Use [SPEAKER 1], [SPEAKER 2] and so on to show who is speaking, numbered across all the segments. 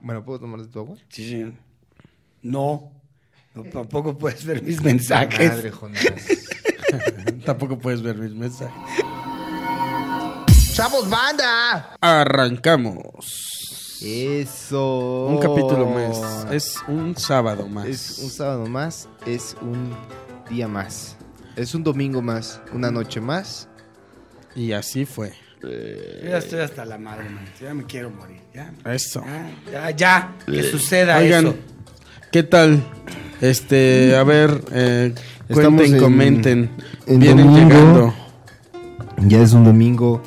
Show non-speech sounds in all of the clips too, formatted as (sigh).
[SPEAKER 1] Bueno, ¿puedo tomar de tu agua?
[SPEAKER 2] Sí, señor. No. No, Tampoco puedes ver mis mensajes.
[SPEAKER 1] Madre, Jonás.
[SPEAKER 2] (laughs) Tampoco puedes ver mis mensajes.
[SPEAKER 1] ¡Chavos, banda!
[SPEAKER 2] Arrancamos.
[SPEAKER 1] Eso.
[SPEAKER 2] Un capítulo más. Es un sábado más.
[SPEAKER 1] Oh. Es un sábado más, es un día más. Es un domingo más, una noche más.
[SPEAKER 2] Y así fue.
[SPEAKER 3] Yo ya estoy hasta la madre, man. Ya me quiero morir. Ya,
[SPEAKER 2] Eso.
[SPEAKER 3] ya, ya, que suceda
[SPEAKER 2] Oigan,
[SPEAKER 3] eso.
[SPEAKER 2] ¿qué tal? Este, a ver, eh,
[SPEAKER 1] Estamos
[SPEAKER 2] cuenten,
[SPEAKER 1] en-
[SPEAKER 2] comenten.
[SPEAKER 1] en
[SPEAKER 2] Vienen
[SPEAKER 1] domingo.
[SPEAKER 2] llegando.
[SPEAKER 1] Ya es un domingo,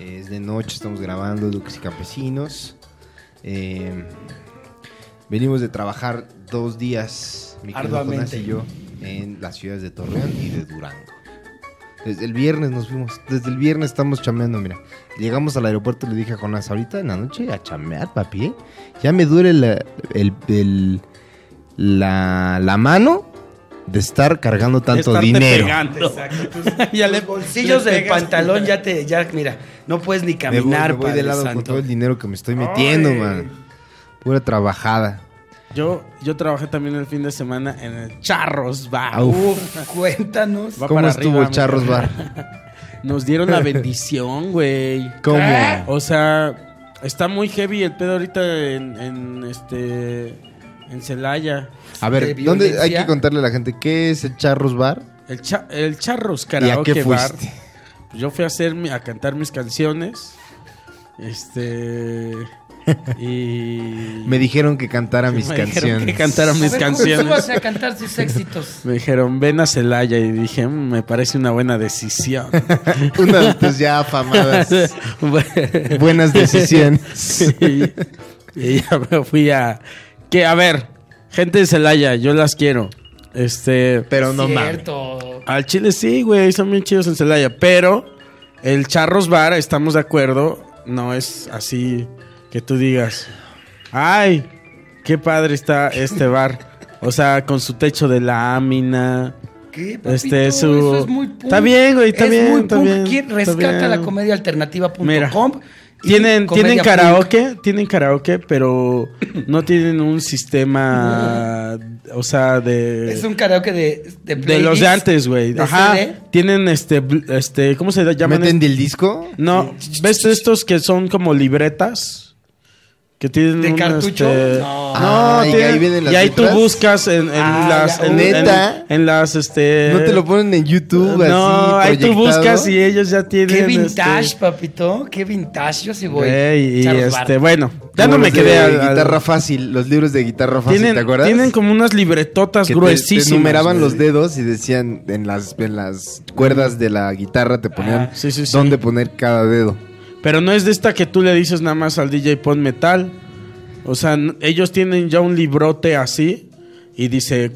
[SPEAKER 1] es de noche, estamos grabando Duques y Campesinos. Eh, venimos de trabajar dos días, mi querido
[SPEAKER 3] Arduamente.
[SPEAKER 1] Jonás y yo, en las ciudades de Torreón y de Durango. Desde el viernes nos fuimos, desde el viernes estamos chambeando, mira. Llegamos al aeropuerto, le dije a Jonás, ahorita en la noche a chambear, papi. ¿eh? Ya me duele la, el- el- la, la mano de estar cargando tanto
[SPEAKER 2] Estarte
[SPEAKER 1] dinero.
[SPEAKER 2] pegando. (laughs)
[SPEAKER 3] Exacto. Tus,
[SPEAKER 2] Ya le-
[SPEAKER 3] tus bolsillos
[SPEAKER 2] le
[SPEAKER 3] del
[SPEAKER 2] pegas.
[SPEAKER 3] pantalón ya te, ya, mira, no puedes ni
[SPEAKER 1] Me voy-
[SPEAKER 3] caminar,
[SPEAKER 1] me voy, de
[SPEAKER 3] Padre
[SPEAKER 1] lado con
[SPEAKER 3] Santo.
[SPEAKER 1] todo el dinero que me estoy metiendo,
[SPEAKER 3] Ay.
[SPEAKER 1] man. Pura trabajada.
[SPEAKER 2] Yo, yo trabajé también el fin de semana en el Charros Bar.
[SPEAKER 1] Au.
[SPEAKER 3] Uf, cuéntanos.
[SPEAKER 2] Va
[SPEAKER 1] ¿Cómo
[SPEAKER 2] para
[SPEAKER 1] estuvo
[SPEAKER 2] arriba,
[SPEAKER 1] Charros
[SPEAKER 2] amigo.
[SPEAKER 1] Bar?
[SPEAKER 2] Nos dieron la bendición, güey.
[SPEAKER 1] ¿Cómo?
[SPEAKER 3] ¿Qué?
[SPEAKER 2] O sea, está muy heavy el pedo ahorita en, en, este en Celaya.
[SPEAKER 1] A
[SPEAKER 3] ¿De
[SPEAKER 1] ver, ¿dónde hay
[SPEAKER 3] violencia?
[SPEAKER 1] que contarle a la gente qué es el Charros Bar?
[SPEAKER 2] El, cha- el Charros
[SPEAKER 1] ¿Y a
[SPEAKER 2] Karaoke
[SPEAKER 1] qué
[SPEAKER 2] Bar.
[SPEAKER 1] fuiste?
[SPEAKER 2] Yo fui a hacer mi- a cantar mis canciones. Este
[SPEAKER 1] (laughs)
[SPEAKER 2] y
[SPEAKER 1] Me dijeron que cantara
[SPEAKER 2] (laughs) me
[SPEAKER 1] mis
[SPEAKER 2] dijeron
[SPEAKER 1] canciones. (laughs)
[SPEAKER 2] que cantara (laughs) mis canciones.
[SPEAKER 3] a cantar sus éxitos.
[SPEAKER 2] Me dijeron, "Ven a Celaya" y dije, "Mm, "Me parece una buena decisión."
[SPEAKER 1] Una de tus ya
[SPEAKER 2] (laughs)
[SPEAKER 1] afamadas
[SPEAKER 2] Bueno.
[SPEAKER 1] buenas decisiones.
[SPEAKER 2] (laughs) Sí. Y ya me fui a. Que, a ver, gente de Celaya, yo las quiero. Este.
[SPEAKER 1] Pero no mames.
[SPEAKER 3] Cierto.
[SPEAKER 2] Al Chile sí, güey, son bien chidos en Celaya. Pero el Charros Bar, estamos de acuerdo, no es así que tú digas. ¡Ay! ¡Qué padre está este bar! O sea, con su techo de lámina.
[SPEAKER 3] ¿Qué, papito?
[SPEAKER 2] Este, su-
[SPEAKER 3] Eso es muy punk.
[SPEAKER 2] Está bien, güey, está
[SPEAKER 3] Es
[SPEAKER 2] bien,
[SPEAKER 3] muy
[SPEAKER 2] está
[SPEAKER 3] punk.
[SPEAKER 2] bien,
[SPEAKER 3] ¿Quién
[SPEAKER 2] está
[SPEAKER 3] Rescata
[SPEAKER 2] bien.
[SPEAKER 3] la comedia alternativa.com.
[SPEAKER 2] Mira,
[SPEAKER 3] y
[SPEAKER 2] Tienen, tienen
[SPEAKER 3] comedia
[SPEAKER 2] karaoke, tienen karaoke, pero no tienen un sistema, o sea,
[SPEAKER 3] punk.
[SPEAKER 2] de...
[SPEAKER 3] Es un karaoke de de,
[SPEAKER 2] de los
[SPEAKER 3] este playlist,
[SPEAKER 2] de antes, güey.
[SPEAKER 3] de
[SPEAKER 2] Ajá.
[SPEAKER 3] CD.
[SPEAKER 2] Tienen este, bl- este, ¿cómo se llaman?
[SPEAKER 1] ¿Meten del disco?
[SPEAKER 2] No, ¿ves estos que son como libretas? Que tienen
[SPEAKER 3] ¿De
[SPEAKER 2] un,
[SPEAKER 3] cartucho?
[SPEAKER 2] este-
[SPEAKER 3] No.
[SPEAKER 2] No,
[SPEAKER 1] Ah, y
[SPEAKER 2] tienen-
[SPEAKER 1] ahí vienen las
[SPEAKER 2] y ahí
[SPEAKER 1] letras.
[SPEAKER 2] tú buscas en, en
[SPEAKER 3] Ah,
[SPEAKER 2] las...
[SPEAKER 3] ya,
[SPEAKER 2] en,
[SPEAKER 1] ¿neta?
[SPEAKER 2] en- en las, este...
[SPEAKER 1] ¿No te lo ponen en YouTube así
[SPEAKER 2] No, ahí tú
[SPEAKER 1] proyectado?
[SPEAKER 2] buscas y ellos ya tienen...
[SPEAKER 3] Qué
[SPEAKER 2] este,
[SPEAKER 3] vintage, papito. Qué vintage. Yo sí voy.
[SPEAKER 2] Güey, y
[SPEAKER 3] Charles
[SPEAKER 2] este,
[SPEAKER 3] Barton.
[SPEAKER 2] bueno, ya
[SPEAKER 1] Como
[SPEAKER 2] no me
[SPEAKER 1] los de
[SPEAKER 2] quedé al- al-
[SPEAKER 1] guitarra fácil, los libros de guitarra fácil,
[SPEAKER 2] tienen,
[SPEAKER 1] ¿te acuerdas?
[SPEAKER 2] tienen como unas libretotas
[SPEAKER 1] que te-
[SPEAKER 2] gruesísimas.
[SPEAKER 1] Te numeraban
[SPEAKER 2] güey.
[SPEAKER 1] los dedos y decían en las, en las cuerdas de la guitarra te ponían
[SPEAKER 2] Ah, sí, sí, sí.
[SPEAKER 1] dónde poner cada
[SPEAKER 2] (laughs)
[SPEAKER 1] dedo.
[SPEAKER 2] Pero no es de esta que tú le dices nada más al DJ pon metal. O sea, n- ellos tienen ya un librote así y dice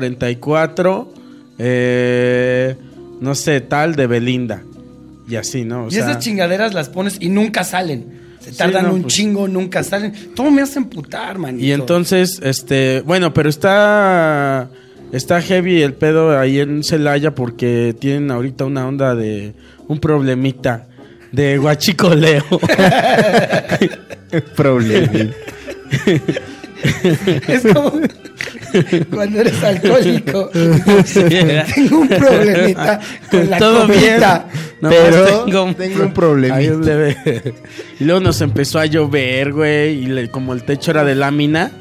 [SPEAKER 2] 444, eh, no sé, tal de Belinda. Y así, ¿no? O
[SPEAKER 3] y
[SPEAKER 2] sea,
[SPEAKER 3] esas chingaderas las pones y nunca salen. Se
[SPEAKER 2] Sí,
[SPEAKER 3] tardan
[SPEAKER 2] no,
[SPEAKER 3] un
[SPEAKER 2] pues.
[SPEAKER 3] chingo, nunca salen. Todo me hace emputar, manito.
[SPEAKER 2] y entonces, este, bueno, pero está está heavy el pedo ahí en Celaya porque tienen ahorita una onda de un problemita de (laughs) guachicoleo.
[SPEAKER 1] Problema.
[SPEAKER 3] (laughs) Es como (laughs) cuando eres
[SPEAKER 2] (laughs)
[SPEAKER 3] alcohólico. Tengo un problemita con la
[SPEAKER 2] Todo bien.
[SPEAKER 3] comida.
[SPEAKER 2] Nomás
[SPEAKER 1] Pero tengo un problemita.
[SPEAKER 2] Hay un leve- (laughs) Y luego nos empezó a llover, güey. Y le- como el techo era de lámina.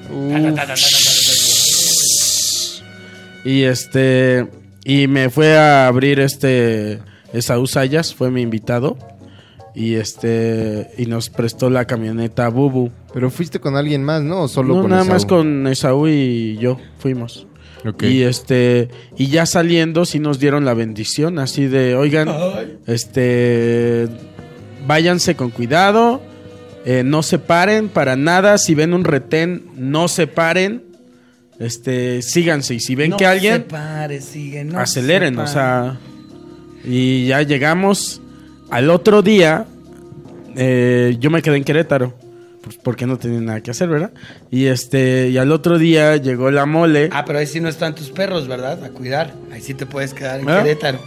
[SPEAKER 2] Y este. Y me fue a abrir este. Esaú Sayas fue mi invitado. Y este. Y nos prestó la camioneta Bubu.
[SPEAKER 1] Pero fuiste con alguien más, ¿no? ¿O solo
[SPEAKER 2] No,
[SPEAKER 1] con
[SPEAKER 2] nada
[SPEAKER 1] Esaú?
[SPEAKER 2] más con Esaú y yo fuimos.
[SPEAKER 1] Ok.
[SPEAKER 2] Y este, y ya saliendo sí nos dieron la bendición, así de, oigan,
[SPEAKER 3] Ay.
[SPEAKER 2] este, váyanse con cuidado, eh, no se paren para nada, si ven un retén, no se paren, este, síganse y si ven
[SPEAKER 3] No
[SPEAKER 2] que
[SPEAKER 3] se
[SPEAKER 2] alguien,
[SPEAKER 3] pare, sigue, no
[SPEAKER 2] aceleren,
[SPEAKER 3] se
[SPEAKER 2] o
[SPEAKER 3] pare.
[SPEAKER 2] sea, y ya llegamos al otro día, eh, yo me quedé en Querétaro. pues, Porque no tenía nada que hacer, ¿verdad? Y este, y al otro día llegó la mole.
[SPEAKER 3] Ah, pero ahí sí no están tus perros, ¿verdad? A cuidar. Ahí sí te puedes quedar en
[SPEAKER 2] ¿Ah?
[SPEAKER 3] Querétaro.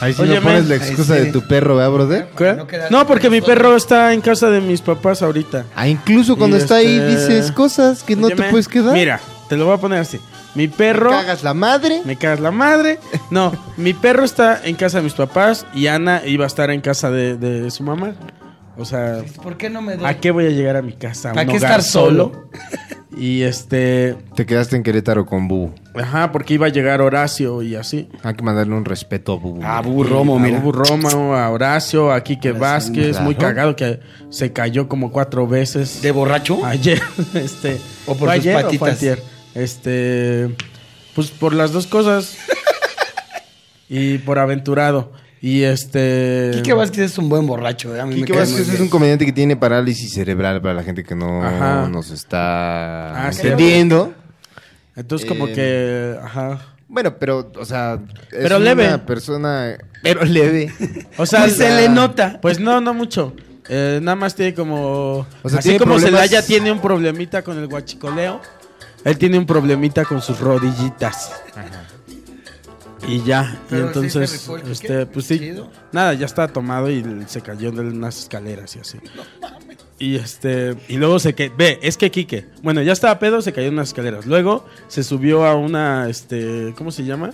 [SPEAKER 1] Ahí sí
[SPEAKER 2] Oye,
[SPEAKER 1] no pones
[SPEAKER 2] men.
[SPEAKER 1] la excusa
[SPEAKER 3] Ahí sí.
[SPEAKER 1] de tu perro, ¿verdad, brother?
[SPEAKER 2] ¿Qué?
[SPEAKER 3] No quedar-
[SPEAKER 2] No, porque mi perro está en casa de mis papás ahorita.
[SPEAKER 1] Ah, incluso cuando
[SPEAKER 2] Y
[SPEAKER 1] está ahí
[SPEAKER 2] este-
[SPEAKER 1] dices cosas que no
[SPEAKER 2] Óyeme,
[SPEAKER 1] te puedes quedar.
[SPEAKER 2] Mira, te lo voy a poner así. Mi perro...
[SPEAKER 1] Me cagas la madre.
[SPEAKER 2] Me cagas la madre. No, mi perro está en casa de mis papás y Ana iba a estar en casa de, de su mamá. O sea,
[SPEAKER 3] ¿Por qué no me doy?
[SPEAKER 2] ¿a Ah, qué voy a llegar a mi casa? ¿A
[SPEAKER 3] ¿Para
[SPEAKER 2] un
[SPEAKER 3] qué
[SPEAKER 2] hogar
[SPEAKER 3] estar solo?
[SPEAKER 2] Y este.
[SPEAKER 1] Te quedaste en Querétaro con Bubu.
[SPEAKER 2] Ajá, porque iba a llegar Horacio y así.
[SPEAKER 1] Hay que mandarle un respeto a Bubu.
[SPEAKER 3] Ah, Bubu Romo,
[SPEAKER 2] a
[SPEAKER 3] mira.
[SPEAKER 2] Bubu Romo, a Horacio, a Quique Vázquez,
[SPEAKER 1] claro.
[SPEAKER 2] muy cagado que se cayó como cuatro veces.
[SPEAKER 3] ¿De borracho?
[SPEAKER 2] Ayer, (laughs) este.
[SPEAKER 3] O por
[SPEAKER 2] ¿fue
[SPEAKER 3] sus
[SPEAKER 2] ayer o fue
[SPEAKER 3] patitas.
[SPEAKER 2] antier? Este. Pues por las
[SPEAKER 3] (laughs)
[SPEAKER 2] dos cosas. y por aventurado. Y este.
[SPEAKER 3] Quique Vázquez es un buen borracho, ¿eh? A mí me
[SPEAKER 1] Quique
[SPEAKER 3] cae
[SPEAKER 1] Vázquez
[SPEAKER 3] muy
[SPEAKER 1] es
[SPEAKER 3] bien.
[SPEAKER 1] un comediante que tiene parálisis cerebral para la gente que no
[SPEAKER 2] Ajá.
[SPEAKER 1] nos está
[SPEAKER 2] Ah, sí.
[SPEAKER 1] entendiendo.
[SPEAKER 2] Entonces, como
[SPEAKER 1] Eh,
[SPEAKER 2] que. Ajá.
[SPEAKER 1] Bueno, pero, o sea, es
[SPEAKER 2] Pero leve.
[SPEAKER 1] una persona, pero (laughs) leve.
[SPEAKER 2] O sea.
[SPEAKER 3] Pues se
[SPEAKER 2] la-
[SPEAKER 3] le nota.
[SPEAKER 2] Pues no, no mucho. Eh, nada más tiene como.
[SPEAKER 1] O sea,
[SPEAKER 2] así
[SPEAKER 1] tiene
[SPEAKER 2] como
[SPEAKER 1] problemas-
[SPEAKER 2] Celaya tiene un problemita con el guachicoleo. Él tiene un problemita con sus rodillitas. Y ya.
[SPEAKER 3] Pero
[SPEAKER 2] y
[SPEAKER 3] sí
[SPEAKER 2] entonces.
[SPEAKER 3] se rifó el Quique,
[SPEAKER 2] este, pues sí.
[SPEAKER 3] chido.
[SPEAKER 2] Nada, ya estaba tomado y se cayó de unas escaleras y así. Y este. Y luego se que. Ve, es que Quique. Bueno, ya estaba pedo, se cayó en unas escaleras. Luego se subió a una. Este. ¿Cómo se llama?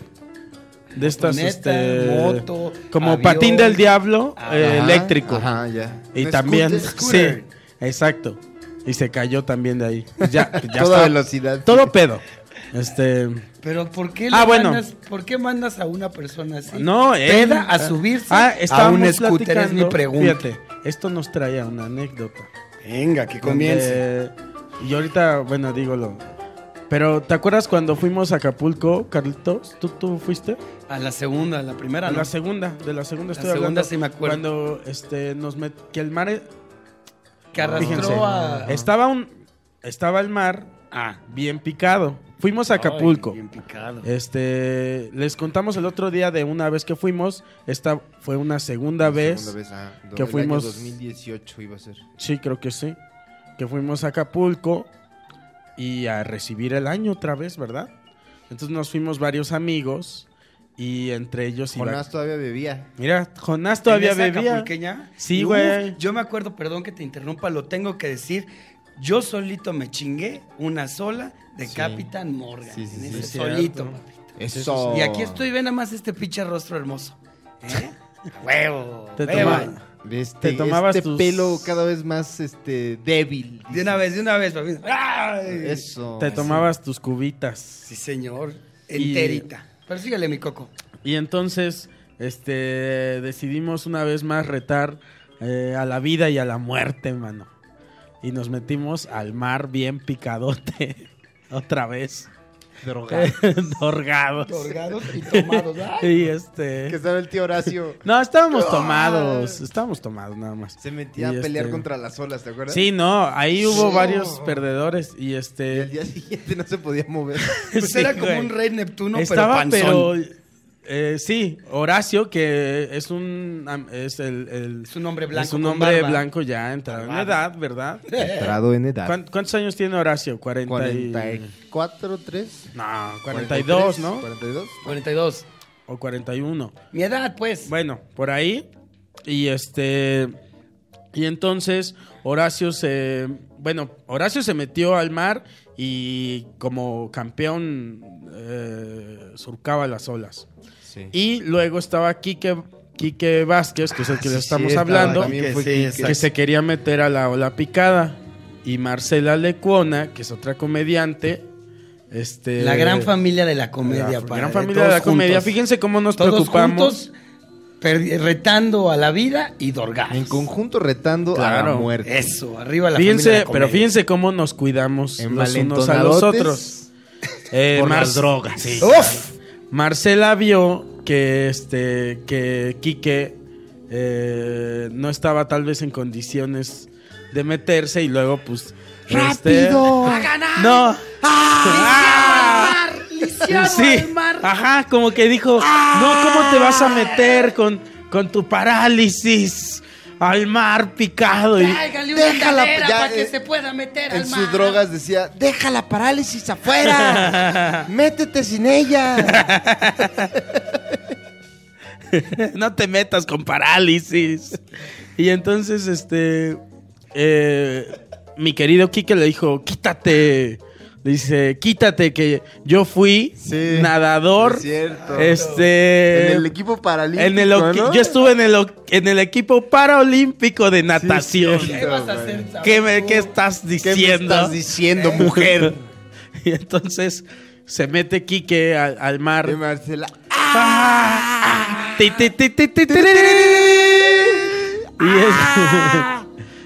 [SPEAKER 2] De estas.
[SPEAKER 3] Motoneta,
[SPEAKER 2] este,
[SPEAKER 3] moto,
[SPEAKER 2] como
[SPEAKER 3] avión.
[SPEAKER 2] patín del diablo
[SPEAKER 3] Ajá,
[SPEAKER 2] (laughs) eh,
[SPEAKER 1] Ajá,
[SPEAKER 2] eléctrico.
[SPEAKER 1] Ajá, ya.
[SPEAKER 2] Y
[SPEAKER 1] Un
[SPEAKER 2] también.
[SPEAKER 1] scooter.
[SPEAKER 3] scooter.
[SPEAKER 2] Sí, exacto. Y se cayó también de ahí. Pues Ya,
[SPEAKER 1] (laughs)
[SPEAKER 2] ya
[SPEAKER 1] Toda
[SPEAKER 2] estaba-
[SPEAKER 1] velocidad.
[SPEAKER 2] Todo pedo. Este.
[SPEAKER 3] Pero ¿por qué,
[SPEAKER 2] Ah,
[SPEAKER 3] le
[SPEAKER 2] bueno.
[SPEAKER 3] mandas, ¿por qué mandas a una persona así?
[SPEAKER 2] No, él-
[SPEAKER 3] Peda a subirse
[SPEAKER 2] Ah,
[SPEAKER 3] a
[SPEAKER 2] estábamos
[SPEAKER 3] un scooter, es mi
[SPEAKER 2] platicando,
[SPEAKER 3] pregunta.
[SPEAKER 2] Fíjate, esto nos trae a una anécdota.
[SPEAKER 3] Venga, que
[SPEAKER 2] Donde- Eh, Y ahorita, bueno, dígolo. Pero, ¿te acuerdas cuando fuimos a Acapulco, Carlitos? ¿Tú, tú fuiste?
[SPEAKER 3] A la segunda, a la primera,
[SPEAKER 2] A
[SPEAKER 3] ¿no?
[SPEAKER 2] la segunda, de la segunda estoy
[SPEAKER 3] segunda
[SPEAKER 2] hablando.
[SPEAKER 3] sí me acuerdo.
[SPEAKER 2] Cuando este, nos met... que el mar e-
[SPEAKER 3] que arrastró
[SPEAKER 2] Fíjense,
[SPEAKER 3] a...
[SPEAKER 2] estaba un estaba el mar
[SPEAKER 3] Ah.
[SPEAKER 2] bien picado. Fuimos a Acapulco.
[SPEAKER 3] Ay, bien picado.
[SPEAKER 2] Este, les contamos el otro día de una vez que fuimos, esta fue una segunda, vez.
[SPEAKER 1] Segunda vez, ajá. Do-
[SPEAKER 2] que
[SPEAKER 1] el año
[SPEAKER 2] fuimos-
[SPEAKER 1] 2018 iba a ser.
[SPEAKER 2] Sí, creo que sí. Que fuimos a Acapulco y a recibir el año otra vez, ¿verdad? Entonces nos fuimos varios amigos y entre ellos iba-
[SPEAKER 1] Jonás todavía bebía.
[SPEAKER 2] Mira, Jonás todavía
[SPEAKER 3] ¿Tenías
[SPEAKER 2] bebía.
[SPEAKER 3] acapulqueña?
[SPEAKER 2] Sí,
[SPEAKER 3] Uf,
[SPEAKER 2] güey.
[SPEAKER 3] Yo me acuerdo, perdón que te interrumpa, lo tengo que decir. Yo solito me chingué una sola de
[SPEAKER 1] Sí.
[SPEAKER 3] Capitán Morgan.
[SPEAKER 1] Sí, sí,
[SPEAKER 3] en
[SPEAKER 1] sí,
[SPEAKER 3] ese
[SPEAKER 2] sí,
[SPEAKER 3] solito,
[SPEAKER 2] cierto. Oh.
[SPEAKER 3] papito.
[SPEAKER 1] Eso.
[SPEAKER 3] Y aquí estoy, ve nada más este pinche rostro hermoso. ¿Eh?
[SPEAKER 2] (laughs)
[SPEAKER 3] A Huevo.
[SPEAKER 2] Te
[SPEAKER 3] beba.
[SPEAKER 2] toma-
[SPEAKER 1] De este,
[SPEAKER 2] Te tomabas
[SPEAKER 1] este
[SPEAKER 2] tus-
[SPEAKER 1] pelo cada vez más este débil.
[SPEAKER 3] De una vez, de una vez, papito. ¡Ay!
[SPEAKER 1] Eso.
[SPEAKER 2] Te tomabas tus cubitas.
[SPEAKER 3] Sí, señor.
[SPEAKER 2] Y-
[SPEAKER 3] Enterita. Pero sígale, mi coco.
[SPEAKER 2] Y entonces, este, decidimos una vez más retar eh, a la vida y a la muerte, mano. Y nos metimos al mar bien picadote, (laughs) otra vez, (laughs)
[SPEAKER 1] Drogado.
[SPEAKER 2] dorgados.
[SPEAKER 3] Torgados y tomados.
[SPEAKER 2] (laughs)
[SPEAKER 3] Ay,
[SPEAKER 2] y este...
[SPEAKER 1] que estaba el tío
[SPEAKER 2] (laughs)
[SPEAKER 1] Horacio.
[SPEAKER 2] No, estábamos tomados, estábamos tomados nada más.
[SPEAKER 1] Se metía
[SPEAKER 2] Y
[SPEAKER 1] a pelear
[SPEAKER 2] este-
[SPEAKER 1] contra las olas, ¿te acuerdas?
[SPEAKER 2] Sí, no, ahí hubo
[SPEAKER 1] Sí.
[SPEAKER 2] varios perdedores y este...
[SPEAKER 1] Y
[SPEAKER 2] (laughs)
[SPEAKER 1] al día siguiente no se podía mover.
[SPEAKER 3] pues
[SPEAKER 2] sí,
[SPEAKER 3] era como
[SPEAKER 2] güey.
[SPEAKER 3] un rey Neptuno,
[SPEAKER 2] Estaba,
[SPEAKER 3] pero panzón.
[SPEAKER 2] pero... eh, sí, Horacio, que es un... am- Es el- el
[SPEAKER 3] Es un hombre blanco.
[SPEAKER 2] Es un
[SPEAKER 3] con
[SPEAKER 2] hombre
[SPEAKER 3] barba.
[SPEAKER 2] blanco ya, entrado en
[SPEAKER 3] Barbado.
[SPEAKER 2] edad, ¿verdad?
[SPEAKER 1] Entrado en edad.
[SPEAKER 2] ¿Cuán- ¿Cuántos años tiene Horacio? 40 y...
[SPEAKER 1] 44, 3.
[SPEAKER 2] No, 42, ¿no?
[SPEAKER 1] 42.
[SPEAKER 3] 42.
[SPEAKER 2] O 41.
[SPEAKER 3] Mi edad, pues.
[SPEAKER 2] Bueno, por ahí. Y este... Y entonces Horacio se... Bueno, Horacio se metió al mar y como campeón eh, surcaba las olas.
[SPEAKER 1] Sí.
[SPEAKER 2] Y luego estaba Quique, Quique Vázquez, que es el que le
[SPEAKER 1] Ah, Sí,
[SPEAKER 2] estamos
[SPEAKER 1] estaba
[SPEAKER 2] hablando.
[SPEAKER 1] también
[SPEAKER 3] Que
[SPEAKER 1] fue
[SPEAKER 3] sí,
[SPEAKER 1] Quique.
[SPEAKER 3] exacto.
[SPEAKER 2] que se quería meter a la ola picada. Y Marcela Lecuona, que es otra comediante. Este,
[SPEAKER 3] la gran familia de la comedia.
[SPEAKER 2] la
[SPEAKER 3] padre,
[SPEAKER 2] gran familia de
[SPEAKER 3] todos
[SPEAKER 2] la comedia.
[SPEAKER 3] juntos.
[SPEAKER 2] Fíjense cómo nos
[SPEAKER 3] Todos
[SPEAKER 2] preocupamos.
[SPEAKER 3] juntos, perdi- retando a la vida y dorgados.
[SPEAKER 1] En conjunto retando a
[SPEAKER 2] Claro.
[SPEAKER 1] la muerte.
[SPEAKER 3] Eso, arriba la
[SPEAKER 2] Fíjense,
[SPEAKER 3] familia de la
[SPEAKER 2] pero
[SPEAKER 3] comedia.
[SPEAKER 2] fíjense cómo nos cuidamos los unos a los
[SPEAKER 1] Envalentonadotes.
[SPEAKER 2] otros. Eh,
[SPEAKER 1] Por las
[SPEAKER 2] Marc-
[SPEAKER 1] drogas.
[SPEAKER 2] Sí.
[SPEAKER 3] ¡Uf!
[SPEAKER 2] Marcela vio que este que Quique eh, no estaba tal vez en condiciones de meterse y luego pues este-
[SPEAKER 1] ¡Rápido!
[SPEAKER 2] no
[SPEAKER 3] ¡Ah! ¡Ah! ¡Lisiado
[SPEAKER 2] sí
[SPEAKER 3] al mar!
[SPEAKER 2] ajá como que dijo no cómo te vas a meter con con tu parálisis al mar picado y
[SPEAKER 3] Tráigale una
[SPEAKER 1] Déjala,
[SPEAKER 2] pues,
[SPEAKER 3] cadera
[SPEAKER 1] ya,
[SPEAKER 3] para que
[SPEAKER 1] eh,
[SPEAKER 3] se pueda meter
[SPEAKER 1] En
[SPEAKER 3] al mar.
[SPEAKER 1] sus drogas decía, deja la parálisis afuera, métete sin ella.
[SPEAKER 2] (laughs) no te metas con parálisis. Y entonces, este, eh, mi querido Quique le dijo, quítate. Le dice, quítate que yo fui
[SPEAKER 1] Sí,
[SPEAKER 2] nadador.
[SPEAKER 1] es cierto.
[SPEAKER 2] Este.
[SPEAKER 1] en el equipo paralímpico.
[SPEAKER 2] en el oqui-
[SPEAKER 1] ¿no?
[SPEAKER 2] Yo estuve en el, o- en el equipo paraolímpico de natación.
[SPEAKER 1] sí.
[SPEAKER 3] ¿Qué vas a hacer? Saúl?
[SPEAKER 2] ¿Qué, me- qué estás
[SPEAKER 1] ¿Qué
[SPEAKER 2] diciendo?
[SPEAKER 1] me estás diciendo,
[SPEAKER 2] Eh,
[SPEAKER 1] mujer?
[SPEAKER 2] (laughs) y entonces se mete Quique al, al mar.
[SPEAKER 1] De Marcela.
[SPEAKER 2] Ti, ti, ti, ti, ti, ti, Y
[SPEAKER 1] Ah,
[SPEAKER 2] es-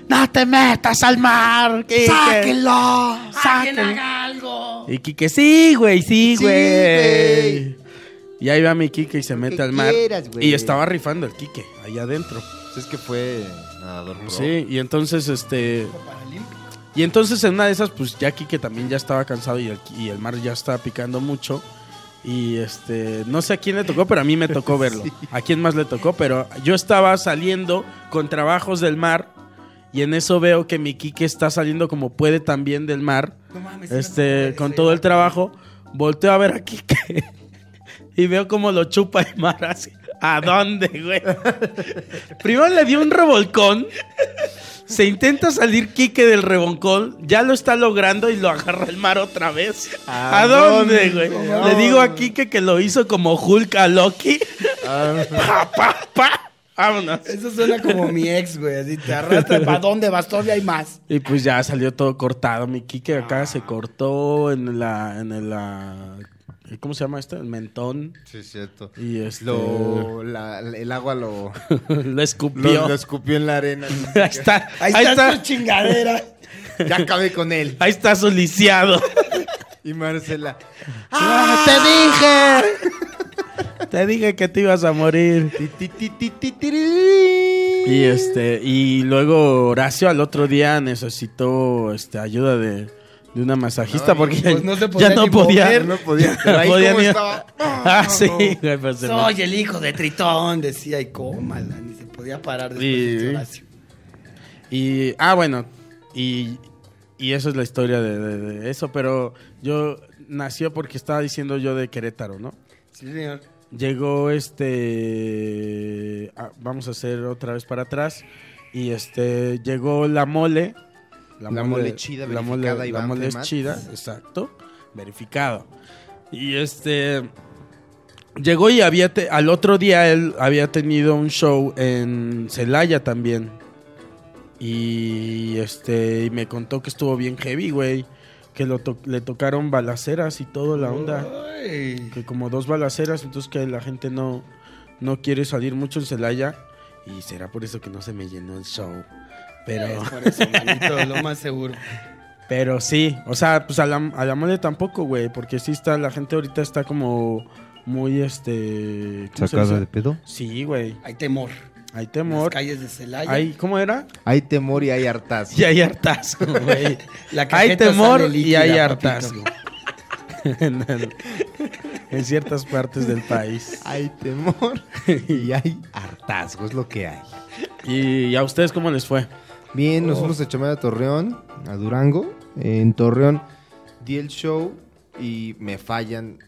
[SPEAKER 2] ¡No te metas al mar! (laughs) Quique! ¡Sáquenlo! Y Quique, sí, güey, sí,
[SPEAKER 1] Sí,
[SPEAKER 2] güey.
[SPEAKER 1] güey.
[SPEAKER 2] y ahí va mi Quique y se mete
[SPEAKER 1] que
[SPEAKER 2] al mar.
[SPEAKER 1] quieras, güey.
[SPEAKER 2] y estaba rifando el Quique, allá adentro.
[SPEAKER 1] Pues es que fue nadador pro.
[SPEAKER 2] Sí, y entonces, este... Y entonces en una de esas, pues ya Quique también ya estaba cansado y el, y el mar ya estaba picando mucho. Y este, no sé a quién le tocó, pero a mí me
[SPEAKER 3] (laughs)
[SPEAKER 2] tocó verlo. A quién más le tocó, pero yo estaba saliendo con trabajos del mar. Y en eso veo que mi Quique está saliendo como puede también del mar.
[SPEAKER 3] No mames,
[SPEAKER 2] este, con todo el trabajo. Volteo a ver a Quique. (laughs) Y veo como lo chupa el mar así. ¿A dónde, güey? Primero le dio un revolcón. Se intenta salir Quique del revolcón. Ya lo está logrando y lo agarra el mar otra vez.
[SPEAKER 1] ¿A
[SPEAKER 2] ¿A, dónde,
[SPEAKER 1] dónde,
[SPEAKER 2] güey?
[SPEAKER 1] güey?
[SPEAKER 2] Le digo a Quique que lo hizo como Hulk a Loki.
[SPEAKER 1] Ah,
[SPEAKER 2] Pa, pa, pa. Vámonos.
[SPEAKER 3] Eso suena como mi ex, güey. Así te arrastra. ¿Para dónde vas? Todavía hay más.
[SPEAKER 2] Y pues ya salió todo cortado. Mi Quique acá se cortó en la. En la ¿Cómo se llama esto? El mentón.
[SPEAKER 1] sí, es cierto.
[SPEAKER 2] Y este.
[SPEAKER 1] Lo, la- el agua lo,
[SPEAKER 2] (laughs) lo
[SPEAKER 1] lo,
[SPEAKER 2] escupió.
[SPEAKER 1] lo escupió en la
[SPEAKER 2] (laughs)
[SPEAKER 1] arena.
[SPEAKER 2] Ahí está.
[SPEAKER 3] Ahí,
[SPEAKER 2] Ahí
[SPEAKER 3] está,
[SPEAKER 2] está.
[SPEAKER 3] su chingadera.
[SPEAKER 1] Ya acabé con él.
[SPEAKER 2] Ahí está su lisiado.
[SPEAKER 1] Y Marcela.
[SPEAKER 2] ¡Te dije! Te dije que te ibas a morir.
[SPEAKER 1] ti, ti, ti, ti, ti, tiri.
[SPEAKER 2] Y este, y luego Horacio al otro día necesitó este ayuda de, de una masajista
[SPEAKER 1] No,
[SPEAKER 2] porque
[SPEAKER 3] pues no se
[SPEAKER 2] (laughs) ya
[SPEAKER 3] podía
[SPEAKER 2] no
[SPEAKER 3] ni
[SPEAKER 2] podía.
[SPEAKER 3] mover,
[SPEAKER 1] No
[SPEAKER 3] (laughs)
[SPEAKER 1] podía.
[SPEAKER 2] No
[SPEAKER 1] Pero ahí
[SPEAKER 2] podía
[SPEAKER 1] cómo
[SPEAKER 2] ni- (laughs)
[SPEAKER 1] estaba.
[SPEAKER 2] Ah, sí, güey, pues, se
[SPEAKER 3] Soy el hijo de Tritón, decía, y cómala, ni se podía parar después
[SPEAKER 2] Sí.
[SPEAKER 3] de Horacio.
[SPEAKER 2] Y, ah, bueno, y, y eso es la historia de, de- de eso, pero yo nació porque estaba diciendo yo de Querétaro, ¿no?
[SPEAKER 1] Sí, señor.
[SPEAKER 2] Llegó este, ah, vamos a hacer otra vez para atrás, y este, llegó la mole.
[SPEAKER 1] La mole chida,
[SPEAKER 2] la mole,
[SPEAKER 1] verificada,
[SPEAKER 2] la
[SPEAKER 1] Iván
[SPEAKER 2] mole es
[SPEAKER 1] Cremat.
[SPEAKER 2] chida, exacto, verificado. Y este, llegó y había, te- al otro día él había tenido un show en Celaya también. Y este y me contó que estuvo bien heavy, güey. Que lo to- le tocaron balaceras y todo
[SPEAKER 3] Oh.
[SPEAKER 2] la onda.
[SPEAKER 3] Ay.
[SPEAKER 2] Que como dos balaceras, entonces que la gente no, no quiere salir mucho en Celaya. Y será por eso que no se me llenó el show. (laughs) Pero,
[SPEAKER 3] Es por eso, manito, lo más seguro.
[SPEAKER 2] pero sí, o sea, pues a la, a la mole tampoco, güey. Porque sí está, la gente ahorita está como muy, este... ¿cómo se dice?
[SPEAKER 1] pedo?
[SPEAKER 2] Sí, güey.
[SPEAKER 3] Hay temor.
[SPEAKER 2] Hay
[SPEAKER 3] En
[SPEAKER 2] temor.
[SPEAKER 3] Las calles de Celaya.
[SPEAKER 2] Hay, ¿Cómo era?
[SPEAKER 1] Hay temor y hay hartazgo.
[SPEAKER 2] (laughs) Y hay hartazgo, güey.
[SPEAKER 3] La cajeta
[SPEAKER 2] Hay temor
[SPEAKER 3] sale
[SPEAKER 2] y
[SPEAKER 3] líquida,
[SPEAKER 2] hay
[SPEAKER 3] papito.
[SPEAKER 2] hartazgo. en, el- en ciertas partes del
[SPEAKER 3] (laughs)
[SPEAKER 2] país.
[SPEAKER 1] Hay
[SPEAKER 2] (laughs)
[SPEAKER 1] temor y hay hartazgo, es lo que hay.
[SPEAKER 2] ¿Y a ustedes cómo les fue?
[SPEAKER 1] Bien, nos
[SPEAKER 3] Oh.
[SPEAKER 1] fuimos a chamar a Torreón, a Durango. En Torreón di el show y me fallan.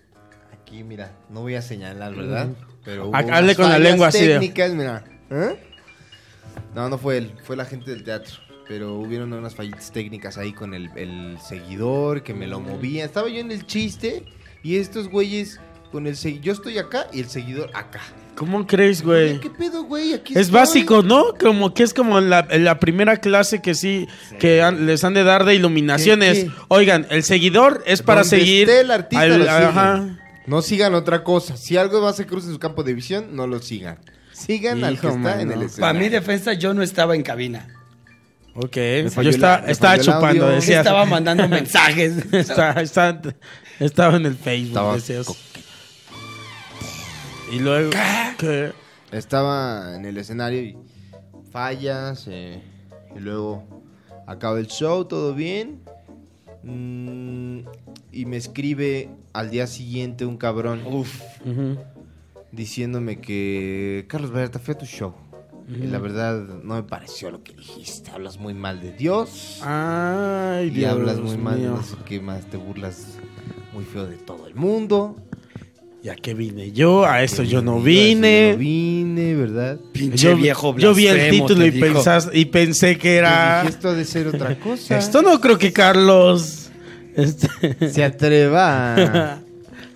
[SPEAKER 1] Aquí, mira, no voy a señalar, ¿verdad? Pero hubo
[SPEAKER 2] Ha-
[SPEAKER 1] unas
[SPEAKER 2] Mm. hable con la
[SPEAKER 1] fallas
[SPEAKER 2] lengua así de-
[SPEAKER 1] técnicas, mira. ¿eh? No, no fue él, fue la gente del teatro. Pero hubieron unas fallitas técnicas ahí con el, el seguidor que me lo
[SPEAKER 2] Mm.
[SPEAKER 1] movía. Estaba yo en el chiste y estos güeyes con el seguidor. Yo estoy acá y el seguidor acá.
[SPEAKER 2] ¿Cómo crees, güey?
[SPEAKER 1] ¿Qué pedo, güey? Aquí
[SPEAKER 2] Es
[SPEAKER 1] estoy.
[SPEAKER 2] básico, ¿no? Como que es como en la, en la primera clase que sí, que han- les han de dar de iluminaciones.
[SPEAKER 1] ¿Qué, qué?
[SPEAKER 2] Oigan, el seguidor es para
[SPEAKER 1] Donde
[SPEAKER 2] seguir.
[SPEAKER 1] esté el artista
[SPEAKER 2] al-
[SPEAKER 1] lo siguen.
[SPEAKER 2] ajá.
[SPEAKER 1] No sigan otra cosa. Si algo más se cruza en su campo de visión, no lo sigan. Sigan al que
[SPEAKER 2] Hijo,
[SPEAKER 1] está
[SPEAKER 2] mano.
[SPEAKER 1] en el
[SPEAKER 3] Para
[SPEAKER 1] escenario.
[SPEAKER 3] mi defensa, yo no estaba en cabina.
[SPEAKER 2] Ok,
[SPEAKER 1] falló
[SPEAKER 2] yo
[SPEAKER 1] la-
[SPEAKER 2] estaba,
[SPEAKER 1] me
[SPEAKER 2] estaba
[SPEAKER 1] falló el
[SPEAKER 2] chupando,
[SPEAKER 1] audio.
[SPEAKER 2] decía. (laughs)
[SPEAKER 3] Estaba mandando mensajes.
[SPEAKER 2] Está- está- estaba en el Facebook,
[SPEAKER 1] Estaba
[SPEAKER 2] decías.
[SPEAKER 1] co-
[SPEAKER 2] Y luego. ¿Qué?
[SPEAKER 1] Estaba en el escenario y fallas. eh, y luego acaba el show, todo bien. Mm, y me escribe al día siguiente un cabrón
[SPEAKER 3] Uf.
[SPEAKER 2] Ujú.
[SPEAKER 1] diciéndome que Carlos Vallarta fue a tu show. Y la verdad no me pareció lo que dijiste. Hablas muy mal de Dios.
[SPEAKER 2] Ay,
[SPEAKER 1] y
[SPEAKER 2] Dios
[SPEAKER 1] hablas muy mal,
[SPEAKER 2] mío.
[SPEAKER 1] no sé qué más, te burlas muy feo de todo el mundo.
[SPEAKER 2] ¿Y a qué vine yo? A esto yo no
[SPEAKER 1] Yo no
[SPEAKER 2] vine.
[SPEAKER 1] vine, ¿verdad?
[SPEAKER 2] Yo, yo vi el título y, pensas- y pensé que
[SPEAKER 1] Yo
[SPEAKER 2] era...
[SPEAKER 1] dije, esto ha de ser
[SPEAKER 2] (laughs)
[SPEAKER 1] otra cosa.
[SPEAKER 2] Esto no creo que Carlos este,
[SPEAKER 1] Se atreva.
[SPEAKER 2] (laughs)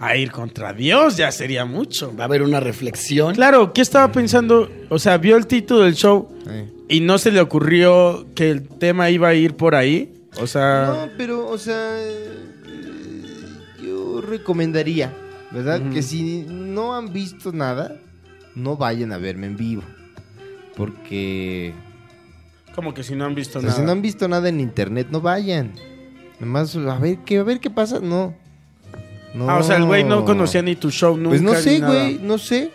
[SPEAKER 2] a ir contra Dios, ya sería mucho.
[SPEAKER 3] Va a haber una reflexión.
[SPEAKER 2] Claro, ¿qué estaba pensando? O sea, vio el título del show
[SPEAKER 1] Eh.
[SPEAKER 2] y no se le ocurrió que el tema iba a ir por ahí. O sea,
[SPEAKER 1] No, pero, o sea, eh, yo recomendaría, ¿verdad? Que si no han visto nada, no vayan a verme en vivo. Porque
[SPEAKER 2] como que si no han visto
[SPEAKER 1] o sea, si
[SPEAKER 2] nada.
[SPEAKER 1] no han visto nada en internet, no vayan. Nomás, a ver qué, a ver qué pasa, no. No.
[SPEAKER 2] Ah, o sea, el güey no conocía ni tu show nunca.
[SPEAKER 1] Pues no
[SPEAKER 2] ni
[SPEAKER 1] sé,
[SPEAKER 2] nada.
[SPEAKER 1] güey, no sé.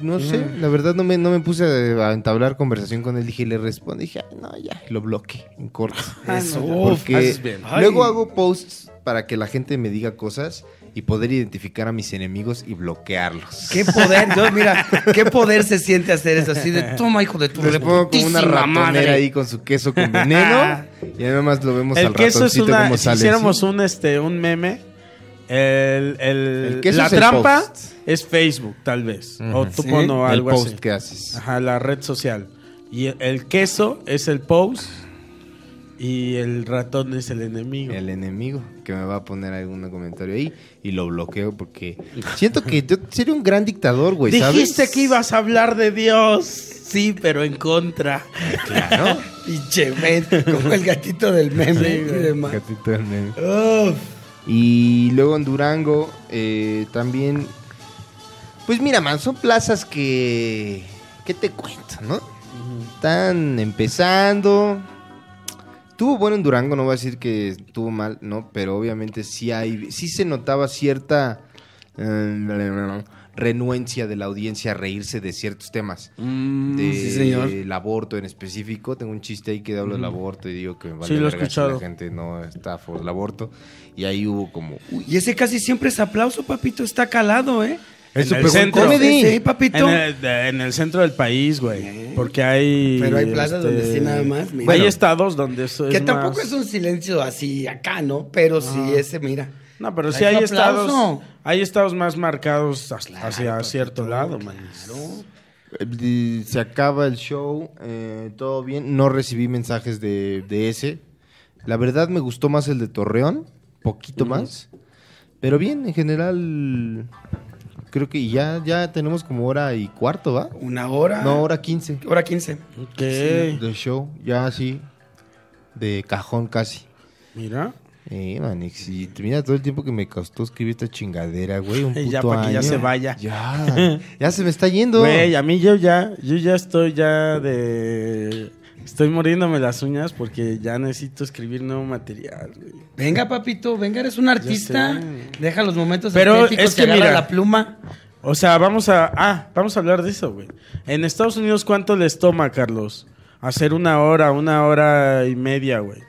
[SPEAKER 1] No sé, la verdad no me, no me puse a a entablar conversación con él. Dije, le respondí, dije, "Ah, no, ya, lo bloqueé en corto.
[SPEAKER 2] Ah, no,
[SPEAKER 3] Eso.
[SPEAKER 2] ya.
[SPEAKER 1] Porque
[SPEAKER 2] haces bien.
[SPEAKER 1] Ay. luego hago posts para que la gente me diga cosas y poder identificar a mis enemigos y bloquearlos.
[SPEAKER 3] Qué poder, yo, mira, qué poder se siente hacer eso así
[SPEAKER 2] (laughs)
[SPEAKER 3] de toma, hijo de tu
[SPEAKER 1] Les pongo como una
[SPEAKER 3] reputísima
[SPEAKER 1] ratonera
[SPEAKER 3] madre.
[SPEAKER 1] ahí con su queso con
[SPEAKER 2] (laughs)
[SPEAKER 1] veneno y nada más lo vemos
[SPEAKER 2] El
[SPEAKER 1] al
[SPEAKER 2] queso es
[SPEAKER 1] ratoncito
[SPEAKER 2] una.
[SPEAKER 1] cómo
[SPEAKER 2] si
[SPEAKER 1] sale,
[SPEAKER 2] hiciéramos
[SPEAKER 1] ¿sí?
[SPEAKER 2] un, este, un meme, el, el-
[SPEAKER 1] El queso
[SPEAKER 2] la
[SPEAKER 1] es el
[SPEAKER 2] trampa
[SPEAKER 1] post.
[SPEAKER 2] es Facebook, tal vez. O tú
[SPEAKER 3] Sí.
[SPEAKER 2] pon
[SPEAKER 3] El
[SPEAKER 2] algo
[SPEAKER 1] el post
[SPEAKER 2] así.
[SPEAKER 1] que haces.
[SPEAKER 2] Ajá, la red social. Y el, el queso es el post y el ratón es el enemigo.
[SPEAKER 1] El enemigo que me va a poner algún comentario ahí y lo bloqueo porque siento que yo sería un gran dictador, güey, ¿sabes?
[SPEAKER 2] Dijiste que ibas a hablar de Dios. Sí, pero en contra.
[SPEAKER 1] Claro.
[SPEAKER 2] (laughs)
[SPEAKER 3] Pinche men, como el gatito del meme
[SPEAKER 2] Sí,
[SPEAKER 3] y
[SPEAKER 2] güey.
[SPEAKER 3] demás.
[SPEAKER 1] Gatito del meme.
[SPEAKER 3] Uf.
[SPEAKER 1] Y luego en Durango eh, también. Pues mira, man, son plazas que. ¿Qué te cuento, no? Están empezando. Estuvo bueno en Durango, no voy a decir que estuvo mal, ¿no? Pero obviamente sí hay. Sí se notaba cierta. eh, renuencia de la audiencia a reírse de ciertos temas.
[SPEAKER 2] Mm,
[SPEAKER 1] De
[SPEAKER 3] sí, señor.
[SPEAKER 1] El aborto en específico. Tengo un chiste ahí que hablo del aborto y digo que me vale
[SPEAKER 2] Mm. Sí, lo he
[SPEAKER 1] verga si
[SPEAKER 2] escuchado.
[SPEAKER 1] la gente no está por el aborto. Y ahí hubo como... uy,
[SPEAKER 3] Y ese casi siempre es aplauso, papito, está calado, ¿eh?
[SPEAKER 2] En
[SPEAKER 1] Eso, pero
[SPEAKER 2] el
[SPEAKER 1] con
[SPEAKER 2] centro.
[SPEAKER 1] comedy.
[SPEAKER 3] Sí, papito. ¿Eh?
[SPEAKER 2] En el, de- en el centro del país, güey. Porque hay. este,
[SPEAKER 3] Pero hay plazas donde sí nada más, mira.
[SPEAKER 2] Hay
[SPEAKER 3] Bueno.
[SPEAKER 2] estados donde eso es
[SPEAKER 3] que tampoco
[SPEAKER 2] más-
[SPEAKER 3] es un silencio así acá, ¿no? Pero sí, ese, mira.
[SPEAKER 2] No, pero
[SPEAKER 3] Hay
[SPEAKER 2] sí hay
[SPEAKER 3] aplauso.
[SPEAKER 2] estados. Hay estados más marcados hasta- hacia
[SPEAKER 3] papito,
[SPEAKER 2] cierto lado, man.
[SPEAKER 1] eh, Se acaba el show, eh, todo bien. No recibí mensajes de, de ese. La verdad me gustó más el de Torreón, poquito más. Pero bien, en general, creo que ya, ya tenemos como hora y cuarto, ¿va?
[SPEAKER 3] Una hora.
[SPEAKER 1] No, hora quince
[SPEAKER 3] Hora 15.
[SPEAKER 2] Ok.
[SPEAKER 1] del show, ya así, de cajón casi.
[SPEAKER 2] Mira.
[SPEAKER 1] Eh, Manix, y t- mira todo el tiempo que me costó escribir esta chingadera, güey. Un puto
[SPEAKER 2] Y (laughs) ya, para que ya
[SPEAKER 1] año.
[SPEAKER 2] se vaya. (laughs)
[SPEAKER 1] Ya, ya se me está yendo.
[SPEAKER 2] Güey, a mí yo ya, yo ya estoy ya de. Estoy muriéndome las uñas porque ya necesito escribir nuevo material, güey.
[SPEAKER 3] Venga, papito, venga, eres un artista.
[SPEAKER 2] sé.
[SPEAKER 3] Deja los momentos
[SPEAKER 2] Pero
[SPEAKER 3] estéticos,
[SPEAKER 2] es que
[SPEAKER 3] te agarra
[SPEAKER 2] mira.
[SPEAKER 3] la pluma. (laughs)
[SPEAKER 2] O sea, vamos a. Ah, vamos a hablar de eso, güey. En Estados Unidos, ¿cuánto les toma, Carlos? Hacer una hora, una hora y media, güey.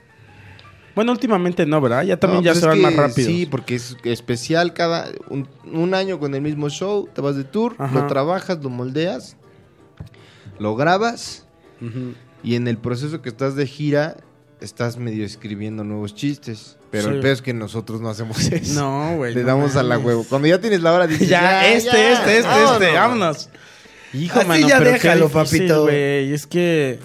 [SPEAKER 2] Bueno, últimamente no, ¿verdad? Ya también
[SPEAKER 1] No,
[SPEAKER 2] ya
[SPEAKER 1] pues
[SPEAKER 2] se
[SPEAKER 1] es
[SPEAKER 2] van
[SPEAKER 1] que
[SPEAKER 2] más rápido.
[SPEAKER 1] Sí, porque es especial cada un, un año con el mismo show, te vas de tour,
[SPEAKER 2] Ajá.
[SPEAKER 1] lo trabajas, lo moldeas, lo grabas
[SPEAKER 2] Ujú.
[SPEAKER 1] y en el proceso que estás de gira estás medio escribiendo nuevos chistes. Pero
[SPEAKER 2] Sí.
[SPEAKER 1] el peor es que nosotros no hacemos eso.
[SPEAKER 2] (laughs) No, güey.
[SPEAKER 1] Le
[SPEAKER 2] no
[SPEAKER 1] damos a la
[SPEAKER 2] mames.
[SPEAKER 1] huevo. Cuando ya tienes la hora, dices,
[SPEAKER 2] Ya, este,
[SPEAKER 1] ya,
[SPEAKER 2] este, este, este, vámonos. Ah, Hijo,
[SPEAKER 3] Así
[SPEAKER 2] mano,
[SPEAKER 3] ya
[SPEAKER 2] pero qué
[SPEAKER 3] déjalo,
[SPEAKER 2] difícil,
[SPEAKER 3] papito.
[SPEAKER 2] güey. Es que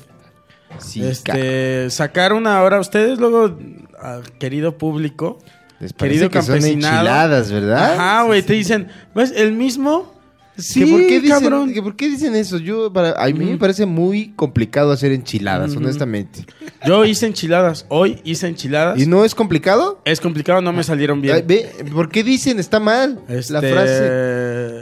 [SPEAKER 1] Sí, ca-
[SPEAKER 2] este, sacar una hora, ustedes luego, ah, querido público,
[SPEAKER 1] Les
[SPEAKER 2] querido
[SPEAKER 1] parece que son
[SPEAKER 2] campesinado.
[SPEAKER 1] enchiladas, ¿verdad?
[SPEAKER 2] ajá, güey, te dicen, ¿ves? El mismo, sí,
[SPEAKER 1] ¿Que por, qué dicen,
[SPEAKER 2] cabrón.
[SPEAKER 1] que por qué dicen eso? Yo, para, a mí me parece muy complicado hacer enchiladas, honestamente.
[SPEAKER 2] Yo hice enchiladas, hoy hice enchiladas.
[SPEAKER 1] ¿Y no es complicado?
[SPEAKER 2] Es complicado, no me salieron
[SPEAKER 1] Ay,
[SPEAKER 2] bien.
[SPEAKER 1] ve, ¿Por qué dicen está mal la
[SPEAKER 2] Este,
[SPEAKER 1] frase?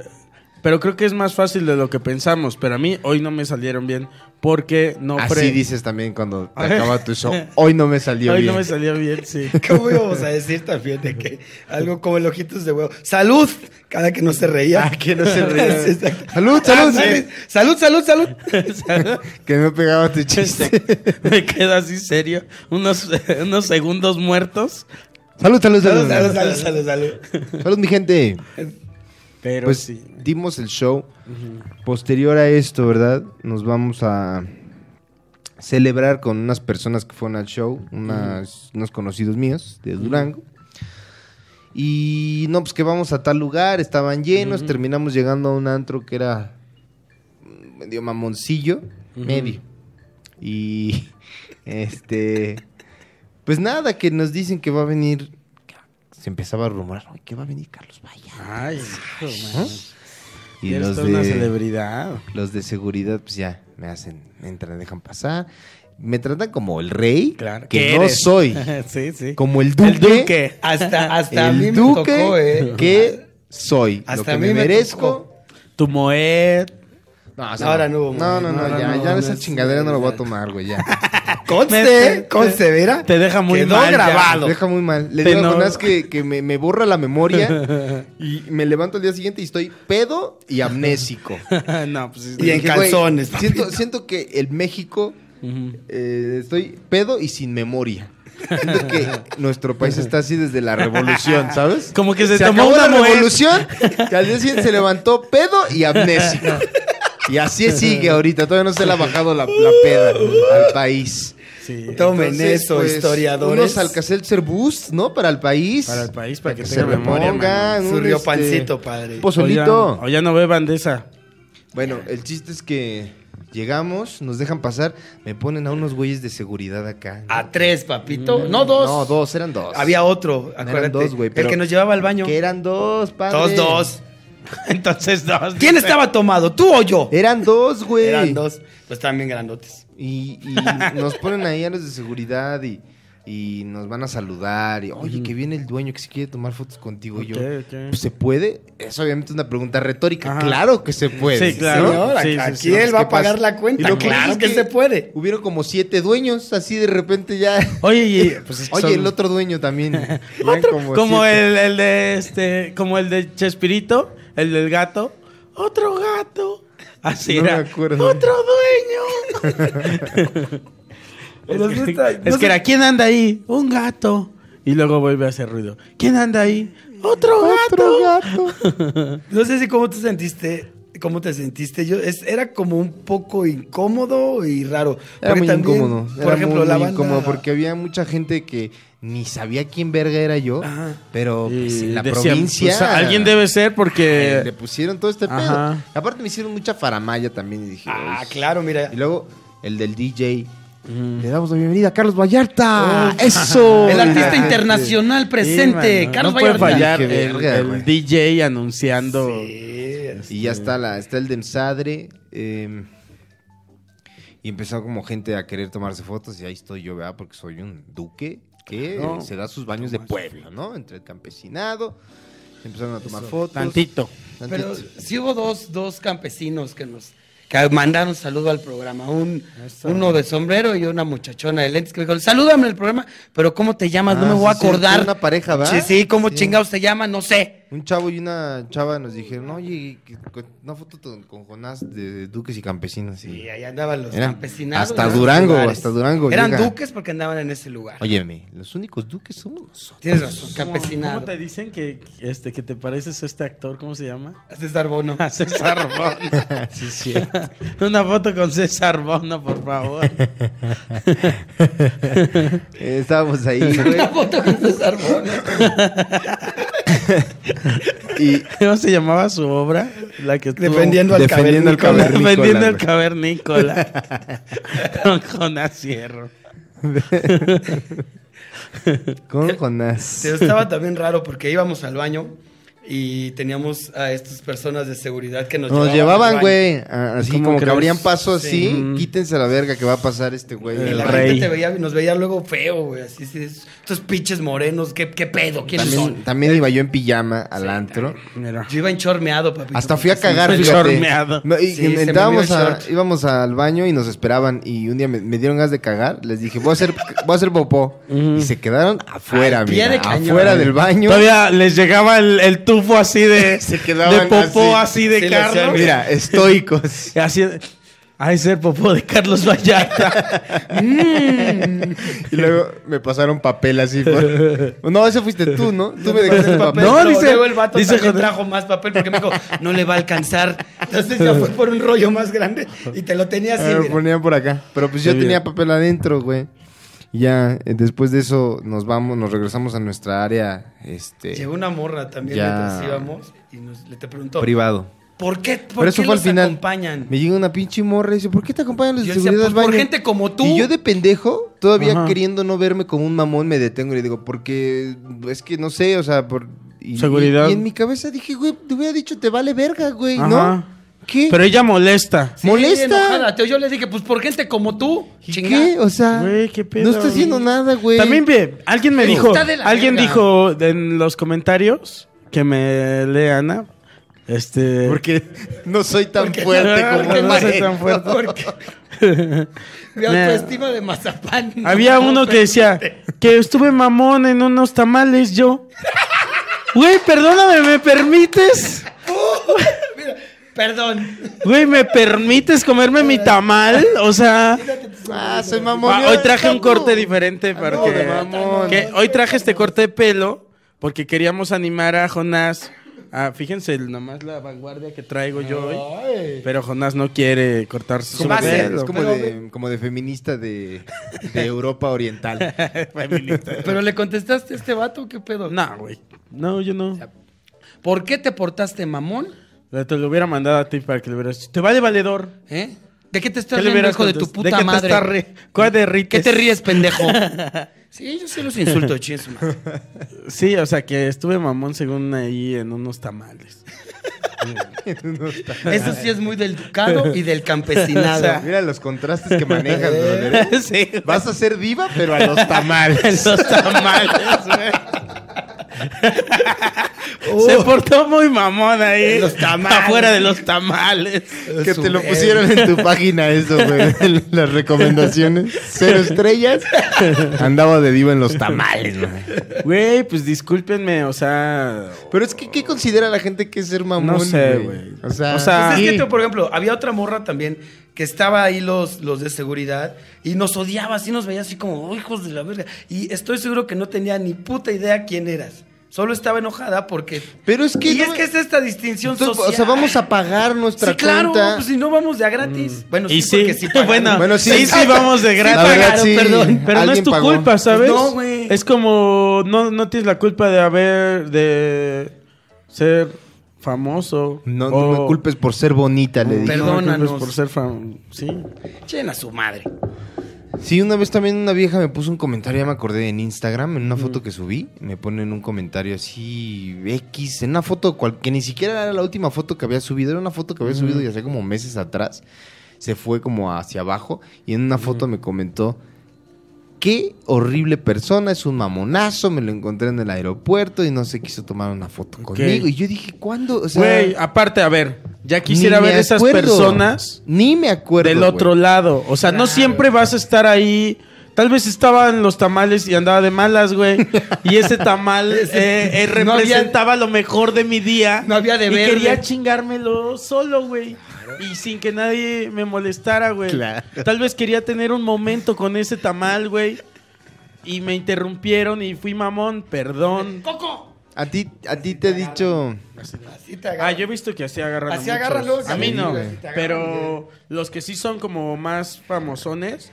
[SPEAKER 2] Pero creo que es más fácil de lo que pensamos. Pero a mí hoy no me salieron bien porque no
[SPEAKER 1] Así
[SPEAKER 2] fre-
[SPEAKER 1] dices también
[SPEAKER 2] (laughs)
[SPEAKER 1] cuando te acaba tu show. Hoy no me salió
[SPEAKER 2] Hoy
[SPEAKER 1] bien.
[SPEAKER 2] no me salió bien,
[SPEAKER 1] (laughs)
[SPEAKER 2] sí.
[SPEAKER 3] ¿Cómo íbamos a decir también de que algo como el ojitos de huevo? ¡Salud! Cada que no se reía.
[SPEAKER 1] Ah, que no se
[SPEAKER 3] (laughs)
[SPEAKER 1] ría.
[SPEAKER 3] Sí, exacto.
[SPEAKER 1] Salud, salud.
[SPEAKER 3] Ah, ¿sabes? salud,
[SPEAKER 1] (laughs)
[SPEAKER 3] salud, salud.
[SPEAKER 2] O sea,
[SPEAKER 1] Que no pegaba tu chiste. (laughs)
[SPEAKER 2] este, me quedo así serio. Unos, (laughs) unos segundos muertos.
[SPEAKER 1] salud, salud, salud.
[SPEAKER 3] Salud, salud, salud, salud, salud.
[SPEAKER 1] Salud, mi gente.
[SPEAKER 2] Pero
[SPEAKER 1] pues
[SPEAKER 2] sí.
[SPEAKER 1] dimos el show. Posterior a esto, ¿verdad? Nos vamos a celebrar con unas personas que fueron al show, unas- unos conocidos míos de Durango. Y no, pues que vamos a tal lugar, estaban llenos, terminamos llegando a un antro que era mm, medio mamoncillo, medio. Y (laughs) este, pues nada, que nos dicen que va a venir, se empezaba a rumorar, "Ay, que va a venir Carlos Vaya.
[SPEAKER 2] Ay, hijo,
[SPEAKER 1] ¿no?
[SPEAKER 2] man.
[SPEAKER 1] Y
[SPEAKER 2] Eres
[SPEAKER 1] los
[SPEAKER 2] toda una
[SPEAKER 1] de,
[SPEAKER 2] celebridad.
[SPEAKER 1] los de seguridad, pues ya, me hacen, me entran, dejan pasar. Me tratan como el rey,
[SPEAKER 2] Claro.
[SPEAKER 1] que
[SPEAKER 2] ¿Qué
[SPEAKER 1] no
[SPEAKER 2] eres?
[SPEAKER 1] soy.
[SPEAKER 2] (laughs) sí, sí.
[SPEAKER 1] Como el duque.
[SPEAKER 2] El duque.
[SPEAKER 3] (laughs) Hasta, hasta a
[SPEAKER 1] el
[SPEAKER 3] mí me
[SPEAKER 1] duque
[SPEAKER 3] tocó, (laughs) ¿eh?
[SPEAKER 1] que soy. lo
[SPEAKER 3] Hasta
[SPEAKER 1] que
[SPEAKER 3] a mí
[SPEAKER 1] me
[SPEAKER 3] me
[SPEAKER 1] merezco.
[SPEAKER 3] tocó.
[SPEAKER 2] Tu Moet.
[SPEAKER 1] No, o
[SPEAKER 3] Ahora no hubo
[SPEAKER 1] No, no,
[SPEAKER 3] Moet,
[SPEAKER 1] no,
[SPEAKER 2] no,
[SPEAKER 1] ya,
[SPEAKER 2] no,
[SPEAKER 1] ya
[SPEAKER 2] no,
[SPEAKER 1] esa
[SPEAKER 2] no,
[SPEAKER 1] chingadera
[SPEAKER 2] sí,
[SPEAKER 1] no lo voy a
[SPEAKER 2] ya.
[SPEAKER 1] tomar, güey, ya.
[SPEAKER 3] Conste, conste, mira.
[SPEAKER 2] Te deja muy
[SPEAKER 3] Quedó
[SPEAKER 2] mal. ya.
[SPEAKER 3] grabado.
[SPEAKER 1] Deja muy mal. Le
[SPEAKER 2] Te
[SPEAKER 1] digo a
[SPEAKER 2] no-
[SPEAKER 1] Jonás que, que me, me borra la memoria y me levanto al día siguiente y estoy pedo y amnésico. (laughs)
[SPEAKER 2] no, pues sí.
[SPEAKER 3] Y en
[SPEAKER 1] Dije, güey,
[SPEAKER 3] calzones,
[SPEAKER 1] Siento,
[SPEAKER 3] papito.
[SPEAKER 1] siento que el México
[SPEAKER 2] Ujú.
[SPEAKER 1] eh, estoy pedo y sin memoria. Siento que nuestro país está así desde la revolución, ¿sabes?
[SPEAKER 2] Como que se,
[SPEAKER 1] se
[SPEAKER 2] tomó
[SPEAKER 1] acabó
[SPEAKER 2] una
[SPEAKER 1] la
[SPEAKER 2] Moet.
[SPEAKER 1] revolución y al día siguiente se levantó pedo y amnésico. Y así sigue ahorita. Todavía no se le ha bajado la, la peda al país.
[SPEAKER 2] Sí.
[SPEAKER 3] Tomen
[SPEAKER 1] Entonces,
[SPEAKER 3] eso,
[SPEAKER 1] pues,
[SPEAKER 3] historiadores.
[SPEAKER 1] Unos Alcacelser Boost, ¿no? Para el país.
[SPEAKER 2] Para el país, para que,
[SPEAKER 1] Que se
[SPEAKER 2] tenga memoria.
[SPEAKER 1] reponga.
[SPEAKER 2] mano.
[SPEAKER 1] un,
[SPEAKER 3] Su
[SPEAKER 1] este,
[SPEAKER 3] riopancito, padre.
[SPEAKER 2] O ya,
[SPEAKER 1] Pozolito.
[SPEAKER 2] o ya no beban de esa.
[SPEAKER 1] Bueno, el chiste es que llegamos, nos dejan pasar, me ponen a unos güeyes de seguridad acá.
[SPEAKER 2] Ah,
[SPEAKER 1] ¿no?
[SPEAKER 3] A tres, papito. No, dos.
[SPEAKER 1] No, dos, eran dos.
[SPEAKER 3] Había otro,
[SPEAKER 1] Eran
[SPEAKER 3] acuérdate.
[SPEAKER 1] dos, güey, pero-
[SPEAKER 3] El que nos llevaba al baño.
[SPEAKER 1] Que eran dos, padre.
[SPEAKER 3] Dos, dos. (laughs)
[SPEAKER 2] Entonces, dos.
[SPEAKER 3] ¿Quién estaba tomado? ¿Tú o yo?
[SPEAKER 1] Eran dos, güey.
[SPEAKER 3] Eran dos. Pues estaban bien grandotes.
[SPEAKER 1] Y, y nos ponen ahí a los de seguridad y, y nos van a saludar. Y, oye, que viene el dueño que se quiere tomar fotos contigo. Y yo,
[SPEAKER 2] Ok, ok.
[SPEAKER 1] "Pues, ¿se puede? Es obviamente una pregunta retórica.
[SPEAKER 2] Ajá.
[SPEAKER 1] Claro que se puede.
[SPEAKER 2] Sí, claro.
[SPEAKER 1] ¿no?
[SPEAKER 3] Señor,
[SPEAKER 2] Sí, sí,
[SPEAKER 3] aquí
[SPEAKER 2] sí.
[SPEAKER 3] él
[SPEAKER 1] Pues,
[SPEAKER 3] va
[SPEAKER 1] ¿qué
[SPEAKER 3] a pagar
[SPEAKER 1] pasa?
[SPEAKER 3] la cuenta.
[SPEAKER 1] Y lo que
[SPEAKER 3] claro
[SPEAKER 1] es
[SPEAKER 3] que,
[SPEAKER 1] que-
[SPEAKER 3] se puede.
[SPEAKER 1] Hubieron como siete dueños, así de repente ya.
[SPEAKER 2] Oye, y- pues es que
[SPEAKER 1] Oye,
[SPEAKER 2] son-
[SPEAKER 1] el otro dueño
[SPEAKER 2] (laughs)
[SPEAKER 1] también. Eran
[SPEAKER 2] Como,
[SPEAKER 1] siete.
[SPEAKER 2] el, el de este, como el de Chespirito, el del gato. Otro gato. Así
[SPEAKER 1] No me
[SPEAKER 2] era.
[SPEAKER 1] acuerdo.
[SPEAKER 2] Otro (laughs) dueño. es que, es que era, ¿quién anda ahí? Un gato. Y luego vuelve a hacer ruido. ¿Quién anda ahí? Otro gato.
[SPEAKER 1] Otro gato.
[SPEAKER 3] No sé si cómo te sentiste. ¿Cómo te sentiste? Yo es- era como un poco incómodo y raro.
[SPEAKER 1] Era
[SPEAKER 3] Porque
[SPEAKER 1] muy
[SPEAKER 3] también,
[SPEAKER 1] incómodo.
[SPEAKER 3] Por
[SPEAKER 1] era
[SPEAKER 3] ejemplo,
[SPEAKER 1] muy,
[SPEAKER 3] la
[SPEAKER 1] muy
[SPEAKER 3] banda.
[SPEAKER 1] incómodo porque había mucha gente que ni sabía quién verga era yo,
[SPEAKER 3] Ajá.
[SPEAKER 1] pero
[SPEAKER 2] Y
[SPEAKER 1] pues, en la
[SPEAKER 2] decían,
[SPEAKER 1] provincia.
[SPEAKER 2] pues, alguien debe ser
[SPEAKER 1] eh, le
[SPEAKER 2] porque.
[SPEAKER 1] pusieron todo este
[SPEAKER 2] Ajá.
[SPEAKER 1] pedo. Y aparte me hicieron mucha faramaya también y dije.
[SPEAKER 3] Ah,
[SPEAKER 1] "Uy".
[SPEAKER 3] claro, mira.
[SPEAKER 1] Y luego el del DJ. Le damos la bienvenida a Carlos
[SPEAKER 2] Oh,
[SPEAKER 1] Vallarta.
[SPEAKER 2] (laughs)
[SPEAKER 1] Eso.
[SPEAKER 3] El artista
[SPEAKER 1] Gente.
[SPEAKER 3] internacional presente,
[SPEAKER 2] Sí, Ah, mano,
[SPEAKER 3] Carlos
[SPEAKER 2] no puede
[SPEAKER 3] Vallarta.
[SPEAKER 2] fallar
[SPEAKER 1] Qué
[SPEAKER 2] el,
[SPEAKER 1] verga,
[SPEAKER 2] el
[SPEAKER 1] güey.
[SPEAKER 2] DJ anunciando.
[SPEAKER 3] Sí.
[SPEAKER 1] Y ya está la, está el de Ensadre. eh, y empezó como gente a querer tomarse fotos. Y ahí estoy yo, ¿verdad? Porque soy un duque que
[SPEAKER 2] No.
[SPEAKER 1] se da sus baños de pueblo, ¿no? Entre el campesinado. Se empezaron a tomar fotos.
[SPEAKER 2] Tantito.
[SPEAKER 1] Tantito.
[SPEAKER 3] Pero sí hubo dos, dos campesinos que nos que mandaron saludo al programa. Un, uno de sombrero y una muchachona de lentes que me dijo, salúdame el programa, pero ¿cómo te llamas? no
[SPEAKER 1] Ah,
[SPEAKER 3] me voy a
[SPEAKER 1] sí, sí,
[SPEAKER 3] acordar.
[SPEAKER 1] fue una pareja, ¿verdad?
[SPEAKER 3] Sí, sí, ¿cómo
[SPEAKER 1] Sí.
[SPEAKER 3] chingados te llama? No sé.
[SPEAKER 1] Un chavo y una chava nos dijeron, oye, que- que- una foto con- con Jonás de duques y campesinos. y-
[SPEAKER 3] Y ahí andaban los
[SPEAKER 1] Era
[SPEAKER 3] campesinados.
[SPEAKER 1] hasta
[SPEAKER 3] de los
[SPEAKER 1] Durango, hasta Durango
[SPEAKER 3] Eran
[SPEAKER 1] llega.
[SPEAKER 3] duques porque andaban en ese lugar.
[SPEAKER 1] Óyeme, los únicos duques somos nosotros.
[SPEAKER 3] Tienes razón,
[SPEAKER 2] ¿Cómo
[SPEAKER 3] campesinado.
[SPEAKER 2] te dicen que, este, que te pareces a este actor? ¿Cómo se llama?
[SPEAKER 3] César Bono.
[SPEAKER 2] (laughs) A César Bona. (laughs) Una foto con César Bona, por favor.
[SPEAKER 1] Eh, estábamos (laughs) ahí, güey.
[SPEAKER 3] Una foto con César Bono.
[SPEAKER 1] y
[SPEAKER 2] (laughs) ¿Cómo se llamaba su obra? La que estuvo-
[SPEAKER 3] Defendiendo al
[SPEAKER 1] Defendiendo al
[SPEAKER 3] cavernícola.
[SPEAKER 1] cavernícola.
[SPEAKER 2] (laughs) Defendiendo el
[SPEAKER 1] güey.
[SPEAKER 2] cavernícola. con Jonás Hierro.
[SPEAKER 1] con Jonás.
[SPEAKER 3] Pero estaba también raro porque íbamos al baño y teníamos a estas personas de seguridad que nos,
[SPEAKER 1] Nos
[SPEAKER 3] al
[SPEAKER 1] llevaban,
[SPEAKER 3] baño.
[SPEAKER 1] güey, a- así
[SPEAKER 2] ¿Cómo
[SPEAKER 1] como que
[SPEAKER 2] crees?
[SPEAKER 1] abrían paso así,
[SPEAKER 3] Sí.
[SPEAKER 1] Mm. quítense la verga que va a pasar este güey.
[SPEAKER 3] Y
[SPEAKER 2] El
[SPEAKER 3] la
[SPEAKER 2] rey.
[SPEAKER 3] gente te veía, nos veía luego feo, güey. Así, así, estos pinches morenos, ¿qué, qué pedo? ¿Quiénes
[SPEAKER 1] También,
[SPEAKER 3] son?
[SPEAKER 1] también iba yo en pijama al antro.
[SPEAKER 2] Mira.
[SPEAKER 3] Yo iba enchormeado, papi.
[SPEAKER 1] Hasta fui a cagar,
[SPEAKER 2] sí,
[SPEAKER 1] fíjate.
[SPEAKER 2] chormeado.
[SPEAKER 1] No, y- y
[SPEAKER 3] Sí, se me
[SPEAKER 1] entrábamos
[SPEAKER 3] vio el
[SPEAKER 1] a-
[SPEAKER 3] short.
[SPEAKER 1] íbamos al baño y nos esperaban. Y un día me, me dieron gas de cagar. Les dije, voy a hacer, voy a hacer popó. Y se quedaron afuera,
[SPEAKER 3] Al pie
[SPEAKER 1] mira,
[SPEAKER 3] de cañón.
[SPEAKER 1] afuera del baño.
[SPEAKER 2] Todavía les llegaba el, el tufo así de,
[SPEAKER 1] Se quedaban
[SPEAKER 2] de popó
[SPEAKER 1] así.
[SPEAKER 2] así, de
[SPEAKER 3] Sí, le hacían,
[SPEAKER 2] Carlos.
[SPEAKER 1] Mira, (laughs)
[SPEAKER 2] (laughs)
[SPEAKER 1] estoicos.
[SPEAKER 2] Así, ay, ser popó de Carlos Vallarta.
[SPEAKER 1] y luego me pasaron papel así. por- No, ese fuiste tú, ¿no? Tú me dejaste el papel.
[SPEAKER 2] No,
[SPEAKER 3] No,
[SPEAKER 2] dice-
[SPEAKER 3] dice. Luego el vato
[SPEAKER 2] dice
[SPEAKER 3] también
[SPEAKER 2] Jod-
[SPEAKER 3] trajo más papel porque me dijo, no le va a alcanzar. Entonces ya fue por un rollo más grande y te lo tenía así.
[SPEAKER 1] Ah, me
[SPEAKER 3] mira.
[SPEAKER 1] ponían por acá. Pero pues yo
[SPEAKER 2] Sí,
[SPEAKER 1] tenía
[SPEAKER 2] mira.
[SPEAKER 1] papel adentro, güey. Ya, eh, después de eso nos vamos, nos regresamos a nuestra área este,
[SPEAKER 3] Llegó una morra también,
[SPEAKER 1] Ya.
[SPEAKER 3] mientras íbamos, y nos, le te preguntó,
[SPEAKER 1] privado.
[SPEAKER 3] ¿por qué, por
[SPEAKER 1] Pero eso
[SPEAKER 3] qué
[SPEAKER 1] fue al
[SPEAKER 3] los
[SPEAKER 1] final.
[SPEAKER 3] acompañan?
[SPEAKER 1] Me llega una pinche morra y dice, ¿por qué te acompañan los de
[SPEAKER 3] Yo decía,
[SPEAKER 1] seguridad
[SPEAKER 3] "Pues
[SPEAKER 1] al
[SPEAKER 3] por
[SPEAKER 1] baño?"
[SPEAKER 3] gente como tú.
[SPEAKER 1] Y yo de pendejo, todavía
[SPEAKER 2] Ajá.
[SPEAKER 1] queriendo no verme como un mamón, me detengo y le digo, porque es que no sé, o sea, por... y-
[SPEAKER 2] Seguridad.
[SPEAKER 1] Y, y en mi cabeza dije, güey, te hubiera dicho, te vale verga, güey, ¿no?
[SPEAKER 2] Ajá.
[SPEAKER 1] ¿Qué?
[SPEAKER 2] Pero ella molesta.
[SPEAKER 3] Sí,
[SPEAKER 1] molesta.
[SPEAKER 3] enojada. Te- Yo le dije, pues por gente como tú,
[SPEAKER 1] ¿Y
[SPEAKER 3] chingada.
[SPEAKER 1] ¿Qué? O sea,
[SPEAKER 2] Güey, qué pedo.
[SPEAKER 1] no está haciendo nada, güey.
[SPEAKER 2] También ve, alguien me
[SPEAKER 3] Pero
[SPEAKER 2] dijo,
[SPEAKER 3] está de la
[SPEAKER 2] alguien
[SPEAKER 3] verga.
[SPEAKER 2] dijo en los comentarios que me lee Ana, este,
[SPEAKER 1] Porque no soy tan fuerte
[SPEAKER 2] no,
[SPEAKER 1] como
[SPEAKER 2] porque no soy
[SPEAKER 1] Mario.
[SPEAKER 2] tan fuerte.
[SPEAKER 1] (laughs)
[SPEAKER 3] (laughs) Mi
[SPEAKER 2] Nah.
[SPEAKER 3] autoestima de mazapán. no,
[SPEAKER 2] había
[SPEAKER 3] no,
[SPEAKER 2] uno que decía que estuve mamón en unos tamales yo. Güey, perdóname, ¿me permites?
[SPEAKER 3] Perdón.
[SPEAKER 2] Güey, ¿me permites comerme mi tamal? O sea,
[SPEAKER 1] Ah, soy mamón.
[SPEAKER 2] Ah, hoy traje un corte diferente
[SPEAKER 3] Ah,
[SPEAKER 2] para
[SPEAKER 1] no,
[SPEAKER 2] que,
[SPEAKER 1] de mamón.
[SPEAKER 2] que- hoy traje este corte de pelo porque queríamos animar a Jonás. a- fíjense nomás la vanguardia que traigo yo hoy.
[SPEAKER 3] Ay.
[SPEAKER 2] Pero Jonás no quiere cortar su
[SPEAKER 1] Como
[SPEAKER 3] Base,
[SPEAKER 1] de,
[SPEAKER 2] pelo.
[SPEAKER 1] es como
[SPEAKER 3] pero-
[SPEAKER 1] de, como de feminista de, de Europa Oriental.
[SPEAKER 3] Pero le contestaste a este vato, ¿qué pedo?
[SPEAKER 2] No, güey. No, yo no.
[SPEAKER 3] ¿Por qué te portaste mamón?
[SPEAKER 2] Te lo hubiera mandado a ti para que lo hubieras dicho. Te vale valedor.
[SPEAKER 3] ¿Eh? ¿De qué te
[SPEAKER 2] ¿Qué
[SPEAKER 3] estás
[SPEAKER 2] le
[SPEAKER 3] riendo,
[SPEAKER 2] hubieras
[SPEAKER 3] hijo de tu
[SPEAKER 2] contestado?
[SPEAKER 3] puta
[SPEAKER 2] qué te
[SPEAKER 3] madre?
[SPEAKER 2] estás re- ¿Cuál de rites?
[SPEAKER 3] ¿Qué te ríes,
[SPEAKER 2] (laughs)
[SPEAKER 3] pendejo? sí, yo sí los insulto, chingue su madre.
[SPEAKER 2] Sí, o sea, que estuve mamón según ahí en
[SPEAKER 3] (laughs)
[SPEAKER 2] unos tamales.
[SPEAKER 3] Eso sí es muy del ducado y del campesinado.
[SPEAKER 2] O sea,
[SPEAKER 1] Mira los contrastes que manejas, brother.
[SPEAKER 2] (laughs)
[SPEAKER 1] ¿eh?
[SPEAKER 2] sí.
[SPEAKER 1] Vas a ser diva, pero a los tamales.
[SPEAKER 2] (laughs) Los tamales, güey. Se portó muy mamón ahí.
[SPEAKER 3] Los tamales.
[SPEAKER 2] Afuera de los tamales.
[SPEAKER 1] que te lo
[SPEAKER 3] Su-
[SPEAKER 1] pusieran en tu página eso, güey. en Las recomendaciones. Cero estrellas. Andaba de diva en los tamales, güey.
[SPEAKER 2] Güey, pues discúlpenme, o sea.
[SPEAKER 1] Pero es que, ¿qué considera la gente que es ser mamón?
[SPEAKER 2] No sé, güey.
[SPEAKER 1] O sea,
[SPEAKER 2] O sea,
[SPEAKER 3] Pues es que,
[SPEAKER 2] Sí.
[SPEAKER 3] tú, por ejemplo, había otra morra también que estaba ahí los, los de seguridad y nos odiaba, así nos veía así como, "Oh, hijos de la verga. Y estoy seguro que no tenía ni puta idea quién eras. Solo estaba enojada porque...
[SPEAKER 1] pero es que.
[SPEAKER 3] y
[SPEAKER 1] no
[SPEAKER 3] es
[SPEAKER 1] me-
[SPEAKER 3] que es esta distinción
[SPEAKER 1] Entonces,
[SPEAKER 3] social.
[SPEAKER 1] O sea, vamos a pagar nuestra
[SPEAKER 3] Sí, claro,
[SPEAKER 1] cuenta.
[SPEAKER 3] pues si no vamos de a gratis. Bueno,
[SPEAKER 2] Y
[SPEAKER 3] sí,
[SPEAKER 2] sí.
[SPEAKER 3] porque sí pagaron.
[SPEAKER 2] bueno,
[SPEAKER 1] (laughs) Bueno, sí.
[SPEAKER 2] sí, sí, vamos de gratis.
[SPEAKER 1] La verdad,
[SPEAKER 3] pagaron,
[SPEAKER 1] sí,
[SPEAKER 3] perdón.
[SPEAKER 2] Pero no es
[SPEAKER 1] alguien
[SPEAKER 2] tu
[SPEAKER 1] pagó.
[SPEAKER 2] culpa, ¿sabes?
[SPEAKER 3] No, güey.
[SPEAKER 2] Es como no, no tienes la culpa de haber de ser famoso.
[SPEAKER 1] No,
[SPEAKER 2] o-
[SPEAKER 1] no me culpes por ser bonita, le dije.
[SPEAKER 3] Perdón.
[SPEAKER 2] No me culpes
[SPEAKER 3] Perdónanos.
[SPEAKER 2] por ser famoso. Sí.
[SPEAKER 3] Echen a su madre.
[SPEAKER 1] Sí, una vez también una vieja me puso un comentario, ya me acordé, en Instagram, en una foto que subí, me ponen un comentario así, X, en una foto cual, que ni siquiera era la última foto que había subido, era una foto que había subido ya hace como meses atrás, se fue como hacia abajo y en una foto me comentó, qué horrible persona, es un mamonazo, me lo encontré en el aeropuerto y no se quiso tomar una foto conmigo. Y yo dije, ¿cuándo? O sea,
[SPEAKER 2] Güey, aparte, a ver, ya quisiera
[SPEAKER 1] ni me
[SPEAKER 2] ver esas
[SPEAKER 1] acuerdo.
[SPEAKER 2] personas
[SPEAKER 1] Ni me acuerdo.
[SPEAKER 2] del
[SPEAKER 1] güey.
[SPEAKER 2] otro lado. O sea, no
[SPEAKER 3] Claro.
[SPEAKER 2] siempre vas a estar ahí. Tal vez estaban los tamales y andaba de malas, güey. Y
[SPEAKER 3] (laughs)
[SPEAKER 2] ese tamal eh, eh,
[SPEAKER 3] No había-
[SPEAKER 2] representaba lo mejor de mi día.
[SPEAKER 3] No había de
[SPEAKER 2] Y
[SPEAKER 3] verde.
[SPEAKER 2] quería chingármelo solo, güey. Y sin que nadie me molestara, güey.
[SPEAKER 1] Claro.
[SPEAKER 2] Tal vez quería tener un momento con ese tamal, güey. Y me interrumpieron y fui mamón, perdón.
[SPEAKER 3] ¡Coco!
[SPEAKER 1] A ti, a ti te he dicho.
[SPEAKER 3] Así te
[SPEAKER 2] Ah, yo he visto que así agarran
[SPEAKER 3] Así
[SPEAKER 2] a muchos.
[SPEAKER 3] agarran luego,
[SPEAKER 2] A mí
[SPEAKER 1] sí,
[SPEAKER 2] no,
[SPEAKER 1] güey.
[SPEAKER 2] güey. pero los que sí son como más famosones,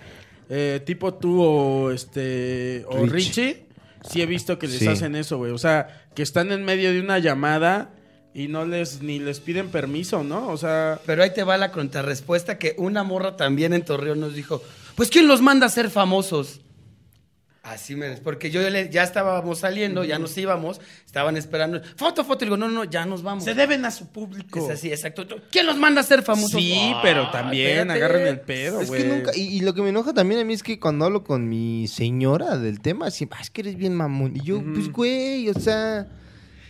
[SPEAKER 2] eh, tipo tú o este o
[SPEAKER 1] Richie.
[SPEAKER 2] Richie, sí he visto que les
[SPEAKER 1] Sí.
[SPEAKER 2] hacen eso, güey. O sea, que están en medio de una llamada y no les ni les piden permiso, ¿no? O sea,
[SPEAKER 3] Pero ahí te va la contrarrespuesta que una morra también en Torreón nos dijo, pues ¿quién los manda a ser famosos? Así me des, porque yo le- ya estábamos saliendo, ya nos íbamos, estaban esperando, foto, foto, y digo, no, no, ya nos vamos.
[SPEAKER 2] se deben a su público.
[SPEAKER 3] Es así, exacto. ¿Quién los manda a ser famosos?
[SPEAKER 2] Sí,
[SPEAKER 3] Ah,
[SPEAKER 2] pero también
[SPEAKER 3] espérate.
[SPEAKER 2] agarran el pedo,
[SPEAKER 1] Es
[SPEAKER 2] güey.
[SPEAKER 1] que nunca, y, y lo que me enoja también a mí es que cuando hablo con mi señora del tema, así, "Ah, es que eres bien mamón. Y yo, pues, güey, o sea,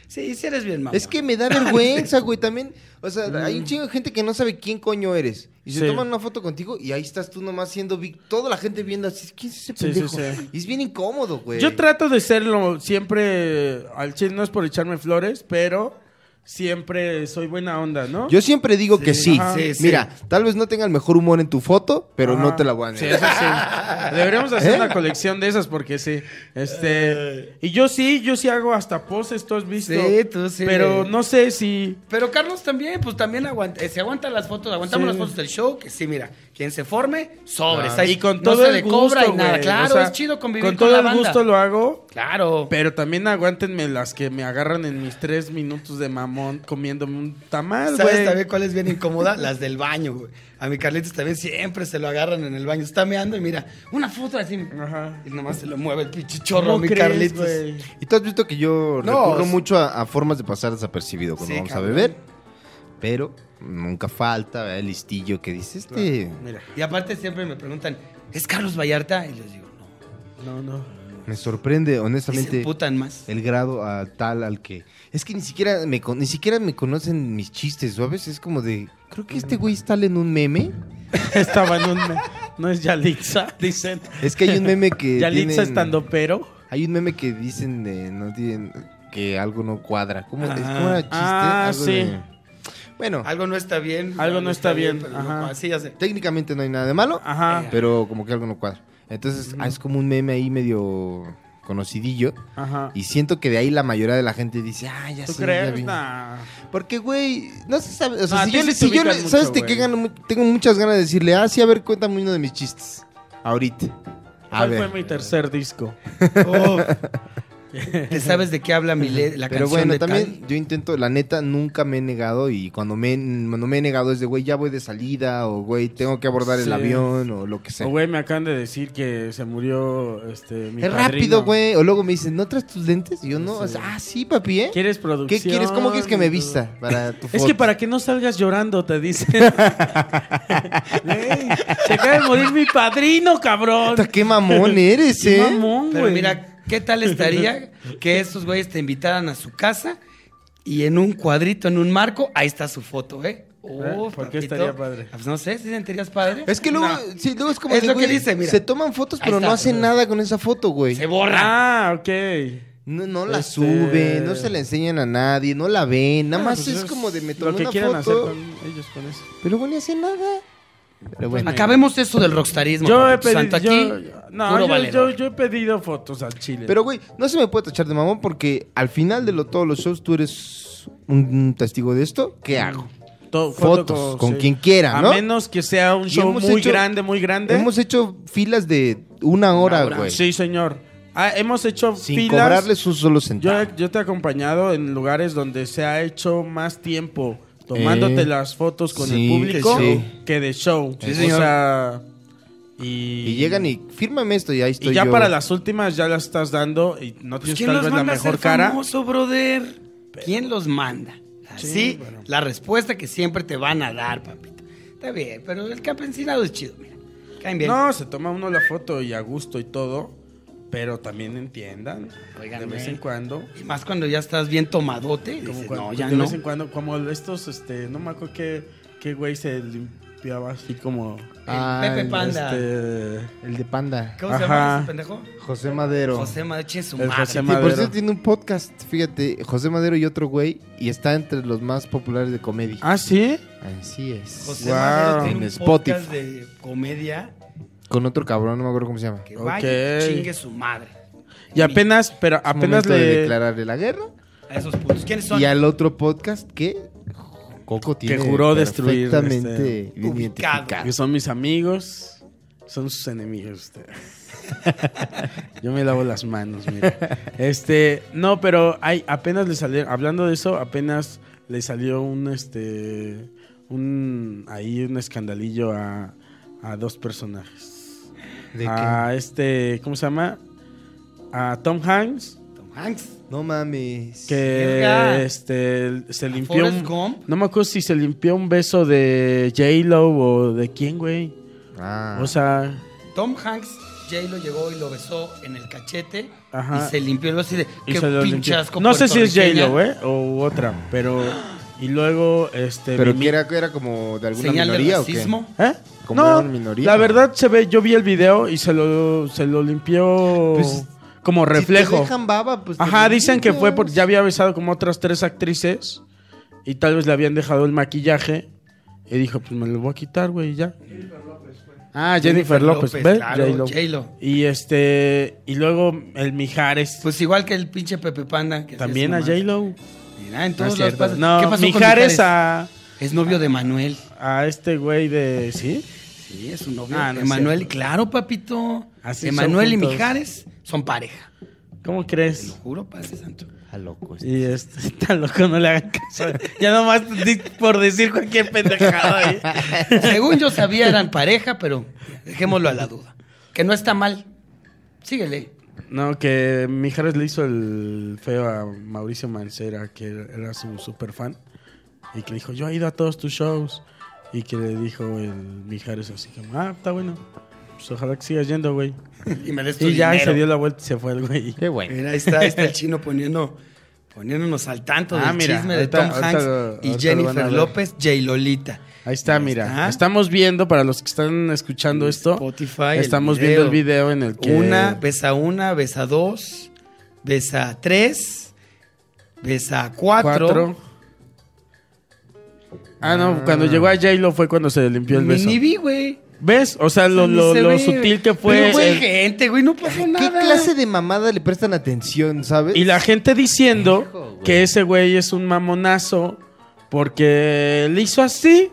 [SPEAKER 3] Sí, sí eres bien mamón.
[SPEAKER 1] es que me da
[SPEAKER 2] (laughs)
[SPEAKER 1] vergüenza, güey, también. O sea, hay un chingo de gente que no sabe quién coño eres. Y se
[SPEAKER 2] Sí.
[SPEAKER 1] toman una foto contigo y ahí estás tú nomás siendo Vic. Toda la gente viendo así, ¿quién es ese
[SPEAKER 2] Sí, sí,
[SPEAKER 1] pendejo?
[SPEAKER 2] sí.
[SPEAKER 1] Y es bien incómodo, güey.
[SPEAKER 2] Yo trato de serlo siempre al chile, no es por echarme flores, pero siempre soy buena onda, ¿no?
[SPEAKER 1] Yo siempre digo que sí.
[SPEAKER 2] ajá.
[SPEAKER 3] Sí, sí.
[SPEAKER 1] Mira, tal vez no tenga el mejor humor en tu foto, pero no
[SPEAKER 2] Ajá.
[SPEAKER 1] te la voy a
[SPEAKER 2] Sí,
[SPEAKER 1] negar. ¿Eh?
[SPEAKER 2] eso
[SPEAKER 1] (laughs)
[SPEAKER 2] sí. Deberíamos hacer una colección de esas porque sí. Este, y yo sí, yo sí hago hasta poses, tú has visto.
[SPEAKER 3] Sí, tú sí.
[SPEAKER 2] Pero no sé si
[SPEAKER 3] Pero Carlos también, pues también aguanta, eh, se aguantan las fotos, aguantamos las
[SPEAKER 2] Sí.
[SPEAKER 3] fotos del show, que sí, mira, Quien se forme, sobre.
[SPEAKER 2] Ah, y con todo
[SPEAKER 3] no se
[SPEAKER 2] el
[SPEAKER 3] le
[SPEAKER 2] gusto,
[SPEAKER 3] cobra y nada.
[SPEAKER 2] güey.
[SPEAKER 3] Claro,
[SPEAKER 2] O sea,
[SPEAKER 3] es chido convivir
[SPEAKER 2] con
[SPEAKER 3] con,
[SPEAKER 2] todo
[SPEAKER 3] la
[SPEAKER 2] el
[SPEAKER 3] banda.
[SPEAKER 2] gusto lo hago.
[SPEAKER 3] Claro.
[SPEAKER 2] Pero también aguántenme las que me agarran en mis tres minutos de mamón comiéndome un tamal,
[SPEAKER 3] ¿Sabes
[SPEAKER 2] güey.
[SPEAKER 3] también cuál es bien incómoda? (laughs) Las del baño, güey. A mi Carlitos también siempre se lo agarran en el baño. Está meando y mira, una foto así.
[SPEAKER 2] Ajá.
[SPEAKER 3] Y nomás se lo mueve el pinche chorro
[SPEAKER 2] ¿Cómo
[SPEAKER 3] a mi
[SPEAKER 2] crees,
[SPEAKER 3] Carlitos.
[SPEAKER 2] güey? (laughs)
[SPEAKER 1] Y tú has visto que yo
[SPEAKER 3] No,
[SPEAKER 1] recurro
[SPEAKER 3] es-
[SPEAKER 1] mucho a, a formas de pasar desapercibido cuando
[SPEAKER 3] Sí,
[SPEAKER 1] vamos
[SPEAKER 3] cabrón.
[SPEAKER 1] a beber. Pero nunca falta ¿verdad? el listillo que dice este.
[SPEAKER 2] Mira.
[SPEAKER 3] Y aparte siempre me preguntan, ¿es Carlos Vallarta? Y les digo, no.
[SPEAKER 2] No, no.
[SPEAKER 1] Me sorprende,
[SPEAKER 3] Y se
[SPEAKER 1] honestamente,
[SPEAKER 3] emputan más.
[SPEAKER 1] el grado a tal al que. Es que ni siquiera me con- ni siquiera me conocen mis chistes, ¿sabes? Es como de. Creo que este güey está en un meme.
[SPEAKER 2] Estaba en un. me- No
[SPEAKER 1] (laughs)
[SPEAKER 2] es Yalitza, dicen.
[SPEAKER 1] Es que hay un meme
[SPEAKER 3] (laughs)
[SPEAKER 1] que.
[SPEAKER 2] Yalitza
[SPEAKER 1] tienen-
[SPEAKER 2] estando pero.
[SPEAKER 1] Hay un meme que dicen de, no tienen, que algo no cuadra. ¿Cómo, es,
[SPEAKER 2] Ah.
[SPEAKER 1] ¿cómo era el chiste?
[SPEAKER 2] Ah,
[SPEAKER 1] Algo
[SPEAKER 2] sí.
[SPEAKER 1] de- Bueno,
[SPEAKER 3] Algo no está bien.
[SPEAKER 2] Algo no está bien,
[SPEAKER 3] pero
[SPEAKER 2] ajá.
[SPEAKER 3] no- así ya sé.
[SPEAKER 1] técnicamente no hay nada de malo,
[SPEAKER 2] Ajá.
[SPEAKER 1] pero como que algo no cuadra. Entonces ah, es como un meme ahí medio conocidillo.
[SPEAKER 2] Ajá.
[SPEAKER 1] Y siento que de ahí la mayoría de la gente dice, ah, ya
[SPEAKER 2] Ah. ¿Tú
[SPEAKER 1] sé, ya
[SPEAKER 2] crees?
[SPEAKER 1] vi".
[SPEAKER 2] Nah.
[SPEAKER 1] Porque, güey, no se sabe. O sea,
[SPEAKER 2] No, a
[SPEAKER 1] si
[SPEAKER 2] ti
[SPEAKER 1] yo,
[SPEAKER 2] sí
[SPEAKER 1] le,
[SPEAKER 2] te
[SPEAKER 1] si yo
[SPEAKER 2] ubican
[SPEAKER 1] le-
[SPEAKER 2] mucho,
[SPEAKER 1] ¿sabes? Te
[SPEAKER 2] güey.
[SPEAKER 1] que tengo muchas ganas de decirle, ah, sí, a ver, cuéntame uno de mis chistes. Ahorita. A
[SPEAKER 2] ¿Cuál fue
[SPEAKER 1] ver.
[SPEAKER 2] mi tercer disco?
[SPEAKER 3] ¿Te sabes de qué habla mi le- la
[SPEAKER 1] Pero
[SPEAKER 3] canción
[SPEAKER 1] bueno,
[SPEAKER 3] de tal?
[SPEAKER 1] también yo intento, la neta, nunca me he negado y cuando me, cuando me he negado es de, güey, ya voy de salida o, güey, tengo que abordar
[SPEAKER 2] Sí.
[SPEAKER 1] el avión o lo que sea.
[SPEAKER 2] O, Oh, güey, me acaban de decir que se murió este, mi
[SPEAKER 1] es
[SPEAKER 2] padrino.
[SPEAKER 1] rápido, güey. O luego me dicen, ¿no traes tus lentes? Y yo no,
[SPEAKER 2] Sí.
[SPEAKER 1] o sea, ah, sí, papi, ¿eh?
[SPEAKER 2] ¿Quieres producción?
[SPEAKER 1] ¿Qué quieres? ¿Cómo quieres que me
[SPEAKER 2] Y todo.
[SPEAKER 1] vista para tu
[SPEAKER 2] Es
[SPEAKER 1] foto?
[SPEAKER 2] que para que no salgas llorando,
[SPEAKER 1] (laughs)
[SPEAKER 2] te dicen. Güey, se acaba de morir mi padrino, cabrón.
[SPEAKER 1] Puta, ¡Qué mamón eres,
[SPEAKER 2] Qué
[SPEAKER 1] eh!
[SPEAKER 2] mamón,
[SPEAKER 3] Pero
[SPEAKER 2] güey.
[SPEAKER 3] mira, ¿qué tal estaría que esos güeyes te invitaran a su casa y en un cuadrito, en un marco, ahí está su foto, ¿eh? Oh,
[SPEAKER 2] ¿Por qué
[SPEAKER 3] papito.
[SPEAKER 2] estaría padre?
[SPEAKER 3] Ah, Pues no sé, ¿sí sentirías padre?
[SPEAKER 1] Es que luego,
[SPEAKER 2] No.
[SPEAKER 1] sí, luego es como
[SPEAKER 3] Es lo
[SPEAKER 1] güey,
[SPEAKER 3] que dice, mira.
[SPEAKER 1] se toman fotos,
[SPEAKER 3] Ahí
[SPEAKER 1] pero no
[SPEAKER 3] está.
[SPEAKER 1] hacen nada con esa foto, güey.
[SPEAKER 3] Se borra.
[SPEAKER 2] Ah, ok.
[SPEAKER 1] No, no la
[SPEAKER 2] Este-
[SPEAKER 1] suben, no se la enseñan a nadie, no la ven. Nada
[SPEAKER 2] Ah,
[SPEAKER 1] más
[SPEAKER 2] pues
[SPEAKER 1] es como de me tomé
[SPEAKER 2] Lo que
[SPEAKER 1] una
[SPEAKER 2] quieran hacer
[SPEAKER 1] foto,
[SPEAKER 2] con ellos con eso.
[SPEAKER 1] pero bueno, ni hacen nada. Pero bueno.
[SPEAKER 3] Acabemos eso del rockstarismo.
[SPEAKER 2] Yo he
[SPEAKER 3] papito
[SPEAKER 2] pedido.
[SPEAKER 3] santo,
[SPEAKER 2] yo-
[SPEAKER 3] aquí,
[SPEAKER 2] no,
[SPEAKER 3] puro
[SPEAKER 2] yo- yo,
[SPEAKER 3] valedor.
[SPEAKER 2] yo he pedido fotos al chile.
[SPEAKER 1] Pero, güey, no se me puede tachar de mamón porque al final de lo- todos los shows tú eres un, un testigo de esto. ¿Qué
[SPEAKER 2] Mm.
[SPEAKER 1] hago?
[SPEAKER 2] To-
[SPEAKER 1] Fotos,
[SPEAKER 2] foto
[SPEAKER 1] con
[SPEAKER 2] sí.
[SPEAKER 1] quien quiera, ¿no?
[SPEAKER 2] A menos que sea un
[SPEAKER 1] Y
[SPEAKER 2] show
[SPEAKER 1] hemos
[SPEAKER 2] muy
[SPEAKER 1] hecho-
[SPEAKER 2] grande, muy grande.
[SPEAKER 1] Hemos hecho filas de una hora,
[SPEAKER 3] hora.
[SPEAKER 1] güey.
[SPEAKER 2] Sí, señor. Ah, hemos hecho
[SPEAKER 1] Sin
[SPEAKER 2] filas.
[SPEAKER 1] cobrarles un solo
[SPEAKER 2] Yo,
[SPEAKER 1] centavo.
[SPEAKER 2] yo te he acompañado en lugares donde se ha hecho más tiempo tomándote
[SPEAKER 1] Eh,
[SPEAKER 2] las fotos con
[SPEAKER 1] sí,
[SPEAKER 2] el público
[SPEAKER 1] que show.
[SPEAKER 2] que de show.
[SPEAKER 1] Sí,
[SPEAKER 2] o
[SPEAKER 1] señor.
[SPEAKER 2] sea, y,
[SPEAKER 1] Y llegan y fírmame esto y ahí estoy
[SPEAKER 2] y ya
[SPEAKER 1] yo.
[SPEAKER 2] para las últimas ya las estás dando y no
[SPEAKER 3] Pues,
[SPEAKER 2] tienes
[SPEAKER 3] ¿Quién
[SPEAKER 2] tal
[SPEAKER 3] los
[SPEAKER 2] vez la
[SPEAKER 3] manda a
[SPEAKER 2] mejor
[SPEAKER 3] ser
[SPEAKER 2] cara.
[SPEAKER 3] famoso, brother? ¿Quién los manda? Así,
[SPEAKER 2] Sí, bueno.
[SPEAKER 3] la respuesta que siempre te van a dar, papito. Está bien, pero el campesinado es chido, mira. Caen bien.
[SPEAKER 2] No, se toma uno la foto y a gusto y todo, pero también entiendan
[SPEAKER 3] Óiganme.
[SPEAKER 2] de vez en cuando.
[SPEAKER 3] Y más cuando ya estás bien tomadote.
[SPEAKER 2] Como
[SPEAKER 3] dices,
[SPEAKER 2] cuando-
[SPEAKER 3] no, ya
[SPEAKER 2] de
[SPEAKER 3] no.
[SPEAKER 2] vez en cuando, como estos, este, no me acuerdo qué, qué güey se limpiaba así como.
[SPEAKER 1] Ah,
[SPEAKER 3] Pepe
[SPEAKER 1] el-
[SPEAKER 3] Panda.
[SPEAKER 2] Este,
[SPEAKER 1] El de Panda.
[SPEAKER 3] ¿Cómo se llama
[SPEAKER 2] Ajá.
[SPEAKER 3] ese pendejo?
[SPEAKER 1] José Madero.
[SPEAKER 3] José Madero, che, su
[SPEAKER 2] El
[SPEAKER 3] madre.
[SPEAKER 2] José
[SPEAKER 1] Sí,
[SPEAKER 2] Madero.
[SPEAKER 1] por cierto, tiene un podcast, fíjate, José Madero y otro güey, y está entre los más populares de comedia.
[SPEAKER 2] ah, sí.
[SPEAKER 1] Así es.
[SPEAKER 3] José
[SPEAKER 2] Wow.
[SPEAKER 3] Madero tiene
[SPEAKER 1] En
[SPEAKER 3] un
[SPEAKER 1] Spotify.
[SPEAKER 3] podcast de comedia
[SPEAKER 1] Con otro cabrón, no me acuerdo cómo se llama.
[SPEAKER 3] que
[SPEAKER 2] Ok.
[SPEAKER 3] vaya y chingue su madre.
[SPEAKER 2] Y apenas, pero
[SPEAKER 1] Es
[SPEAKER 2] apenas
[SPEAKER 1] momento de
[SPEAKER 2] le.
[SPEAKER 1] declararle la guerra.
[SPEAKER 3] A esos putos. ¿Quiénes son?
[SPEAKER 1] Y al otro podcast que Coco tiene
[SPEAKER 2] juró destruir,
[SPEAKER 1] perfectamente
[SPEAKER 2] este,
[SPEAKER 1] bien
[SPEAKER 3] ubicado.
[SPEAKER 1] identificado.
[SPEAKER 2] Que son mis amigos, son sus enemigos ustedes. (laughs) Yo me lavo las manos, mira. Este, no, pero hay, apenas le salió, hablando de eso, apenas le salió un, este, un, ahí un escandalillo a, a dos personajes.
[SPEAKER 1] ¿De
[SPEAKER 2] a este, ¿cómo se llama? A Tom Hanks,
[SPEAKER 3] Tom Hanks.
[SPEAKER 1] qué? No mames.
[SPEAKER 2] que
[SPEAKER 3] Verga.
[SPEAKER 2] este, se limpió
[SPEAKER 3] Forrest
[SPEAKER 2] un,
[SPEAKER 3] Gump.
[SPEAKER 2] No me acuerdo si se limpió un beso de J-Lo o de quién, güey.
[SPEAKER 1] Ah.
[SPEAKER 2] O sea,
[SPEAKER 3] Tom Hanks, Jay lo llegó y lo besó en el cachete.
[SPEAKER 2] Ajá.
[SPEAKER 3] Y se limpió el así de.
[SPEAKER 2] y
[SPEAKER 3] Qué
[SPEAKER 2] se lo
[SPEAKER 3] pinche
[SPEAKER 2] limpió.
[SPEAKER 3] asco
[SPEAKER 2] No sé si es
[SPEAKER 3] puertorriqueña".
[SPEAKER 2] J-Lo, güey, o otra, pero. Y luego, este.
[SPEAKER 1] pero
[SPEAKER 2] mi-
[SPEAKER 1] que era, que era como de alguna
[SPEAKER 3] Señal de
[SPEAKER 1] minoría o qué?
[SPEAKER 3] racismo.
[SPEAKER 2] ¿Eh?
[SPEAKER 1] como
[SPEAKER 2] No,
[SPEAKER 1] era minoría.
[SPEAKER 2] la verdad se ve, yo vi el video y se lo, se lo limpió
[SPEAKER 1] Pues,
[SPEAKER 2] como reflejo.
[SPEAKER 1] Si te dejan baba, pues te
[SPEAKER 2] Ajá,
[SPEAKER 1] lo
[SPEAKER 2] dicen que fue porque
[SPEAKER 1] limpias.
[SPEAKER 2] ya había besado como otras tres actrices y tal vez le habían dejado el maquillaje y dijo, pues me lo voy a quitar, güey, y ya. Ah, Jennifer, López, ¿ves?
[SPEAKER 3] claro,
[SPEAKER 2] J-Lo.
[SPEAKER 3] J-Lo.
[SPEAKER 2] Y este, y luego el Mijares,
[SPEAKER 3] Pues igual que el pinche Pepe Panda. Que
[SPEAKER 2] también a
[SPEAKER 3] hacía su mamá.
[SPEAKER 2] J-Lo.
[SPEAKER 3] Mira, en
[SPEAKER 2] No, es
[SPEAKER 3] todos lados
[SPEAKER 2] cierto.
[SPEAKER 3] pasa.
[SPEAKER 2] No,
[SPEAKER 3] ¿Qué pasó con
[SPEAKER 2] Mijares
[SPEAKER 3] Mijares?
[SPEAKER 2] a,
[SPEAKER 3] Es novio de Manuel.
[SPEAKER 2] a este güey de, ¿sí?
[SPEAKER 3] Sí, es un novio.
[SPEAKER 2] Ah, no es
[SPEAKER 3] Emanuel,
[SPEAKER 2] cierto.
[SPEAKER 3] claro, papito.
[SPEAKER 2] Así
[SPEAKER 3] Emanuel
[SPEAKER 2] son
[SPEAKER 3] y
[SPEAKER 2] juntos.
[SPEAKER 3] Mijares son pareja.
[SPEAKER 2] ¿Cómo
[SPEAKER 3] Te lo
[SPEAKER 2] crees?
[SPEAKER 3] juro, Padre Santo.
[SPEAKER 1] Está loco. este.
[SPEAKER 2] Y este, (laughs) tan loco, no le hagan caso. Ya nomás di- (laughs) por decir cualquier pendejada. ¿eh?
[SPEAKER 3] Según yo sabía, eran pareja, pero dejémoslo a la duda. Que no está mal. Síguele.
[SPEAKER 2] No, que Mijares le hizo el feo a Mauricio Mancera, que era su super fan, y que le dijo, yo he ido a todos tus shows. Y que le dijo el Mijares así como, ah, está bueno. Pues ojalá que sigas yendo, güey.
[SPEAKER 3] Y me des tu
[SPEAKER 2] Y ya y
[SPEAKER 3] dinero.
[SPEAKER 2] se dio la vuelta y se fue el güey.
[SPEAKER 1] Qué bueno.
[SPEAKER 3] Mira, ahí está, ahí está el chino poniendo, poniéndonos al tanto
[SPEAKER 2] Ah,
[SPEAKER 3] del
[SPEAKER 2] mira,
[SPEAKER 3] chisme de
[SPEAKER 2] ahorita-
[SPEAKER 3] Tom
[SPEAKER 2] ahorita
[SPEAKER 3] Hanks y
[SPEAKER 2] lo- ahorita lo van a
[SPEAKER 3] Jennifer
[SPEAKER 2] ver.
[SPEAKER 3] López, J. Lolita.
[SPEAKER 2] Ahí está,
[SPEAKER 3] Ahí
[SPEAKER 2] mira.
[SPEAKER 3] está.
[SPEAKER 2] Estamos viendo, para los que están escuchando esto,
[SPEAKER 3] Spotify, el
[SPEAKER 2] estamos
[SPEAKER 3] video.
[SPEAKER 2] viendo el video en el que...
[SPEAKER 3] Una, besa una, besa dos, besa tres, besa cuatro.
[SPEAKER 2] cuatro. Ah, no, cuando llegó a J-Lo fue cuando se limpió el
[SPEAKER 3] Ni-
[SPEAKER 2] beso.
[SPEAKER 3] Ni vi, güey.
[SPEAKER 2] ¿Ves? O sea, lo,
[SPEAKER 3] Ni
[SPEAKER 2] lo-
[SPEAKER 3] se
[SPEAKER 2] lo
[SPEAKER 3] ve.
[SPEAKER 2] sutil que fue.
[SPEAKER 3] Pero, güey,
[SPEAKER 2] el-
[SPEAKER 3] gente, güey, no pasó
[SPEAKER 1] ¿Qué
[SPEAKER 3] nada.
[SPEAKER 1] clase de mamada le prestan atención, sabes?
[SPEAKER 2] Y la gente diciendo
[SPEAKER 1] Hijo, güey.
[SPEAKER 2] que ese güey es un mamonazo porque le hizo así.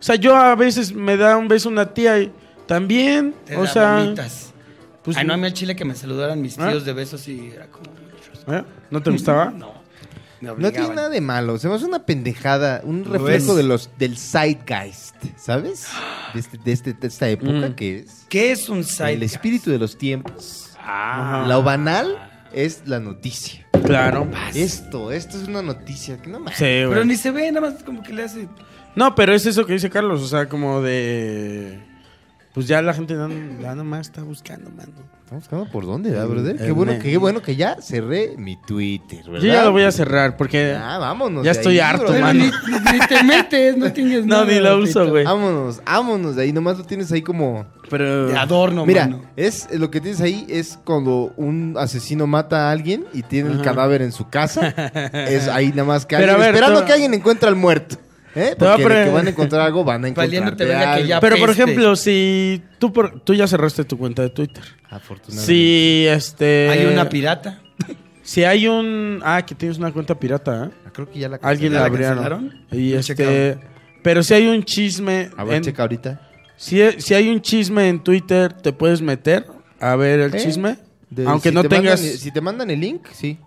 [SPEAKER 2] O sea, yo a veces me da un beso una tía y también.
[SPEAKER 3] Te
[SPEAKER 2] o
[SPEAKER 3] da
[SPEAKER 2] sea,
[SPEAKER 3] vomitas.
[SPEAKER 2] pues,
[SPEAKER 3] Ay, no, a mí al chile que me saludaran mis
[SPEAKER 2] ¿Ah?
[SPEAKER 3] tíos de besos y era como...
[SPEAKER 2] ¿eh? ¿No te gustaba?
[SPEAKER 3] (laughs) No, me
[SPEAKER 1] No
[SPEAKER 3] obligaban.
[SPEAKER 1] tiene nada de malo, se me hace una pendejada, un
[SPEAKER 3] Lo
[SPEAKER 1] reflejo
[SPEAKER 3] es.
[SPEAKER 1] de los, del zeitgeist, ¿sabes? De, este- de este- de esta época
[SPEAKER 2] Mm.
[SPEAKER 1] que es
[SPEAKER 3] ¿Qué es un side
[SPEAKER 1] el espíritu de los tiempos.
[SPEAKER 2] Ah.
[SPEAKER 1] Lo banal es la noticia.
[SPEAKER 2] Claro.
[SPEAKER 1] Esto, esto es una noticia, que no mames.
[SPEAKER 2] Sí, güey.
[SPEAKER 3] Pero ni se ve, nada más como que le hace...
[SPEAKER 2] No, pero es eso que dice Carlos, o sea, como de... Pues ya la gente ya, no- ya nomás está buscando, mano.
[SPEAKER 1] Estamos buscando por dónde, ¿verdad, brother? Qué
[SPEAKER 2] El
[SPEAKER 1] bueno,
[SPEAKER 2] me-
[SPEAKER 1] que, qué bueno que ya cerré mi Twitter, ¿verdad?
[SPEAKER 2] Yo ya lo voy a cerrar porque...
[SPEAKER 1] Ah, vámonos.
[SPEAKER 2] Ya
[SPEAKER 1] de
[SPEAKER 2] estoy
[SPEAKER 1] ahí,
[SPEAKER 2] harto,
[SPEAKER 1] brother.
[SPEAKER 2] mano.
[SPEAKER 3] ni te metes, no Ah, tienes
[SPEAKER 2] No, ni lo uso, güey.
[SPEAKER 1] Vámonos, vámonos de ahí, nomás lo tienes ahí como...
[SPEAKER 2] Pero...
[SPEAKER 3] De adorno,
[SPEAKER 1] Mira,
[SPEAKER 3] mano.
[SPEAKER 1] es lo que tienes ahí es cuando un asesino mata a alguien y tiene el cadáver en su
[SPEAKER 2] (laughs)
[SPEAKER 1] casa. Es ahí nada más que
[SPEAKER 2] Pero
[SPEAKER 1] alguien,
[SPEAKER 2] a ver,
[SPEAKER 1] esperando
[SPEAKER 2] tú-
[SPEAKER 1] que alguien encuentre al muerto. ¿eh?
[SPEAKER 2] Te voy a
[SPEAKER 1] Porque de
[SPEAKER 2] pre-
[SPEAKER 1] que
[SPEAKER 2] (laughs)
[SPEAKER 1] van a encontrar algo, van a encontrar.
[SPEAKER 3] Valiéndote verga que ya-
[SPEAKER 2] Pero por
[SPEAKER 3] peste.
[SPEAKER 2] ejemplo, si tú por- tú ya cerraste tu cuenta de Twitter.
[SPEAKER 1] Afortunadamente.
[SPEAKER 2] Si este
[SPEAKER 3] Hay una pirata.
[SPEAKER 2] Si hay un ah que tienes una cuenta pirata, ¿eh?
[SPEAKER 1] Creo que ya la
[SPEAKER 2] alguien la
[SPEAKER 1] cancelaron.
[SPEAKER 3] la
[SPEAKER 2] abrieron
[SPEAKER 3] cancelaron?
[SPEAKER 2] y
[SPEAKER 3] No
[SPEAKER 2] este
[SPEAKER 3] checaron.
[SPEAKER 2] pero si hay un chisme
[SPEAKER 1] A ver,
[SPEAKER 2] en-
[SPEAKER 1] checa ahorita.
[SPEAKER 2] si, si hay un chisme en Twitter te puedes meter a ver el
[SPEAKER 1] Eh,
[SPEAKER 2] chisme
[SPEAKER 1] De-
[SPEAKER 2] aunque
[SPEAKER 1] si
[SPEAKER 2] no
[SPEAKER 1] te
[SPEAKER 2] tengas
[SPEAKER 1] mandan- si te mandan el link, sí.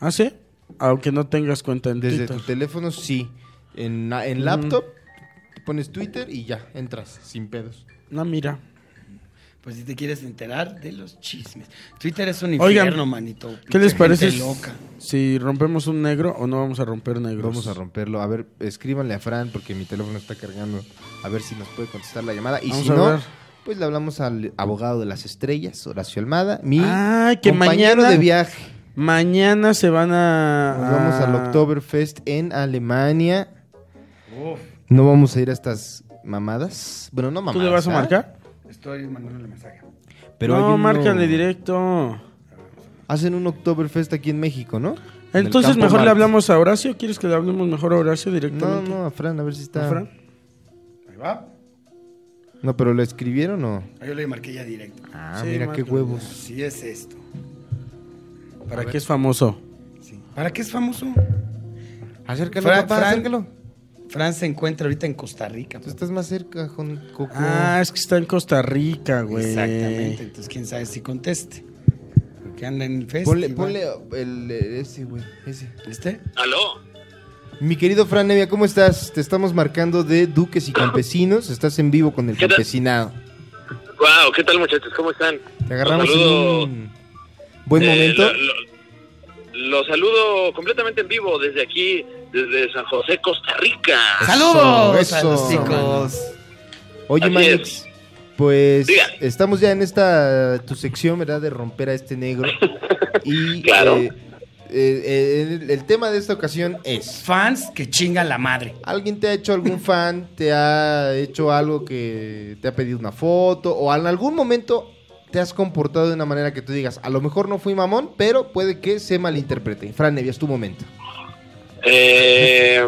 [SPEAKER 2] ¿Ah, sí? Aunque no tengas cuenta en
[SPEAKER 1] Desde tu
[SPEAKER 2] Twitter.
[SPEAKER 1] teléfono, sí. En, la- en laptop, te
[SPEAKER 2] Mm.
[SPEAKER 1] pones Twitter y ya, entras, sin pedos.
[SPEAKER 2] No, mira.
[SPEAKER 3] Pues si te quieres enterar de los chismes. Twitter es un
[SPEAKER 2] Oigan,
[SPEAKER 3] infierno, manito.
[SPEAKER 2] ¿Qué les
[SPEAKER 3] Gente
[SPEAKER 2] parece
[SPEAKER 3] loca.
[SPEAKER 2] si rompemos un negro o no vamos a romper negros?
[SPEAKER 1] Vamos a romperlo. A ver, escríbanle a Fran porque mi teléfono está cargando. A ver si nos puede contestar la llamada. Y
[SPEAKER 2] Vamos
[SPEAKER 1] si
[SPEAKER 2] a
[SPEAKER 1] no,
[SPEAKER 2] ver.
[SPEAKER 1] pues le hablamos al abogado de las estrellas, Horacio Almada, mi
[SPEAKER 2] Ay, Ah, que
[SPEAKER 1] compañero
[SPEAKER 2] mañana- Ah.
[SPEAKER 1] de viaje.
[SPEAKER 2] Mañana se van a...
[SPEAKER 1] Nos vamos
[SPEAKER 2] a-
[SPEAKER 1] al Oktoberfest en Alemania. No vamos a ir a estas mamadas. Bueno, no
[SPEAKER 2] ¿Tú
[SPEAKER 1] mamadas.
[SPEAKER 2] le vas a
[SPEAKER 1] ¿ah?
[SPEAKER 2] marcar?
[SPEAKER 3] Estoy mandándole mensaje.
[SPEAKER 1] Pero hay
[SPEAKER 2] no,
[SPEAKER 1] uno-
[SPEAKER 2] márcale directo.
[SPEAKER 1] Hacen un Oktoberfest aquí en México, ¿no? En el
[SPEAKER 2] Entonces
[SPEAKER 1] Campo
[SPEAKER 2] mejor le
[SPEAKER 1] Marte.
[SPEAKER 2] hablamos a Horacio. ¿Quieres que le hablemos mejor a Horacio
[SPEAKER 1] No,
[SPEAKER 2] directamente?
[SPEAKER 1] no, a Fran, a ver si está.
[SPEAKER 2] ¿A Fran?
[SPEAKER 3] Ahí va.
[SPEAKER 1] No, pero ¿lo escribieron o.?
[SPEAKER 3] Ah, Yo le marqué ya directo.
[SPEAKER 1] Ah,
[SPEAKER 2] Sí,
[SPEAKER 1] mira qué
[SPEAKER 2] márcale.
[SPEAKER 1] huevos.
[SPEAKER 3] Así es esto.
[SPEAKER 2] ¿Para qué es famoso?
[SPEAKER 3] ¿Para qué es famoso?
[SPEAKER 1] Acércalo,
[SPEAKER 3] Fran-
[SPEAKER 1] papá,
[SPEAKER 3] Fran-
[SPEAKER 1] acércalo.
[SPEAKER 3] Fran se encuentra ahorita en Costa Rica. pues.
[SPEAKER 1] Tú estás más cerca, Jon- Coco.
[SPEAKER 2] Ah, es que está en Costa Rica, Pues, güey.
[SPEAKER 3] Exactamente. Entonces, quién sabe si conteste. Porque anda en el festival.
[SPEAKER 1] ponle, ponle el, eh, ese, güey, ese.
[SPEAKER 3] ¿Viste?
[SPEAKER 4] ¿Aló?
[SPEAKER 1] Mi querido Fran Evia, ¿cómo estás? Te estamos marcando de Duques y Campesinos. Estás en vivo con el
[SPEAKER 4] ¿Qué tal?
[SPEAKER 1] campesinado.
[SPEAKER 4] Wow, ¿qué tal muchachos? ¿Cómo están?
[SPEAKER 1] Te agarramos
[SPEAKER 4] Los
[SPEAKER 1] en
[SPEAKER 4] saludo,
[SPEAKER 1] un buen
[SPEAKER 4] eh,
[SPEAKER 1] momento.
[SPEAKER 4] lo- lo- los saludo completamente en vivo desde aquí, desde San José, Costa Rica.
[SPEAKER 3] ¡Saludos a
[SPEAKER 1] eso.
[SPEAKER 3] los chicos!
[SPEAKER 1] Oye,
[SPEAKER 4] Así
[SPEAKER 1] Manix, pues
[SPEAKER 4] Diga.
[SPEAKER 1] estamos ya en esta tu sección, ¿verdad? De romper a este
[SPEAKER 4] (laughs)
[SPEAKER 1] negro. Y
[SPEAKER 4] Claro.
[SPEAKER 1] eh, eh, el- el tema de esta ocasión es...
[SPEAKER 3] Fans que chingan la madre.
[SPEAKER 1] ¿Alguien te ha hecho algún fan? ¿Te ha hecho algo que te ha pedido una foto? ¿O en algún momento te has comportado de una manera que tú digas, a lo mejor no fui mamón, pero puede que se malinterprete? Fran Nevi, es tu momento.
[SPEAKER 4] Eh,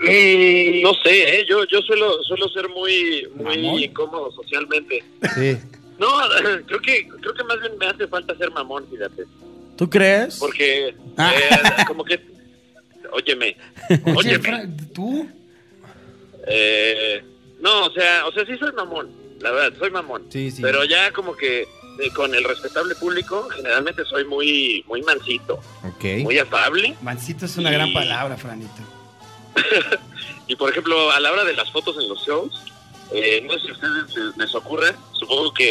[SPEAKER 4] mm, no sé, ¿eh? yo, yo suelo, suelo ser muy,
[SPEAKER 3] Mamón.
[SPEAKER 4] muy incómodo socialmente.
[SPEAKER 1] Sí.
[SPEAKER 4] No, (laughs) creo que, creo que más bien me hace falta ser mamón, fíjate.
[SPEAKER 2] ¿Tú crees?
[SPEAKER 4] Porque, eh,
[SPEAKER 2] Ah.
[SPEAKER 4] como que, óyeme,
[SPEAKER 3] Oye,
[SPEAKER 4] óyeme.
[SPEAKER 3] Fran, ¿tú?
[SPEAKER 4] Eh, No, o sea, o sea, sí soy mamón, la verdad, soy mamón.
[SPEAKER 1] Sí, sí.
[SPEAKER 4] Pero ya como que eh, con el respetable público, generalmente soy muy, muy mansito,
[SPEAKER 1] Ok.
[SPEAKER 4] muy afable.
[SPEAKER 3] Mancito es una
[SPEAKER 4] Y-
[SPEAKER 3] gran palabra, Franito.
[SPEAKER 4] Y por ejemplo, a la hora de las fotos en los shows, eh, no sé si a ustedes les- les ocurre, supongo que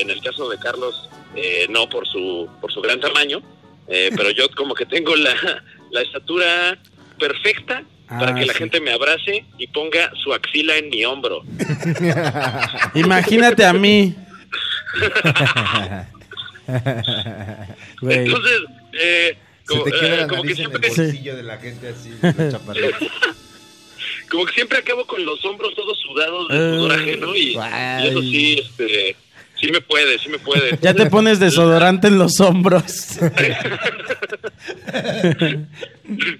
[SPEAKER 4] eh, en el caso de Carlos, eh, no por su, por su gran tamaño, eh, pero yo como que tengo la, la estatura perfecta para
[SPEAKER 2] Ah,
[SPEAKER 4] que la
[SPEAKER 2] sí.
[SPEAKER 4] gente me abrace y ponga su axila en mi hombro.
[SPEAKER 2] Imagínate
[SPEAKER 1] (laughs)
[SPEAKER 2] a mí. Güey.
[SPEAKER 4] Entonces, eh,
[SPEAKER 1] Se
[SPEAKER 4] como,
[SPEAKER 1] te queda
[SPEAKER 4] eh,
[SPEAKER 1] la
[SPEAKER 4] como que
[SPEAKER 1] nariz en el
[SPEAKER 4] siempre,
[SPEAKER 1] bolsillo de la gente así, los chaparritos.
[SPEAKER 4] (laughs) como que siempre acabo con los hombros todos sudados de
[SPEAKER 2] Ay.
[SPEAKER 4] sudor ajeno y, y eso sí, este, sí me puede, sí me puede.
[SPEAKER 2] Ya te pones desodorante en los hombros.
[SPEAKER 4] (laughs)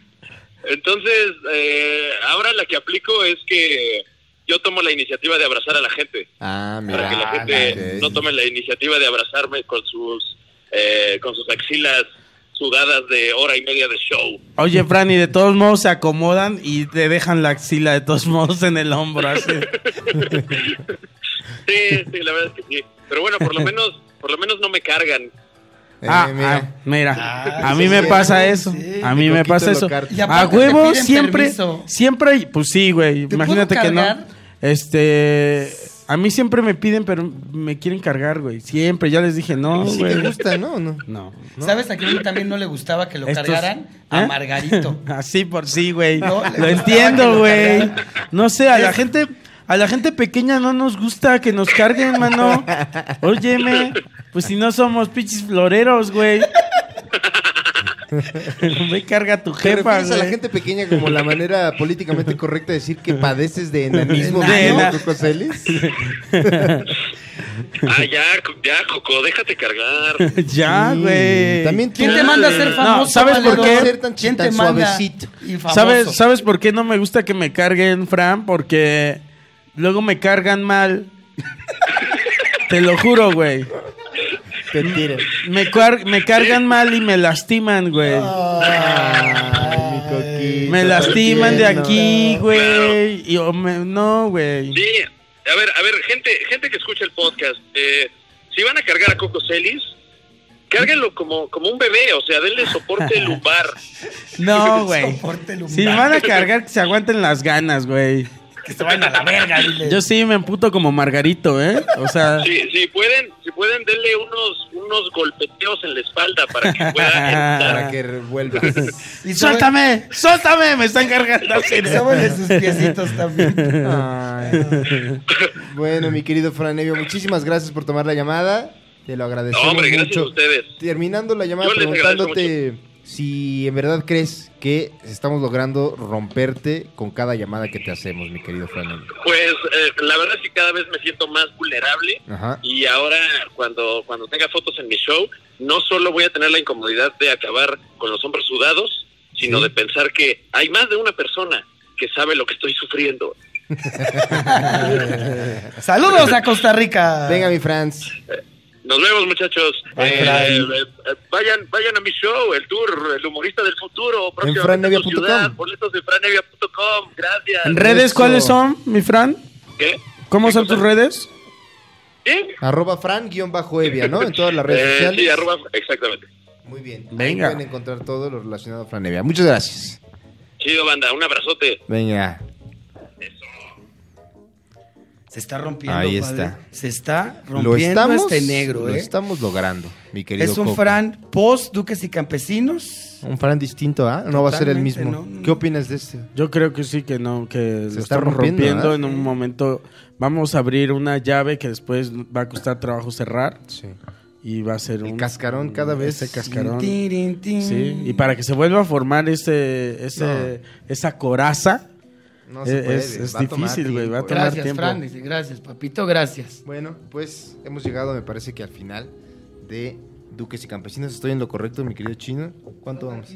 [SPEAKER 4] Entonces, eh, ahora la que aplico es que yo tomo la iniciativa de abrazar a la gente,
[SPEAKER 1] Ah, mira.
[SPEAKER 4] para que la gente
[SPEAKER 1] ok.
[SPEAKER 4] no tome la iniciativa de abrazarme con sus eh, con sus axilas sudadas de hora y media de show.
[SPEAKER 2] Oye, Fran, y de todos modos se acomodan y te dejan la axila de todos modos en el hombro. Así.
[SPEAKER 4] Sí, sí, la verdad es que sí. Pero bueno,
[SPEAKER 2] (laughs)
[SPEAKER 4] por lo menos por lo menos no me cargan.
[SPEAKER 1] Eh,
[SPEAKER 2] ah,
[SPEAKER 1] mira.
[SPEAKER 2] ah, mira.
[SPEAKER 3] Ah,
[SPEAKER 2] a
[SPEAKER 3] sí,
[SPEAKER 2] mí me
[SPEAKER 3] sí,
[SPEAKER 2] pasa
[SPEAKER 3] sí,
[SPEAKER 2] eso.
[SPEAKER 3] sí,
[SPEAKER 2] a mí me
[SPEAKER 1] Coquito
[SPEAKER 2] pasa
[SPEAKER 1] lo
[SPEAKER 2] eso.
[SPEAKER 1] carta.
[SPEAKER 3] Y aparte
[SPEAKER 2] A
[SPEAKER 3] te
[SPEAKER 2] huevo
[SPEAKER 3] piden
[SPEAKER 2] siempre,
[SPEAKER 3] permiso.
[SPEAKER 2] siempre, pues sí, güey.
[SPEAKER 3] ¿Te
[SPEAKER 2] Imagínate
[SPEAKER 3] puedo
[SPEAKER 2] que no.
[SPEAKER 3] cargar?
[SPEAKER 2] Este, a mí siempre me piden, pero me quieren cargar, güey. Siempre, ya les dije, no,
[SPEAKER 1] Sí te
[SPEAKER 2] güey.
[SPEAKER 1] gusta, ¿no? ¿O no?
[SPEAKER 2] No.
[SPEAKER 3] ¿Sabes a quién también no le gustaba que lo
[SPEAKER 2] Estos-
[SPEAKER 3] cargaran? A
[SPEAKER 2] ¿Eh?
[SPEAKER 3] Margarito.
[SPEAKER 2] (laughs) Así por sí, güey.
[SPEAKER 3] No, le
[SPEAKER 2] lo
[SPEAKER 3] gustaba que
[SPEAKER 2] entiendo,
[SPEAKER 3] lo
[SPEAKER 2] güey.
[SPEAKER 3] cargaran.
[SPEAKER 2] No sé, a la
[SPEAKER 3] Es-
[SPEAKER 2] gente, a la gente pequeña no nos gusta que nos carguen, mano. Óyeme, pues si no somos pinches floreros, güey. Me carga tu
[SPEAKER 1] ¿Te
[SPEAKER 2] jefa,
[SPEAKER 1] refieres a la
[SPEAKER 2] güey.
[SPEAKER 1] gente pequeña como la manera políticamente correcta de decir que padeces de enanismo
[SPEAKER 2] De
[SPEAKER 1] de
[SPEAKER 2] ena-
[SPEAKER 1] Cocoselis?
[SPEAKER 4] Ah, ya, co- ya, Coco, déjate cargar.
[SPEAKER 2] Ya,
[SPEAKER 1] Sí.
[SPEAKER 2] güey.
[SPEAKER 1] También
[SPEAKER 3] ¿Quién te manda a ser
[SPEAKER 2] No,
[SPEAKER 3] famoso?
[SPEAKER 2] ¿sabes por
[SPEAKER 3] valedor?
[SPEAKER 2] qué?
[SPEAKER 1] Ser tan
[SPEAKER 3] ¿Quién te
[SPEAKER 1] tan
[SPEAKER 3] manda?
[SPEAKER 1] suavecito.
[SPEAKER 3] Y famoso.
[SPEAKER 2] ¿Sabes, ¿Sabes por qué no me gusta que me carguen, Fran? Porque luego me cargan mal. Te lo juro, güey.
[SPEAKER 1] Te tiran.
[SPEAKER 2] Me, cuar- me cargan mal y me lastiman, güey.
[SPEAKER 1] Ah. Ay, mi coquito.
[SPEAKER 2] Me lastiman de
[SPEAKER 1] Tierno.
[SPEAKER 2] aquí,
[SPEAKER 4] Claro.
[SPEAKER 2] güey. Y o me- no, güey.
[SPEAKER 4] Sí, a ver, a ver, gente, gente que escucha el podcast, eh, si van a cargar a Coco Celis, cárguenlo como, como un bebé, o sea, denle soporte lumbar.
[SPEAKER 2] No, güey.
[SPEAKER 3] Soporte lumbar.
[SPEAKER 2] Si me van a cargar, que se aguanten las ganas, güey.
[SPEAKER 3] Que se vayan a la verga, dile.
[SPEAKER 2] Yo sí me emputo como Margarito, ¿eh? O sea,
[SPEAKER 4] Si, si pueden, si pueden, denle unos, unos golpeteos en la espalda para que pueda entrar.
[SPEAKER 1] Para que revuelvas.
[SPEAKER 3] Y sobre-
[SPEAKER 2] ¡suéltame! ¡Suéltame! Me están cargando así.
[SPEAKER 3] (laughs) Sóbale sus piecitos también.
[SPEAKER 1] Ay. Bueno, mi querido Fran Evia, muchísimas gracias por tomar la llamada. Te lo agradecemos
[SPEAKER 4] No, hombre, gracias
[SPEAKER 1] mucho.
[SPEAKER 4] a ustedes.
[SPEAKER 1] Terminando la llamada,
[SPEAKER 4] Yo les
[SPEAKER 1] preguntándote si en verdad crees que estamos logrando romperte con cada llamada que te hacemos, mi querido Fran Evia.
[SPEAKER 4] Pues eh, la verdad es que cada vez me siento más vulnerable
[SPEAKER 1] Ajá.
[SPEAKER 4] y ahora cuando, cuando tenga fotos en mi show, no solo voy a tener la incomodidad de acabar con los hombros sudados, sino
[SPEAKER 1] Sí.
[SPEAKER 4] de pensar que hay más de una persona que sabe lo que estoy sufriendo.
[SPEAKER 3] Saludos a Costa Rica.
[SPEAKER 1] Venga, mi Franz.
[SPEAKER 4] Nos vemos, muchachos.
[SPEAKER 3] Bye,
[SPEAKER 4] Eh,
[SPEAKER 3] Fran.
[SPEAKER 4] eh, eh, vayan, vayan a mi show, el tour, el humorista del futuro. próximamente
[SPEAKER 1] franevia
[SPEAKER 4] en tu
[SPEAKER 1] punto com.
[SPEAKER 4] ciudad, Boletos de franevia.com. Gracias.
[SPEAKER 2] ¿En redes
[SPEAKER 1] Eso.
[SPEAKER 2] cuáles son, mi Fran?
[SPEAKER 4] ¿Qué?
[SPEAKER 2] ¿Cómo
[SPEAKER 4] ¿Qué
[SPEAKER 2] son
[SPEAKER 4] cosa?
[SPEAKER 2] tus redes?
[SPEAKER 4] ¿Sí?
[SPEAKER 1] Arroba Fran-Evia, ¿no? En todas las redes
[SPEAKER 4] Eh,
[SPEAKER 1] sociales.
[SPEAKER 4] sí, arroba, exactamente.
[SPEAKER 1] Muy bien.
[SPEAKER 2] Venga.
[SPEAKER 1] Ahí pueden encontrar todo lo relacionado a Fran Evia. Muchas gracias.
[SPEAKER 4] Chido, banda. Un abrazote.
[SPEAKER 1] Venga.
[SPEAKER 3] Se está rompiendo.
[SPEAKER 1] Ahí
[SPEAKER 3] padre.
[SPEAKER 1] está.
[SPEAKER 3] Se está
[SPEAKER 1] Lo
[SPEAKER 3] rompiendo
[SPEAKER 1] estamos,
[SPEAKER 3] este negro,
[SPEAKER 1] lo
[SPEAKER 3] ¿eh?
[SPEAKER 1] estamos logrando, mi querido
[SPEAKER 3] Es un
[SPEAKER 1] Coco.
[SPEAKER 3] Fran post Duques y Campesinos.
[SPEAKER 1] Un Fran distinto, ¿ah? No va a ser el
[SPEAKER 3] Totalmente,
[SPEAKER 1] mismo.
[SPEAKER 3] no.
[SPEAKER 1] ¿Qué opinas de este?
[SPEAKER 2] Yo creo que sí, que no, que
[SPEAKER 1] Se
[SPEAKER 2] lo
[SPEAKER 1] está
[SPEAKER 2] estamos
[SPEAKER 1] rompiendo,
[SPEAKER 2] rompiendo
[SPEAKER 1] ¿verdad?
[SPEAKER 2] en un momento. Vamos a abrir una llave que después va a costar trabajo cerrar
[SPEAKER 1] Sí.
[SPEAKER 2] y va a ser
[SPEAKER 1] El
[SPEAKER 2] un
[SPEAKER 1] cascarón cada vez.
[SPEAKER 2] ese cascarón.
[SPEAKER 3] Tin, tin, tin.
[SPEAKER 2] Sí, y para que se vuelva a formar ese, ese esa coraza,
[SPEAKER 1] No se puede,
[SPEAKER 2] Es- es
[SPEAKER 1] va a tomar
[SPEAKER 2] difícil, güey, va a
[SPEAKER 1] tiempo.
[SPEAKER 2] tomar-
[SPEAKER 3] Gracias,
[SPEAKER 2] tiempo.
[SPEAKER 3] Fran. dice, Gracias, papito. Gracias.
[SPEAKER 1] Bueno, pues hemos llegado, me parece que al final de Duques y Campesinos. Estoy en lo correcto, mi querido chino. ¿Cuánto vamos?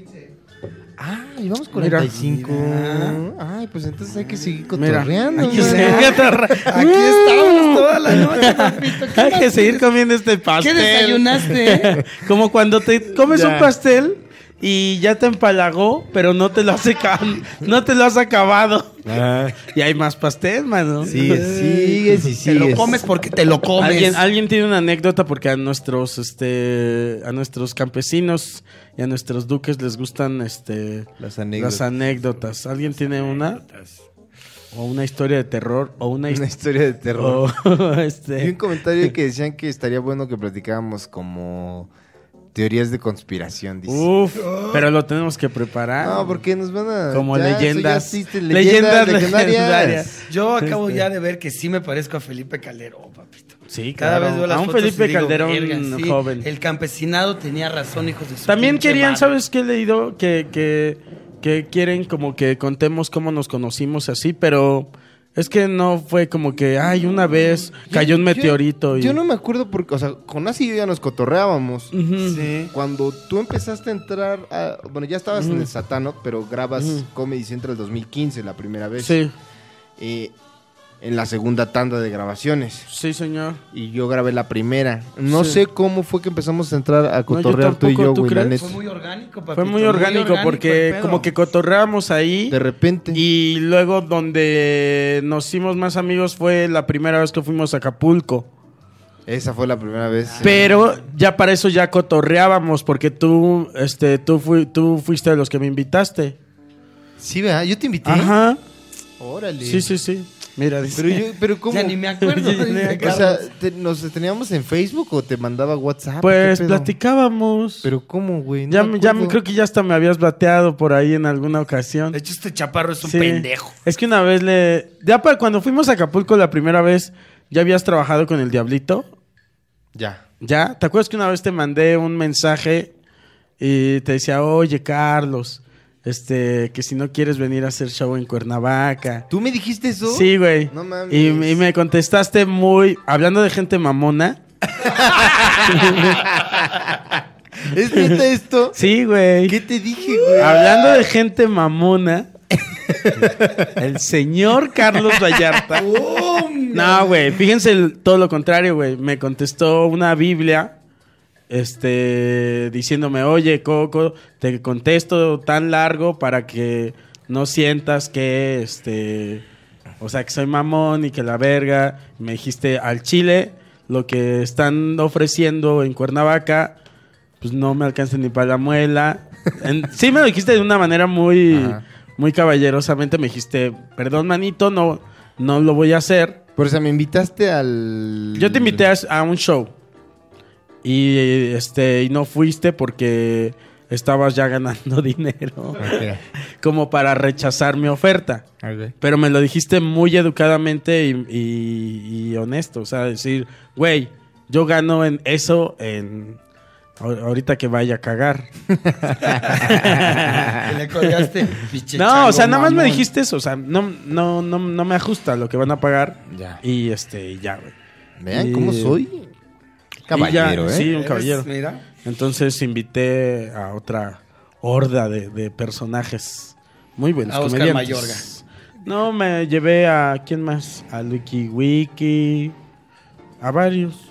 [SPEAKER 1] Ah, y vamos 45.
[SPEAKER 3] Mira.
[SPEAKER 1] Ay, pues entonces hay que seguir
[SPEAKER 2] Mira,
[SPEAKER 1] cotorreando. Ah.
[SPEAKER 2] hay que
[SPEAKER 1] ¿no?
[SPEAKER 2] seguir, cotorra-
[SPEAKER 3] (laughs) Aquí estábamos toda (laughs) la noche, papito. ¿Qué
[SPEAKER 2] (laughs) hay
[SPEAKER 3] más
[SPEAKER 2] que seguir
[SPEAKER 3] quieres?
[SPEAKER 2] (laughs) comiendo este
[SPEAKER 3] (laughs)
[SPEAKER 2] pastel.
[SPEAKER 3] ¿Qué desayunaste?
[SPEAKER 2] Como cuando te comes
[SPEAKER 1] Ya.
[SPEAKER 2] un pastel y ya te empalagó, pero no te lo has, aca- no te lo has acabado. Y hay más pastel, mano.
[SPEAKER 1] Sí, sigues y sigues.
[SPEAKER 3] Te lo comes porque te lo comes.
[SPEAKER 2] ¿Alguien, alguien tiene una anécdota porque a nuestros este a nuestros campesinos y a nuestros duques les gustan este
[SPEAKER 1] Las anécdotas.
[SPEAKER 2] las anécdotas. ¿Alguien tiene una o una historia de terror o una
[SPEAKER 1] Una
[SPEAKER 2] historia
[SPEAKER 1] historia de terror.
[SPEAKER 2] (laughs)
[SPEAKER 1] (laughs) Y un
[SPEAKER 2] este
[SPEAKER 1] comentario que decían que estaría bueno que platicáramos como teorías de conspiración, dice.
[SPEAKER 2] Uf, pero lo tenemos que preparar.
[SPEAKER 1] no, porque nos van a...
[SPEAKER 2] ah. como
[SPEAKER 1] ya, eso ya
[SPEAKER 2] leyendas, (laughs)
[SPEAKER 1] existe, leyendas, legendarias.
[SPEAKER 3] Yo acabo
[SPEAKER 2] Este.
[SPEAKER 3] ya de ver que sí me parezco a Felipe Calderón, papito.
[SPEAKER 2] Sí,
[SPEAKER 3] Cada
[SPEAKER 2] claro.
[SPEAKER 3] vez veo las
[SPEAKER 2] a un
[SPEAKER 3] fotos y
[SPEAKER 2] Felipe
[SPEAKER 3] digo,
[SPEAKER 2] Calderón
[SPEAKER 3] "Verga, sí,
[SPEAKER 2] joven.
[SPEAKER 3] El campesinado tenía razón, hijos de su
[SPEAKER 2] También
[SPEAKER 3] pinche
[SPEAKER 2] querían,
[SPEAKER 3] madre".
[SPEAKER 2] ¿sabes qué he leído? Que, que, que quieren como que contemos cómo nos conocimos así, pero es que no fue como que, ay, una vez cayó un
[SPEAKER 1] Yo-
[SPEAKER 2] meteorito y... Mm.
[SPEAKER 1] Yo no me acuerdo porque, o sea, con Asi y yo ya nos cotorreábamos.
[SPEAKER 3] Mm.
[SPEAKER 2] Ujú.
[SPEAKER 1] Cuando tú empezaste a entrar, a- bueno, ya estabas
[SPEAKER 2] Mm.
[SPEAKER 1] en el Satanot, pero grabas Comedy Central 2015 la primera vez.
[SPEAKER 2] Sí,
[SPEAKER 1] Eh, en la segunda tanda de grabaciones.
[SPEAKER 2] sí, señor.
[SPEAKER 1] Y yo grabé la primera. No
[SPEAKER 2] Sí.
[SPEAKER 1] sé cómo fue que empezamos a entrar a cotorrear tú y
[SPEAKER 2] tampoco,
[SPEAKER 1] yo,
[SPEAKER 2] ¿tú
[SPEAKER 1] güey, la
[SPEAKER 2] crees?
[SPEAKER 1] neta.
[SPEAKER 3] Fue muy orgánico, papito.
[SPEAKER 2] Fue muy orgánico, porque
[SPEAKER 3] el pedo.
[SPEAKER 2] como que cotorreamos ahí
[SPEAKER 1] De repente.
[SPEAKER 2] y luego donde nos hicimos más amigos fue la primera vez que fuimos a Acapulco.
[SPEAKER 1] Esa fue la primera vez.
[SPEAKER 2] Ah. Pero ya para eso ya cotorreábamos porque tú, este, tú, fui- tú fuiste de los que me invitaste.
[SPEAKER 1] Sí, ¿verdad? Yo te invité.
[SPEAKER 2] Ajá.
[SPEAKER 1] Órale.
[SPEAKER 2] Sí, sí, sí. Mira, dice.
[SPEAKER 1] Pero yo, ah, pues, pero ¿cómo?
[SPEAKER 3] Ya ni me acuerdo.
[SPEAKER 2] (laughs) Ya ni me
[SPEAKER 1] O sea, ¿te- ¿nos teníamos en Facebook o te mandaba WhatsApp?
[SPEAKER 2] pues
[SPEAKER 1] ¿Qué pedo?
[SPEAKER 2] platicábamos.
[SPEAKER 1] Pero ¿cómo, güey? No
[SPEAKER 2] ya,
[SPEAKER 1] me
[SPEAKER 2] me- ya me-
[SPEAKER 1] acuerdo.
[SPEAKER 2] creo que ya hasta me habías bateado por ahí en alguna ocasión.
[SPEAKER 3] de hecho, este chaparro es un
[SPEAKER 2] Sí. (laughs)
[SPEAKER 3] pendejo.
[SPEAKER 2] Es que una vez le. Ya para cuando fuimos a Acapulco la primera vez, ¿ya habías trabajado con el Diablito?
[SPEAKER 1] Ya.
[SPEAKER 2] ¿Ya? ¿Te acuerdas que una vez te mandé un mensaje y te decía, oye, Carlos, este, que si no quieres venir a hacer show en Cuernavaca?
[SPEAKER 1] ¿Tú me dijiste eso?
[SPEAKER 2] Sí, güey.
[SPEAKER 1] No mames.
[SPEAKER 2] Y, y me contestaste muy. Hablando de gente mamona.
[SPEAKER 1] ¿Es
[SPEAKER 2] (laughs)
[SPEAKER 1] neta esto?
[SPEAKER 2] Sí, güey.
[SPEAKER 1] ¿Qué te dije, güey?
[SPEAKER 2] Hablando de gente mamona, (laughs) el señor Carlos Vallarta. no, güey, fíjense el- todo lo contrario, güey. Me contestó una Biblia este, diciéndome, oye, Coco, te contesto tan largo para que no sientas que, este, o sea, que soy mamón y que la verga. Me dijiste, al Chile, lo que están ofreciendo en Cuernavaca, pues no me alcanza ni para la muela. En- sí me lo dijiste de una manera muy,
[SPEAKER 1] Ajá.
[SPEAKER 2] muy caballerosamente. Me dijiste, perdón, manito, no, no lo voy a hacer.
[SPEAKER 1] Por eso me invitaste al...
[SPEAKER 2] Yo te invité a, a un show y este y no fuiste porque estabas ya ganando (laughs) dinero
[SPEAKER 1] Espera.
[SPEAKER 2] como para rechazar mi oferta. Pero me lo dijiste muy educadamente y, y- y honesto. O sea, decir, güey, yo gano en eso en ahor- ahorita que vaya a cagar.
[SPEAKER 3] Que le colgaste, pinche
[SPEAKER 2] No, o sea,
[SPEAKER 3] chango
[SPEAKER 2] nada más me
[SPEAKER 3] mamón.
[SPEAKER 2] dijiste eso. O sea, no, no, no, no me ajusta lo que van a pagar.
[SPEAKER 1] Ya.
[SPEAKER 2] Y este, ya, güey.
[SPEAKER 1] Vean
[SPEAKER 2] Y-
[SPEAKER 1] cómo soy.
[SPEAKER 2] Y
[SPEAKER 1] Caballero,
[SPEAKER 2] ya,
[SPEAKER 1] ¿eh?
[SPEAKER 2] Sí, un
[SPEAKER 3] Eres-
[SPEAKER 2] caballero.
[SPEAKER 3] Mira.
[SPEAKER 2] Entonces invité a otra horda de, de personajes muy buenos.
[SPEAKER 3] A Oscar
[SPEAKER 2] comediantes.
[SPEAKER 3] Mayorga.
[SPEAKER 2] No, me llevé a. ¿Quién más? A Lucky Wiki. A varios.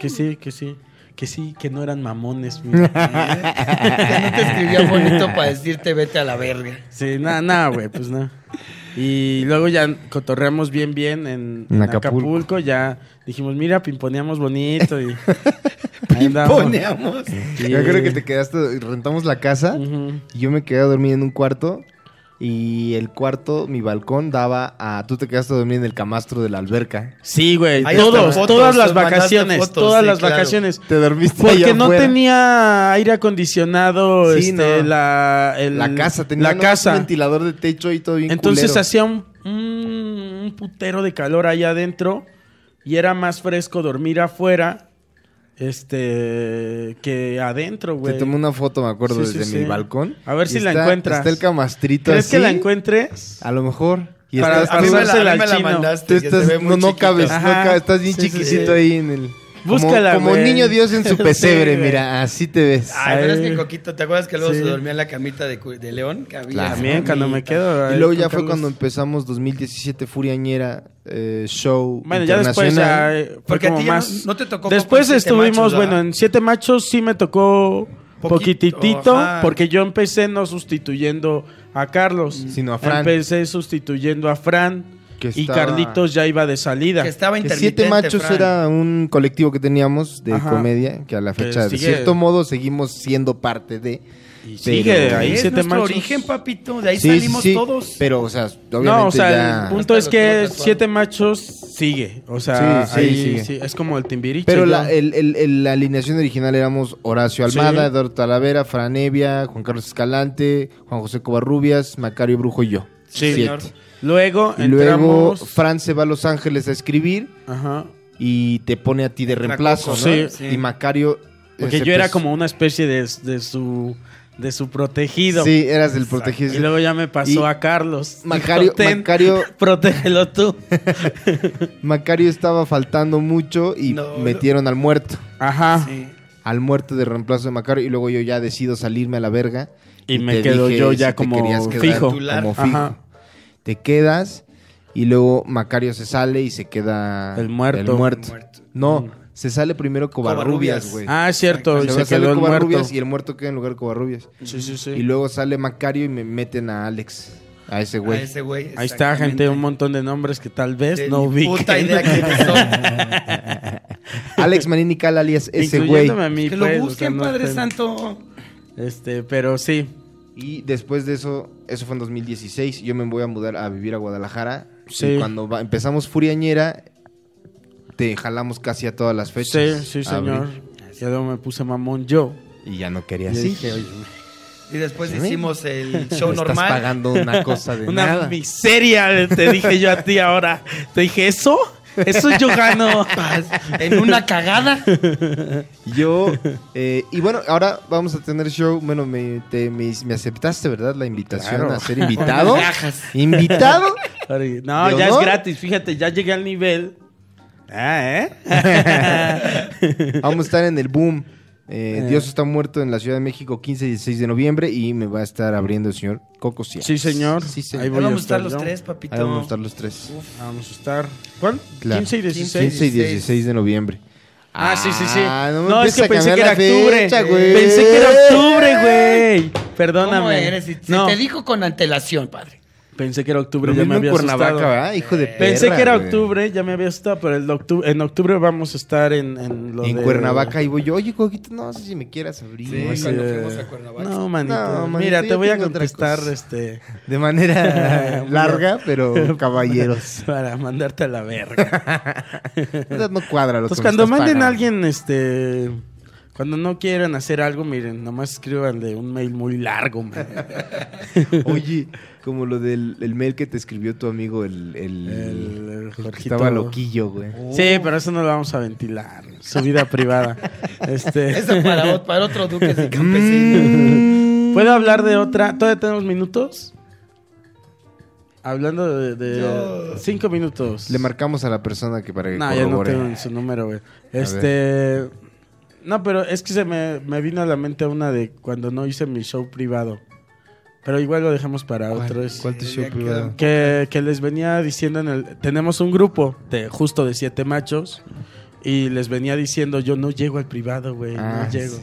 [SPEAKER 2] Que sí, que sí. Que sí, que no
[SPEAKER 3] (laughs)
[SPEAKER 2] eran mamones. mira.
[SPEAKER 3] Que no te escribía bonito para decirte vete a la verga.
[SPEAKER 2] sí, nada, nada, güey, pues nada. Y luego ya cotorreamos bien, bien en,
[SPEAKER 1] En
[SPEAKER 2] en
[SPEAKER 1] Acapulco.
[SPEAKER 2] Acapulco. Ya dijimos, mira, pimponeamos bonito. (laughs) Y ahí andamos.
[SPEAKER 3] Poneamos.
[SPEAKER 2] Y-
[SPEAKER 1] Yo creo que te quedaste, rentamos la casa
[SPEAKER 2] Ujú.
[SPEAKER 1] y yo me quedé a dormir en un cuarto y el cuarto, mi balcón, daba a... Tú te quedaste a dormir en el camastro de la alberca.
[SPEAKER 2] Sí, güey.
[SPEAKER 3] Hay
[SPEAKER 2] Todos,
[SPEAKER 3] hasta fotos,
[SPEAKER 2] todas las
[SPEAKER 3] mandaste
[SPEAKER 2] vacaciones.
[SPEAKER 3] fotos,
[SPEAKER 2] todas
[SPEAKER 3] sí,
[SPEAKER 2] las
[SPEAKER 3] claro.
[SPEAKER 2] vacaciones.
[SPEAKER 1] Te dormiste
[SPEAKER 2] Porque
[SPEAKER 1] allá
[SPEAKER 2] no
[SPEAKER 1] afuera.
[SPEAKER 2] tenía aire acondicionado
[SPEAKER 1] Sí,
[SPEAKER 2] este,
[SPEAKER 1] no.
[SPEAKER 2] la, el-
[SPEAKER 1] La casa, tenía
[SPEAKER 2] la
[SPEAKER 1] nomás un
[SPEAKER 2] casa.
[SPEAKER 1] ventilador de techo y todo bien
[SPEAKER 2] Entonces
[SPEAKER 1] culero.
[SPEAKER 2] hacía un, un- un putero de calor allá adentro y era más fresco dormir afuera este que adentro, güey.
[SPEAKER 1] Te tomé una foto, me acuerdo,
[SPEAKER 2] Sí, sí,
[SPEAKER 1] desde
[SPEAKER 2] sí.
[SPEAKER 1] mi balcón.
[SPEAKER 2] A ver si
[SPEAKER 1] Y
[SPEAKER 2] la
[SPEAKER 1] está-
[SPEAKER 2] encuentras.
[SPEAKER 1] Está el camastrito
[SPEAKER 2] ¿Crees que
[SPEAKER 1] así,
[SPEAKER 2] la encuentres?
[SPEAKER 1] A lo mejor. Y
[SPEAKER 2] Para-
[SPEAKER 1] estás,
[SPEAKER 2] a mí me la-
[SPEAKER 3] a mí me la
[SPEAKER 2] chino.
[SPEAKER 3] mandaste.
[SPEAKER 1] tú
[SPEAKER 3] que se
[SPEAKER 1] estás-
[SPEAKER 3] ve
[SPEAKER 1] no,
[SPEAKER 3] muy
[SPEAKER 1] no
[SPEAKER 3] chiquito.
[SPEAKER 1] cabes, no
[SPEAKER 2] Ajá.
[SPEAKER 1] cabes, estás bien
[SPEAKER 2] Sí, sí,
[SPEAKER 1] chiquicito
[SPEAKER 2] sí.
[SPEAKER 1] ahí en el... como-
[SPEAKER 2] Búscala,
[SPEAKER 1] Como,
[SPEAKER 2] güey.
[SPEAKER 1] niño Dios
[SPEAKER 2] (laughs)
[SPEAKER 1] en su pesebre,
[SPEAKER 2] Sí, güey.
[SPEAKER 1] mira, así te ves.
[SPEAKER 3] Ay, pero es
[SPEAKER 2] Ay.
[SPEAKER 3] que Coquito, ¿te acuerdas que luego
[SPEAKER 2] Sí.
[SPEAKER 3] se dormía en la camita de, cu- de León? Que había
[SPEAKER 1] Claro.
[SPEAKER 2] También, cuando me quedo.
[SPEAKER 1] Ah, Y
[SPEAKER 2] ahí
[SPEAKER 1] luego
[SPEAKER 2] con
[SPEAKER 1] ya fue
[SPEAKER 2] Carlos.
[SPEAKER 1] cuando empezamos 2017 Furiañera eh, Show
[SPEAKER 2] Bueno, ya después ya.
[SPEAKER 1] internacional.
[SPEAKER 2] eh, fue
[SPEAKER 3] Porque a
[SPEAKER 2] como
[SPEAKER 3] ti ya
[SPEAKER 2] más-
[SPEAKER 3] no- no te tocó
[SPEAKER 2] Después
[SPEAKER 3] con Siete
[SPEAKER 2] estuvimos,
[SPEAKER 3] Machos,
[SPEAKER 2] bueno,
[SPEAKER 3] ¿verdad?
[SPEAKER 2] en Siete Machos sí me tocó poquititito,
[SPEAKER 3] ajá.
[SPEAKER 2] porque yo empecé no sustituyendo a Carlos,
[SPEAKER 1] Mm. Sino a Fran.
[SPEAKER 2] Empecé sustituyendo a Fran
[SPEAKER 1] Que
[SPEAKER 2] y
[SPEAKER 1] estaba-
[SPEAKER 2] Carlitos ya iba de salida.
[SPEAKER 3] Que estaba
[SPEAKER 1] Que
[SPEAKER 3] intermitente.
[SPEAKER 1] Siete Machos
[SPEAKER 3] Fran.
[SPEAKER 1] era un colectivo que teníamos de
[SPEAKER 2] Ajá.
[SPEAKER 1] comedia, que a la
[SPEAKER 2] Que
[SPEAKER 1] fecha, de
[SPEAKER 2] sigue-
[SPEAKER 1] cierto modo, seguimos siendo parte de.
[SPEAKER 2] Y sigue ¿eh?
[SPEAKER 1] pero-
[SPEAKER 2] ahí
[SPEAKER 3] Es
[SPEAKER 2] siete
[SPEAKER 3] nuestro
[SPEAKER 2] machos.
[SPEAKER 3] origen, papito. De ahí
[SPEAKER 1] Sí, sí,
[SPEAKER 3] salimos
[SPEAKER 1] sí,
[SPEAKER 3] todos.
[SPEAKER 1] Pero, o sea, obviamente
[SPEAKER 2] No, o sea,
[SPEAKER 1] ya-
[SPEAKER 2] el punto
[SPEAKER 3] Hasta
[SPEAKER 2] es
[SPEAKER 3] los
[SPEAKER 2] que
[SPEAKER 3] tengo tatuados.
[SPEAKER 2] siete machos sigue. O sea,
[SPEAKER 1] Sí, sí,
[SPEAKER 2] ahí
[SPEAKER 1] sigue.
[SPEAKER 2] sí, es como el timbiriche.
[SPEAKER 1] Pero
[SPEAKER 2] yo-
[SPEAKER 1] la, eh, el- el- el- la alineación original éramos Horacio
[SPEAKER 2] Sí.
[SPEAKER 1] Almada, Eduardo Talavera, Fran Evia, Juan Carlos Escalante, Juan José Covarrubias, Macario Brujo y yo.
[SPEAKER 2] Sí.
[SPEAKER 1] Siete.
[SPEAKER 2] Luego
[SPEAKER 1] Y luego
[SPEAKER 2] entramos.
[SPEAKER 1] Fran se va a Los Ángeles a escribir
[SPEAKER 2] Ajá.
[SPEAKER 1] y te pone a ti de reemplazo,
[SPEAKER 2] Tracoso,
[SPEAKER 1] ¿no?
[SPEAKER 2] ¿no?
[SPEAKER 3] Sí.
[SPEAKER 1] Y Macario...
[SPEAKER 2] Porque
[SPEAKER 1] ese
[SPEAKER 2] yo era
[SPEAKER 1] pez-
[SPEAKER 2] como una especie de, de su de su protegido.
[SPEAKER 1] Sí, eras el
[SPEAKER 2] Y
[SPEAKER 1] protegido.
[SPEAKER 2] luego ya me pasó
[SPEAKER 1] Y-
[SPEAKER 2] a Carlos.
[SPEAKER 1] (laughs) Macario,
[SPEAKER 2] Dijo, "Ten, (laughs)
[SPEAKER 1] Macario,
[SPEAKER 2] Protégelo tú.
[SPEAKER 1] Macario estaba faltando mucho y
[SPEAKER 3] No,
[SPEAKER 1] metieron al muerto.
[SPEAKER 2] Ajá.
[SPEAKER 3] Sí.
[SPEAKER 1] Al muerto de reemplazo de Macario y luego yo ya decido salirme a la verga.
[SPEAKER 2] Y me
[SPEAKER 1] te
[SPEAKER 2] quedo
[SPEAKER 1] dije
[SPEAKER 2] yo
[SPEAKER 1] si
[SPEAKER 2] ya
[SPEAKER 1] te
[SPEAKER 2] como
[SPEAKER 1] querías quedar
[SPEAKER 2] fijo.
[SPEAKER 1] Como fijo.
[SPEAKER 2] Ajá.
[SPEAKER 1] te quedas y luego Macario se sale y se queda
[SPEAKER 2] El muerto. Mm.
[SPEAKER 3] El muerto.
[SPEAKER 1] No, se sale primero
[SPEAKER 3] Covarrubias.
[SPEAKER 1] Covarrubias, güey.
[SPEAKER 2] Ah, es cierto.
[SPEAKER 1] se
[SPEAKER 2] Y se
[SPEAKER 1] sale
[SPEAKER 2] quedó el muerto.
[SPEAKER 1] Covarrubias y el muerto queda en lugar de Covarrubias.
[SPEAKER 2] Sí, sí, sí.
[SPEAKER 1] Y luego sale Macario y me meten a Alex, a ese
[SPEAKER 3] A
[SPEAKER 1] güey.
[SPEAKER 3] ese güey.
[SPEAKER 2] Ahí está, gente,
[SPEAKER 3] exactamente.
[SPEAKER 2] un montón de nombres que tal vez
[SPEAKER 3] De
[SPEAKER 2] no
[SPEAKER 3] ni
[SPEAKER 2] ubiquen.
[SPEAKER 3] Puta
[SPEAKER 2] (laughs)
[SPEAKER 3] idea quiénes son.
[SPEAKER 1] Alex Manini Cal alias ese güey.
[SPEAKER 2] Incluyéndome a mí,
[SPEAKER 3] Que lo
[SPEAKER 2] pues, o sea,
[SPEAKER 3] busquen,
[SPEAKER 2] no
[SPEAKER 3] Padre
[SPEAKER 2] estén-
[SPEAKER 3] Santo.
[SPEAKER 2] Este, pero sí.
[SPEAKER 1] Y después de eso, eso fue en 2016, yo me voy a mudar a vivir a Guadalajara.
[SPEAKER 2] Sí.
[SPEAKER 1] Y cuando va- empezamos Furiañera, te jalamos casi a todas las
[SPEAKER 2] Sí,
[SPEAKER 1] fechas.
[SPEAKER 2] sí,
[SPEAKER 1] Pues, a abrir.
[SPEAKER 2] señor. Ya luego me puse mamón yo.
[SPEAKER 1] Y ya no quería
[SPEAKER 2] Y
[SPEAKER 1] así.
[SPEAKER 2] dije, oye,
[SPEAKER 3] Y después
[SPEAKER 1] ¿Sí?
[SPEAKER 3] hicimos
[SPEAKER 2] (laughs)
[SPEAKER 3] el show
[SPEAKER 1] Me
[SPEAKER 3] normal.
[SPEAKER 1] Estás pagando una cosa de
[SPEAKER 2] una
[SPEAKER 1] nada.
[SPEAKER 2] miseria, te dije yo a ti ahora. Te dije, ¿eso? Eso
[SPEAKER 1] (laughs)
[SPEAKER 2] yo gano.
[SPEAKER 3] En una cagada.
[SPEAKER 1] Yo, eh, y bueno, ahora vamos a tener show. Bueno, me, te- me- me aceptaste, ¿verdad? La invitación
[SPEAKER 2] Claro.
[SPEAKER 1] a ser
[SPEAKER 2] (laughs)
[SPEAKER 1] invitado.
[SPEAKER 3] Rajas.
[SPEAKER 1] ¿Invitado?
[SPEAKER 2] No,
[SPEAKER 1] ¿De
[SPEAKER 2] ya es
[SPEAKER 1] honor?
[SPEAKER 2] gratis. Fíjate, ya llegué al nivel. Ah, (laughs) ¿eh?
[SPEAKER 1] Vamos a estar en el boom. Eh, Dios está muerto en la Ciudad de México 15 y 16 de noviembre y me va a estar abriendo el señor Coco Sierra.
[SPEAKER 2] sí, señor.
[SPEAKER 1] Sí, señor.
[SPEAKER 2] Ahí voy
[SPEAKER 3] Ahí vamos
[SPEAKER 2] a
[SPEAKER 3] a estar los
[SPEAKER 2] estar yo.
[SPEAKER 3] tres, papito.
[SPEAKER 1] Ahí vamos a estar los tres.
[SPEAKER 2] Vamos a estar. ¿Cuál?
[SPEAKER 1] Claro.
[SPEAKER 2] 15 y 16.
[SPEAKER 1] 15 y 16 de noviembre.
[SPEAKER 2] Ah, sí, sí, sí.
[SPEAKER 1] Ah,
[SPEAKER 2] no,
[SPEAKER 1] me empieces
[SPEAKER 2] es que
[SPEAKER 1] a
[SPEAKER 2] pensé que era
[SPEAKER 1] cambiar la
[SPEAKER 2] octubre.
[SPEAKER 1] fecha, güey.
[SPEAKER 2] Pensé que era octubre, güey. Perdóname.
[SPEAKER 3] ¿Cómo eres? Si- si
[SPEAKER 2] no,
[SPEAKER 3] te dijo con antelación, padre.
[SPEAKER 2] pensé que era octubre,
[SPEAKER 1] Lo
[SPEAKER 2] ya me
[SPEAKER 1] mismo en
[SPEAKER 2] había
[SPEAKER 1] Cuernavaca,
[SPEAKER 2] asustado. Eh,
[SPEAKER 1] ¿verdad? Hijo de
[SPEAKER 2] Pensé
[SPEAKER 1] perra,
[SPEAKER 2] que era
[SPEAKER 1] güey.
[SPEAKER 2] octubre, ya me había asustado, pero el de octu- en octubre vamos a estar en, en lo
[SPEAKER 1] En
[SPEAKER 2] de-
[SPEAKER 1] Cuernavaca ahí voy yo. Oye, Coquito, no sé si me quieras abrir.
[SPEAKER 3] Sí,
[SPEAKER 1] Sí.
[SPEAKER 3] cuando fuimos a Cuernavaca.
[SPEAKER 2] No, manito.
[SPEAKER 1] No, manito,
[SPEAKER 2] Mira,
[SPEAKER 1] yo
[SPEAKER 2] te voy a
[SPEAKER 1] tengo otra
[SPEAKER 2] contestar
[SPEAKER 1] cosa.
[SPEAKER 2] este
[SPEAKER 1] De
[SPEAKER 2] (laughs)
[SPEAKER 1] manera (laughs) larga, pero caballeros.
[SPEAKER 2] para mandarte a la verga.
[SPEAKER 1] No no cuadra lo que
[SPEAKER 2] Entonces,
[SPEAKER 1] me
[SPEAKER 2] Pues cuando
[SPEAKER 1] estás
[SPEAKER 2] manden
[SPEAKER 1] pagando.
[SPEAKER 2] a alguien este cuando no quieran hacer algo, miren, nomás escríbanle un mail muy largo, man.
[SPEAKER 1] (laughs) Oye, como lo del el mail que te escribió tu amigo, el. (laughs) el,
[SPEAKER 2] El- el
[SPEAKER 1] que
[SPEAKER 2] Jorgito.
[SPEAKER 1] Estaba loquillo, güey.
[SPEAKER 2] Sí, pero eso no lo vamos a ventilar.
[SPEAKER 1] (laughs)
[SPEAKER 2] Su vida privada. Este,
[SPEAKER 3] Eso para, ot- para otro
[SPEAKER 2] (laughs)
[SPEAKER 3] duque y campesino.
[SPEAKER 1] Mm.
[SPEAKER 2] ¿Puedo hablar de otra? ¿Todavía tenemos minutos? Hablando de, de
[SPEAKER 3] Yo-
[SPEAKER 2] cinco (laughs) minutos.
[SPEAKER 1] Le marcamos a la persona que para que
[SPEAKER 2] No, ya no
[SPEAKER 1] corrobore.
[SPEAKER 2] tengo su número, güey. Este. No, pero es que se me, me vino a la mente una de cuando no hice mi show privado. Pero igual lo dejamos para otro. es-
[SPEAKER 1] ¿Cuál tu show
[SPEAKER 3] Ya
[SPEAKER 1] privado?
[SPEAKER 2] que, que les venía diciendo en el... Tenemos un grupo de justo de siete machos y les venía diciendo yo no llego al privado, güey,
[SPEAKER 1] Ah,
[SPEAKER 2] no
[SPEAKER 1] sí.
[SPEAKER 2] llego.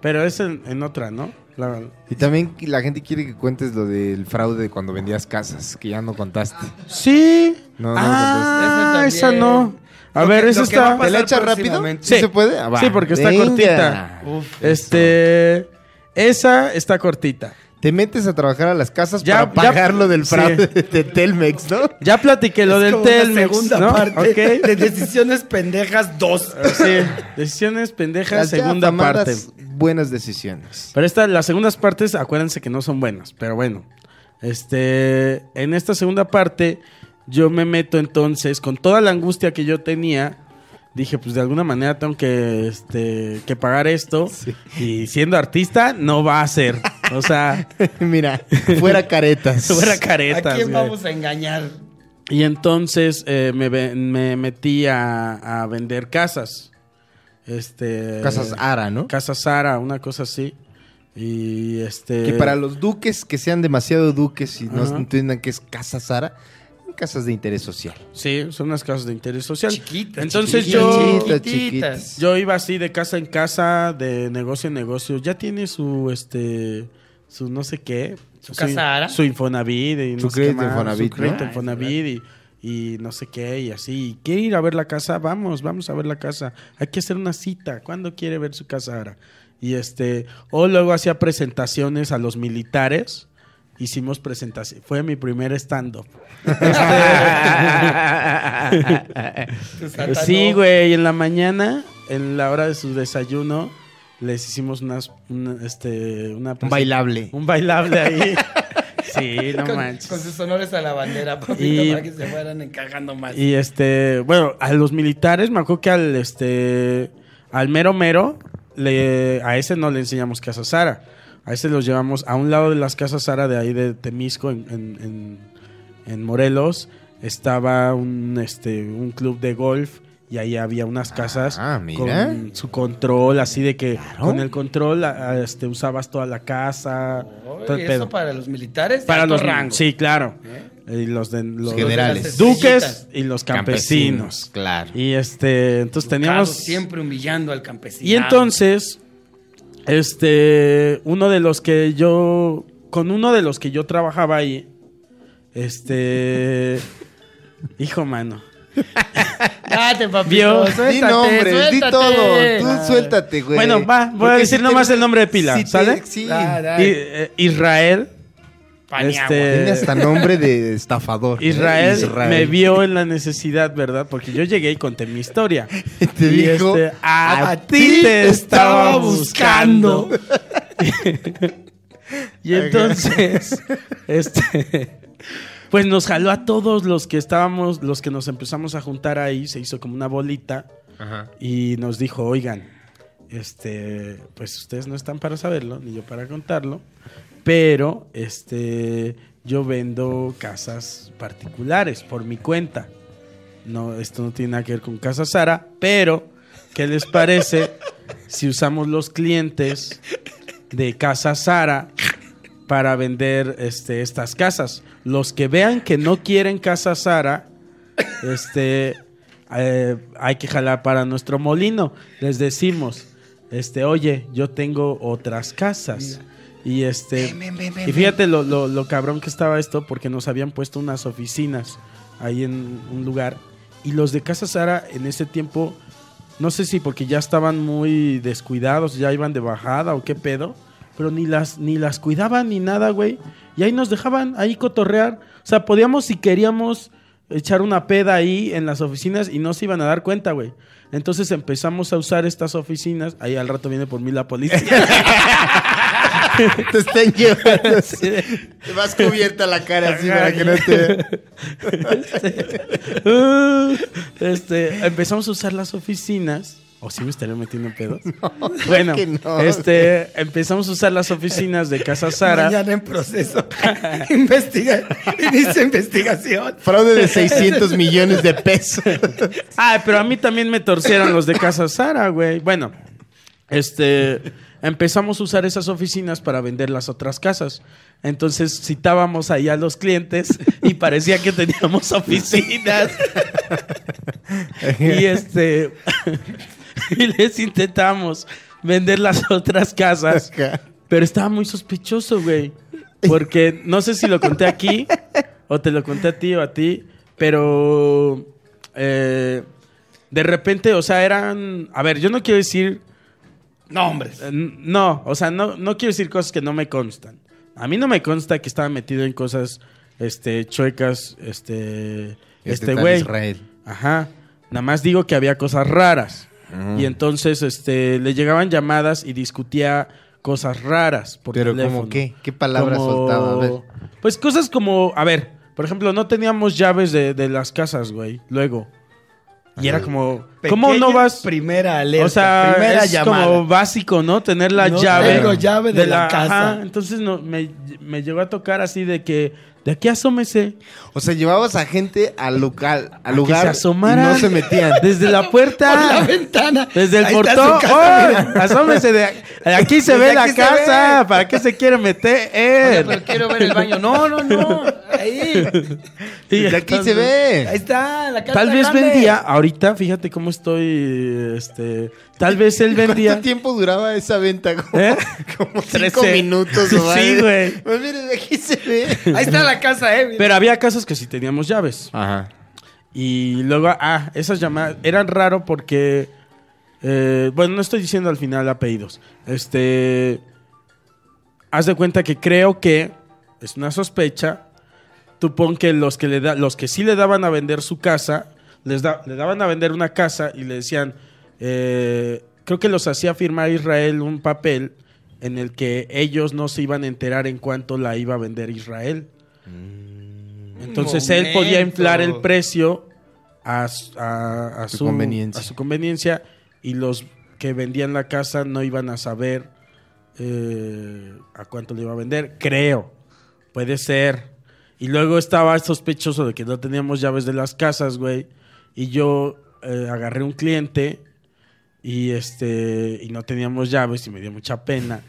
[SPEAKER 2] Pero es en, en otra, ¿no? La-
[SPEAKER 1] Y también la gente quiere que cuentes lo del fraude de cuando vendías casas, que ya no contaste.
[SPEAKER 2] Ah, Sí.
[SPEAKER 1] No, no,
[SPEAKER 2] ah,
[SPEAKER 3] no, no. Ese
[SPEAKER 2] esa
[SPEAKER 3] también.
[SPEAKER 2] no. A
[SPEAKER 3] Lo
[SPEAKER 2] ver,
[SPEAKER 3] que-
[SPEAKER 2] esa
[SPEAKER 3] lo que va a
[SPEAKER 2] está...
[SPEAKER 3] pasar
[SPEAKER 1] ¿Te la echas rápido?
[SPEAKER 3] próximamente.
[SPEAKER 1] ¿Sí
[SPEAKER 2] Sí.
[SPEAKER 1] se puede? Ah, va.
[SPEAKER 2] Sí, porque está
[SPEAKER 1] Venga.
[SPEAKER 2] cortita.
[SPEAKER 3] Uf,
[SPEAKER 2] Este... Esa está cortita.
[SPEAKER 1] Te metes a trabajar a las casas
[SPEAKER 2] Ya-
[SPEAKER 1] para pagar
[SPEAKER 2] ya-
[SPEAKER 1] lo del
[SPEAKER 2] sí.
[SPEAKER 1] fraude de Telmex, ¿no?
[SPEAKER 2] Ya platiqué lo
[SPEAKER 3] es
[SPEAKER 2] del
[SPEAKER 3] como una
[SPEAKER 2] Telmex,
[SPEAKER 3] segunda
[SPEAKER 2] ¿no?
[SPEAKER 3] parte (laughs)
[SPEAKER 2] Ok.
[SPEAKER 3] de decisiones pendejas
[SPEAKER 2] (laughs)
[SPEAKER 3] dos.
[SPEAKER 2] Sí, decisiones pendejas,
[SPEAKER 1] Las ya
[SPEAKER 2] segunda
[SPEAKER 1] tomadas
[SPEAKER 2] parte.
[SPEAKER 1] Buenas decisiones. (laughs)
[SPEAKER 2] Pero esta, las segundas partes, acuérdense que no son buenas, pero bueno. Este, en esta segunda parte, yo me meto entonces, con toda la angustia que yo tenía, dije, pues de alguna manera tengo que, este, que pagar esto. Y siendo artista, no va a ser. O sea,
[SPEAKER 1] Mira, fuera caretas.
[SPEAKER 2] (laughs) fuera
[SPEAKER 3] ¿A
[SPEAKER 2] caretas.
[SPEAKER 3] quién
[SPEAKER 2] güey.
[SPEAKER 3] vamos a engañar?
[SPEAKER 2] Y entonces eh, me, ve- me metí a, a vender casas. Este,
[SPEAKER 1] Casas Ara, ¿no?
[SPEAKER 2] Casa Sara, una cosa así. Y este.
[SPEAKER 1] Que para los duques que sean demasiado duques y no
[SPEAKER 2] Ajá.
[SPEAKER 1] entiendan que es Casa Sara, casas de interés social.
[SPEAKER 2] Sí, son unas casas de interés social.
[SPEAKER 3] Chiquitas,
[SPEAKER 2] Entonces
[SPEAKER 3] chiquitas,
[SPEAKER 2] yo,
[SPEAKER 1] Chiquitas,
[SPEAKER 3] chiquititas.
[SPEAKER 1] chiquitas.
[SPEAKER 2] yo iba así de casa en casa, de negocio en negocio. Ya tiene su, este, su no sé qué.
[SPEAKER 3] ¿Su casa ara?
[SPEAKER 2] Su Infonavit. Y no
[SPEAKER 1] Su
[SPEAKER 2] sé
[SPEAKER 1] crédito
[SPEAKER 2] qué más,
[SPEAKER 1] Infonavit, ¿no?
[SPEAKER 2] Su crédito
[SPEAKER 1] Ah,
[SPEAKER 2] Infonavit y, y no sé qué y así. ¿Quiere ir a ver la casa? Vamos, vamos a ver la casa. Hay que hacer una cita. ¿Cuándo quiere ver su casa ara? Y este, o luego hacía presentaciones a los militares. Hicimos presentaciones. Fue mi primer
[SPEAKER 1] (laughs)
[SPEAKER 2] stand-up. Este,
[SPEAKER 3] Santa,
[SPEAKER 2] eh, Sí,
[SPEAKER 3] no.
[SPEAKER 2] güey, en la mañana, en la hora de su desayuno, les hicimos unas, una, este, una
[SPEAKER 1] Un bailable.
[SPEAKER 2] un bailable ahí. sí, no
[SPEAKER 3] con,
[SPEAKER 2] manches.
[SPEAKER 3] con sus honores a la bandera, papito,
[SPEAKER 2] Y-
[SPEAKER 3] para que se fueran encajando más.
[SPEAKER 2] Y este, bueno, a los militares, me acuerdo que al este, al mero mero, le, a ese no le enseñamos Casa Sara. A ese los llevamos a un lado de las Casas Sara de ahí de Temisco, en, en- en- en Morelos, estaba un, este, un club de golf y ahí había unas casas
[SPEAKER 1] Ah, mira.
[SPEAKER 2] con su control, así de que
[SPEAKER 1] Claro.
[SPEAKER 2] con el control a- a, este, usabas toda la casa.
[SPEAKER 3] Oye,
[SPEAKER 2] todo el
[SPEAKER 3] eso
[SPEAKER 2] pedo.
[SPEAKER 3] para los militares. de
[SPEAKER 2] Para
[SPEAKER 3] alto
[SPEAKER 2] los
[SPEAKER 3] rango.
[SPEAKER 2] Sí, claro.
[SPEAKER 3] ¿Eh?
[SPEAKER 2] Y los, de, los
[SPEAKER 1] generales.
[SPEAKER 2] Duques
[SPEAKER 3] Estrellitas.
[SPEAKER 2] y los campesinos.
[SPEAKER 1] Claro.
[SPEAKER 2] Y este, entonces
[SPEAKER 3] Carlos
[SPEAKER 2] teníamos.
[SPEAKER 3] siempre humillando al campesino.
[SPEAKER 2] Y entonces, este, uno de los que yo, con uno de los que yo trabajaba ahí,
[SPEAKER 3] (laughs)
[SPEAKER 2] este, hijo mano,
[SPEAKER 3] Date, papito,
[SPEAKER 2] Vio. este, Di
[SPEAKER 1] Di
[SPEAKER 3] suéltate,
[SPEAKER 1] nombres, di
[SPEAKER 3] suéltate.
[SPEAKER 1] todo. Tú suéltate, güey.
[SPEAKER 2] Bueno, va, voy a
[SPEAKER 1] Porque
[SPEAKER 2] decir
[SPEAKER 1] si
[SPEAKER 2] nomás el nombre de pila,
[SPEAKER 1] si te-
[SPEAKER 2] ¿sale?
[SPEAKER 1] Sí.
[SPEAKER 3] Ah, da.
[SPEAKER 2] I- eh, Israel,
[SPEAKER 3] Paniagua.
[SPEAKER 2] este,
[SPEAKER 1] Tiene hasta nombre de estafador. ¿eh?
[SPEAKER 2] Israel, me vio en la necesidad, ¿verdad? Porque yo llegué y conté mi
[SPEAKER 3] (laughs)
[SPEAKER 2] historia. (laughs)
[SPEAKER 1] Y te
[SPEAKER 2] Y
[SPEAKER 1] dijo,
[SPEAKER 2] este, a, ti te estaba buscando. (laughs) y entonces, este, pues nos jaló a todos los que estábamos, los que nos empezamos a juntar ahí, se hizo como una bolita
[SPEAKER 1] Ajá.
[SPEAKER 2] y nos dijo, oigan, este, pues ustedes no están para saberlo, ni yo para contarlo, pero este, yo vendo casas particulares por mi cuenta. No, esto no tiene nada que ver con Casa Sara, pero ¿qué les parece si usamos los clientes de Casa Sara para vender este, estas casas? Los que vean que no quieren Casa Sara, este, eh, hay que jalar para nuestro molino. Les decimos, este, oye, yo tengo otras casas. Y este, y fíjate lo, lo- lo cabrón que estaba esto, porque nos habían puesto unas oficinas ahí en un lugar. Y los de Casa Sara en ese tiempo, no sé si porque ya estaban muy descuidados, ya iban de bajada o qué pedo, pero ni las, ni las cuidaban ni nada, güey. Y ahí nos dejaban ahí cotorrear. O sea, podíamos si queríamos echar una peda ahí en las oficinas y no se iban a dar cuenta, güey. Entonces empezamos a usar estas oficinas. Ahí al rato viene por mí la policía.
[SPEAKER 1] (laughs) Te están
[SPEAKER 2] (laughs)
[SPEAKER 1] llevando. Te vas cubierta la cara así para que no te.
[SPEAKER 2] Uh, (laughs) este, empezamos a usar las oficinas. O si me estaría metiendo en pedos. (laughs) bueno,
[SPEAKER 1] que (laughs) no.
[SPEAKER 2] este, empezamos a usar las oficinas de Casa Sara.
[SPEAKER 3] Ah, Mañana en proceso. (laughs) Investiga. Inicia investigación.
[SPEAKER 1] Fraude de 600 millones de pesos.
[SPEAKER 2] Ah, pero a mí también me torcieron los de Casa Sara, güey. Bueno, este, empezamos a usar esas oficinas para vender las otras casas. Entonces citábamos ahí a los clientes y parecía que teníamos oficinas. (laughs)
[SPEAKER 1] (laughs)
[SPEAKER 2] y este (laughs) y les intentamos vender las otras casas, pero estaba muy sospechoso, güey, porque no sé si lo conté aquí o te lo conté a ti o a ti, pero eh, de repente, o sea, eran, a ver, yo no quiero decir
[SPEAKER 3] Nombres.
[SPEAKER 2] (laughs) eh, n- no, o sea, no, no quiero decir cosas que no me constan. A mí no me consta que estaba metido en cosas este chuecas este este
[SPEAKER 1] tal
[SPEAKER 2] güey.
[SPEAKER 1] Israel.
[SPEAKER 2] Ajá. Nada más digo que había cosas raras.
[SPEAKER 1] Mm.
[SPEAKER 2] Y entonces este le llegaban llamadas y discutía cosas raras por
[SPEAKER 1] Pero
[SPEAKER 2] teléfono.
[SPEAKER 1] como qué, qué palabras
[SPEAKER 2] Como-
[SPEAKER 1] soltaba, a ver.
[SPEAKER 2] Pues cosas como, a ver, por ejemplo, no teníamos llaves de, de las casas, güey, luego. Y era como, ¿cómo no
[SPEAKER 3] Pequeña
[SPEAKER 2] vas?
[SPEAKER 3] Primera alerta.
[SPEAKER 2] O sea,
[SPEAKER 3] primera
[SPEAKER 2] es
[SPEAKER 3] llamada.
[SPEAKER 2] como básico, ¿no? Tener la
[SPEAKER 3] No
[SPEAKER 2] llave.
[SPEAKER 1] tengo
[SPEAKER 3] llave de la casa.
[SPEAKER 2] Ajá, entonces no, me, me llegó a tocar así de que, de aquí asómese.
[SPEAKER 1] O sea, llevabas a gente al local, al
[SPEAKER 2] a
[SPEAKER 1] lugar.
[SPEAKER 2] que se asomaran.
[SPEAKER 1] y no se metían.
[SPEAKER 2] Desde
[SPEAKER 3] (laughs)
[SPEAKER 2] la
[SPEAKER 3] Por la
[SPEAKER 2] puerta.
[SPEAKER 3] ventana.
[SPEAKER 2] Desde el
[SPEAKER 3] Ahí está
[SPEAKER 2] portón.
[SPEAKER 3] su casa,
[SPEAKER 2] ¡Oh!
[SPEAKER 3] mira.
[SPEAKER 2] asómese de de aquí se
[SPEAKER 1] Desde
[SPEAKER 2] ve la
[SPEAKER 1] aquí se
[SPEAKER 2] casa.
[SPEAKER 1] ve.
[SPEAKER 2] ¿Para qué se quiere meter?
[SPEAKER 3] Oye, pero quiero ver el baño. No, no, no. ahí.
[SPEAKER 2] (laughs) Y
[SPEAKER 1] Desde aquí
[SPEAKER 2] tal
[SPEAKER 1] se
[SPEAKER 2] vez-
[SPEAKER 3] Ahí
[SPEAKER 1] ve.
[SPEAKER 3] está, la carta
[SPEAKER 2] Tal vez
[SPEAKER 3] grande.
[SPEAKER 2] vendía, ahorita, fíjate cómo estoy, este, tal vez él vendía.
[SPEAKER 1] ¿Cuánto tiempo duraba esa venta? Como,
[SPEAKER 2] ¿Eh?
[SPEAKER 1] como cinco
[SPEAKER 2] Trece.
[SPEAKER 1] minutos o
[SPEAKER 2] (laughs) Sí,
[SPEAKER 1] algo.
[SPEAKER 2] güey.
[SPEAKER 1] Pues miren, aquí se ve.
[SPEAKER 3] Ahí está la casa, eh.
[SPEAKER 2] Pero había casas que sí teníamos llaves.
[SPEAKER 1] Ajá. (laughs)
[SPEAKER 2] Y luego, ah, esas llamadas eran raro porque, eh, bueno, no estoy diciendo al final apellidos. Este, haz de cuenta que creo que es una sospecha. Tú pon que los que le da, los que sí le daban a vender su casa, les da- le daban a vender una casa y le decían, eh, creo que los hacía firmar Israel un papel en el que ellos no se iban a enterar en cuánto la iba a vender Israel. Entonces él podía
[SPEAKER 3] Momento.
[SPEAKER 2] inflar el precio a, s- a- a
[SPEAKER 1] Su
[SPEAKER 2] su,
[SPEAKER 1] conveniencia.
[SPEAKER 2] a su conveniencia y los que vendían la casa no iban a saber eh, a cuánto le iba a vender, creo. Puede ser. Y luego estaba sospechoso de que no teníamos llaves de las casas, güey. Y yo eh, agarré un cliente y este y no teníamos llaves y me dio mucha pena.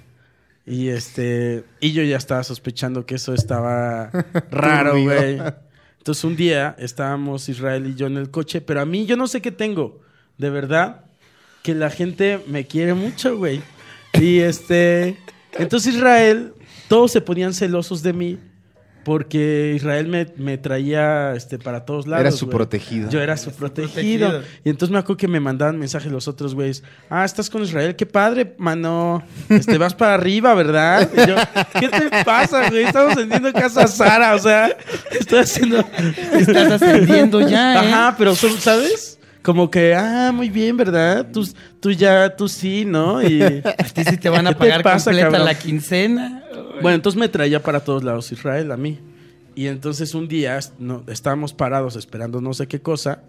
[SPEAKER 2] Y este y yo ya estaba sospechando que
[SPEAKER 1] (laughs)
[SPEAKER 2] eso estaba raro,
[SPEAKER 1] Turbio.
[SPEAKER 2] güey. Entonces un día estábamos Israel y yo en el coche, pero a mí yo no sé qué tengo, de verdad, que la gente me quiere mucho, güey. Y este entonces Israel todos se ponían celosos de mí porque Israel me, me traía este para todos lados.
[SPEAKER 1] Era su
[SPEAKER 2] güey.
[SPEAKER 1] protegido.
[SPEAKER 2] Yo era su
[SPEAKER 3] protegido.
[SPEAKER 2] protegido. Y entonces me acuerdo que me mandaban mensajes los otros güeyes. Ah, estás con Israel, qué padre, mano. Este vas para arriba, ¿verdad? Y yo, ¿qué te pasa, güey? Estamos vendiendo casa Sara, o sea, estoy haciendo.
[SPEAKER 3] Estás ascendiendo ya, ¿eh?
[SPEAKER 2] Ajá, pero son, ¿sabes? Como que, ah, muy bien, ¿verdad? Tú, tú ya, tú sí, ¿no?
[SPEAKER 3] (laughs)
[SPEAKER 2] Y.
[SPEAKER 3] A ti sí te van a
[SPEAKER 2] ¿Qué te
[SPEAKER 3] pagar
[SPEAKER 2] pasa,
[SPEAKER 3] completa
[SPEAKER 2] cabrón?
[SPEAKER 3] la quincena.
[SPEAKER 2] Bueno, entonces me traía para todos lados Israel a mí. Y entonces un día no, estábamos parados esperando no sé qué cosa.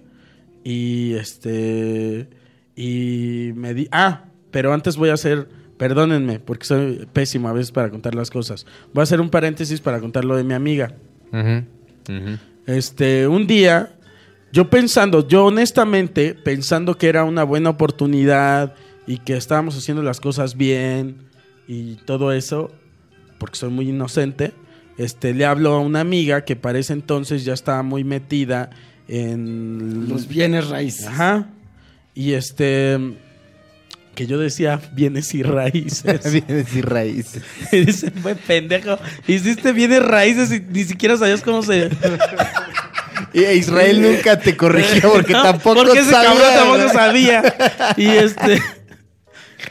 [SPEAKER 2] Y este. Y me di. Ah, pero antes voy a hacer. Perdónenme, porque soy pésimo a veces para contar las cosas. Voy a hacer un paréntesis para contar lo de mi amiga. Este, un día, yo pensando, yo honestamente, pensando que era una buena oportunidad y que estábamos haciendo las cosas bien y todo eso, porque soy muy inocente, este, le hablo a una amiga que para ese entonces ya estaba muy metida en
[SPEAKER 3] Los bienes raíces.
[SPEAKER 2] Ajá. Y este, que yo decía bienes y raíces.
[SPEAKER 1] Vienes y raíces.
[SPEAKER 2] Y (laughs) dice, buen pendejo, hiciste bienes raíces y ni siquiera sabías cómo se...
[SPEAKER 1] Y e Israel nunca te
[SPEAKER 2] (laughs)
[SPEAKER 1] corrigió porque (laughs)
[SPEAKER 2] No,
[SPEAKER 1] tampoco
[SPEAKER 2] porque ese
[SPEAKER 1] sabía.
[SPEAKER 2] cabrón tampoco
[SPEAKER 1] ¿verdad? (laughs)
[SPEAKER 2] sabía. Y este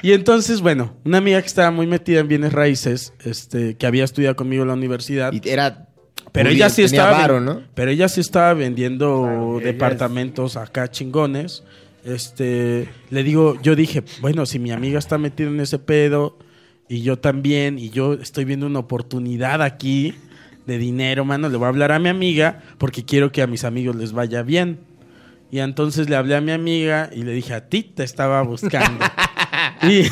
[SPEAKER 2] y entonces, bueno, una amiga que estaba muy metida en bienes raíces, este que había estudiado conmigo en la universidad,
[SPEAKER 1] Y era.
[SPEAKER 2] pero ella sí
[SPEAKER 1] tenía
[SPEAKER 2] estaba
[SPEAKER 1] varo,
[SPEAKER 2] ven-
[SPEAKER 1] ¿no?
[SPEAKER 2] Pero ella sí estaba vendiendo
[SPEAKER 3] Claro, que ella
[SPEAKER 2] departamentos acá chingones. Este, le digo, yo dije, bueno, si mi amiga está metida en ese pedo y yo también y yo estoy viendo una oportunidad aquí de dinero, mano, le voy a hablar a mi amiga porque quiero que a mis amigos les vaya bien. Y entonces le hablé a mi amiga y le dije, a ti te
[SPEAKER 1] (laughs)
[SPEAKER 2] estaba buscando. y,